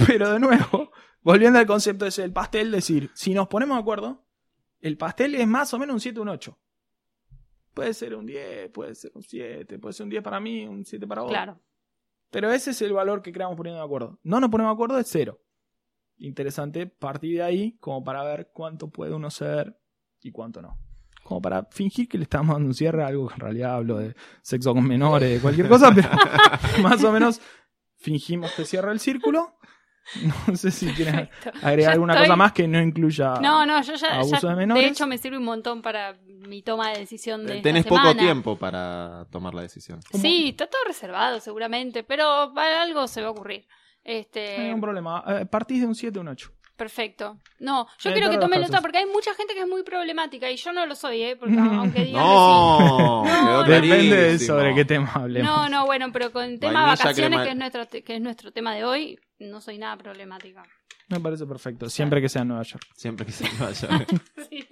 Speaker 2: Pero de nuevo, volviendo al concepto ese del pastel, decir, si nos ponemos de acuerdo, el pastel es más o menos un 7, un 8. Puede ser un 10, puede ser un 7, puede ser un 10 para mí, un 7 para vos. <laughs>
Speaker 3: Claro.
Speaker 2: Pero ese es el valor que creamos poniendo de acuerdo. No nos ponemos de acuerdo, es cero. Interesante partir de ahí como para ver cuánto puede uno ceder y cuánto no. Como para fingir que le estamos dando un cierre a algo que en realidad hablo de sexo con menores, de cualquier cosa,
Speaker 3: <laughs>
Speaker 2: pero más o menos fingimos que cierra el círculo. No sé si quieres
Speaker 3: Perfecto.
Speaker 2: agregar
Speaker 3: Ya
Speaker 2: alguna
Speaker 3: estoy-
Speaker 2: cosa más que no incluya.
Speaker 3: No, no, yo ya,
Speaker 2: Ah. Abuso
Speaker 3: ya-
Speaker 2: de
Speaker 3: de,
Speaker 2: menores.
Speaker 3: hecho me sirve un montón para mi toma de decisión de
Speaker 4: Eh, Tenés
Speaker 3: esta semana.
Speaker 4: poco tiempo para tomar la decisión.
Speaker 3: Sí, está todo reservado seguramente, pero para algo se va a ocurrir. Este,
Speaker 2: No hay ningún problema. Eh, partís de un 7 a un 8.
Speaker 3: Perfecto. No, yo
Speaker 2: En
Speaker 3: quiero
Speaker 2: todos
Speaker 3: que
Speaker 2: los
Speaker 3: tomen
Speaker 2: casos.
Speaker 3: nota porque hay mucha gente que es muy problemática y yo no lo soy, ¿eh?
Speaker 2: <laughs>
Speaker 3: Porque
Speaker 2: Mm.
Speaker 3: aunque digan No,
Speaker 4: No,
Speaker 3: no.
Speaker 4: <laughs> quedó
Speaker 2: Depende de
Speaker 4: clarísimo.
Speaker 2: sobre qué tema
Speaker 3: que sí.
Speaker 2: hablemos.
Speaker 3: No, no, bueno, pero con el tema
Speaker 4: Vainilla,
Speaker 3: vacaciones,
Speaker 4: crema-
Speaker 3: que es, nuestro, te- que es nuestro tema de hoy, no soy nada problemática. <laughs>
Speaker 2: Me parece perfecto. Siempre que sea en Nueva York.
Speaker 4: Siempre que se vaya.
Speaker 3: <laughs> Sí,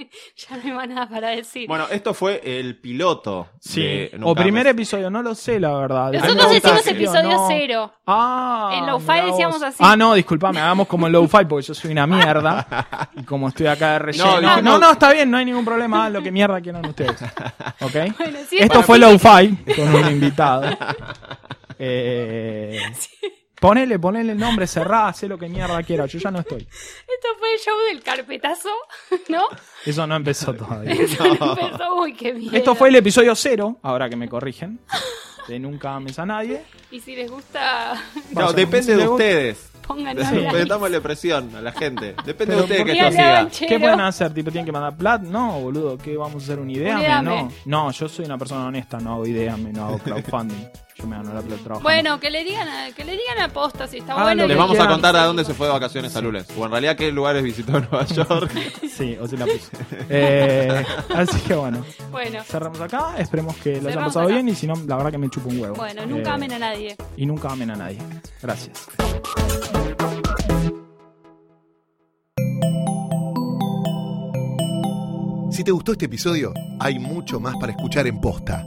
Speaker 3: ya no hay más nada para decir.
Speaker 4: Bueno, esto fue el piloto.
Speaker 2: Sí.
Speaker 4: de Nunca
Speaker 2: o primer
Speaker 4: Más.
Speaker 2: episodio, no lo sé, la verdad.
Speaker 3: Nosotros
Speaker 2: Depende de
Speaker 3: decimos
Speaker 2: si lo
Speaker 3: episodio
Speaker 2: no.
Speaker 3: cero.
Speaker 2: Ah.
Speaker 3: En Lo-Fi
Speaker 2: mirá vos.
Speaker 3: decíamos así.
Speaker 2: Ah, no, disculpame, hagamos como en Lo-Fi, porque yo soy una mierda. Y como estoy acá de
Speaker 5: No,
Speaker 2: relleno. No, no,
Speaker 5: dijimos-
Speaker 2: está bien, no hay ningún problema. hagan lo que mierda quieran ustedes. ¿Ok?
Speaker 3: Bueno, sí,
Speaker 2: Esto fue Lo-Fi, con un invitado. Eh, Ponele, ponele el nombre, cerrá, hacé lo que mierda quiera. Yo ya no estoy.
Speaker 3: esto fue el show del carpetazo, <laughs> ¿no?
Speaker 2: Eso no empezó todavía.
Speaker 3: <laughs> Empezó, uy, qué miedo.
Speaker 2: Esto fue el episodio cero, ahora que me corrigen. De nunca ames a nadie.
Speaker 3: Y si les gusta, <laughs>
Speaker 4: No, depende de ustedes.
Speaker 3: pónganlo en
Speaker 4: Pero
Speaker 3: la lista.
Speaker 4: Dámosle presión a la gente. Depende
Speaker 2: Pero
Speaker 4: de ustedes
Speaker 2: ¿por
Speaker 4: que
Speaker 3: Y
Speaker 4: esto siga.
Speaker 3: hablaban
Speaker 2: ¿Qué
Speaker 3: chero.
Speaker 2: pueden hacer? ¿Tipo tienen que mandar plat? No, boludo, ¿qué vamos a hacer? ¿Un
Speaker 3: Un
Speaker 2: idea?
Speaker 3: ideame.
Speaker 2: No, no, yo soy una persona honesta, no hago ideame, no hago crowdfunding. Yo me gano la plata trabajando.
Speaker 3: Bueno, que le digan a, que le digan a posta si está
Speaker 2: Ah,
Speaker 3: bueno.
Speaker 2: lo
Speaker 3: y
Speaker 4: Les
Speaker 2: que
Speaker 3: que
Speaker 4: vamos a
Speaker 3: quieran.
Speaker 4: contar a dónde se fue de vacaciones a lunes. O en realidad qué lugares visitó
Speaker 2: <laughs>
Speaker 4: Nueva York.
Speaker 2: Sí, o se <laughs> la puse. Eh, así que bueno,
Speaker 3: Bueno,
Speaker 2: cerramos acá, esperemos que lo hayan
Speaker 3: Cerramos
Speaker 2: pasado
Speaker 3: acá.
Speaker 2: bien y si no, la verdad que me chupo un huevo.
Speaker 3: bueno, nunca
Speaker 2: Eh,
Speaker 3: amen a nadie.
Speaker 2: Y nunca amen a nadie. Gracias.
Speaker 1: Si te gustó este episodio, hay mucho más para escuchar en Posta.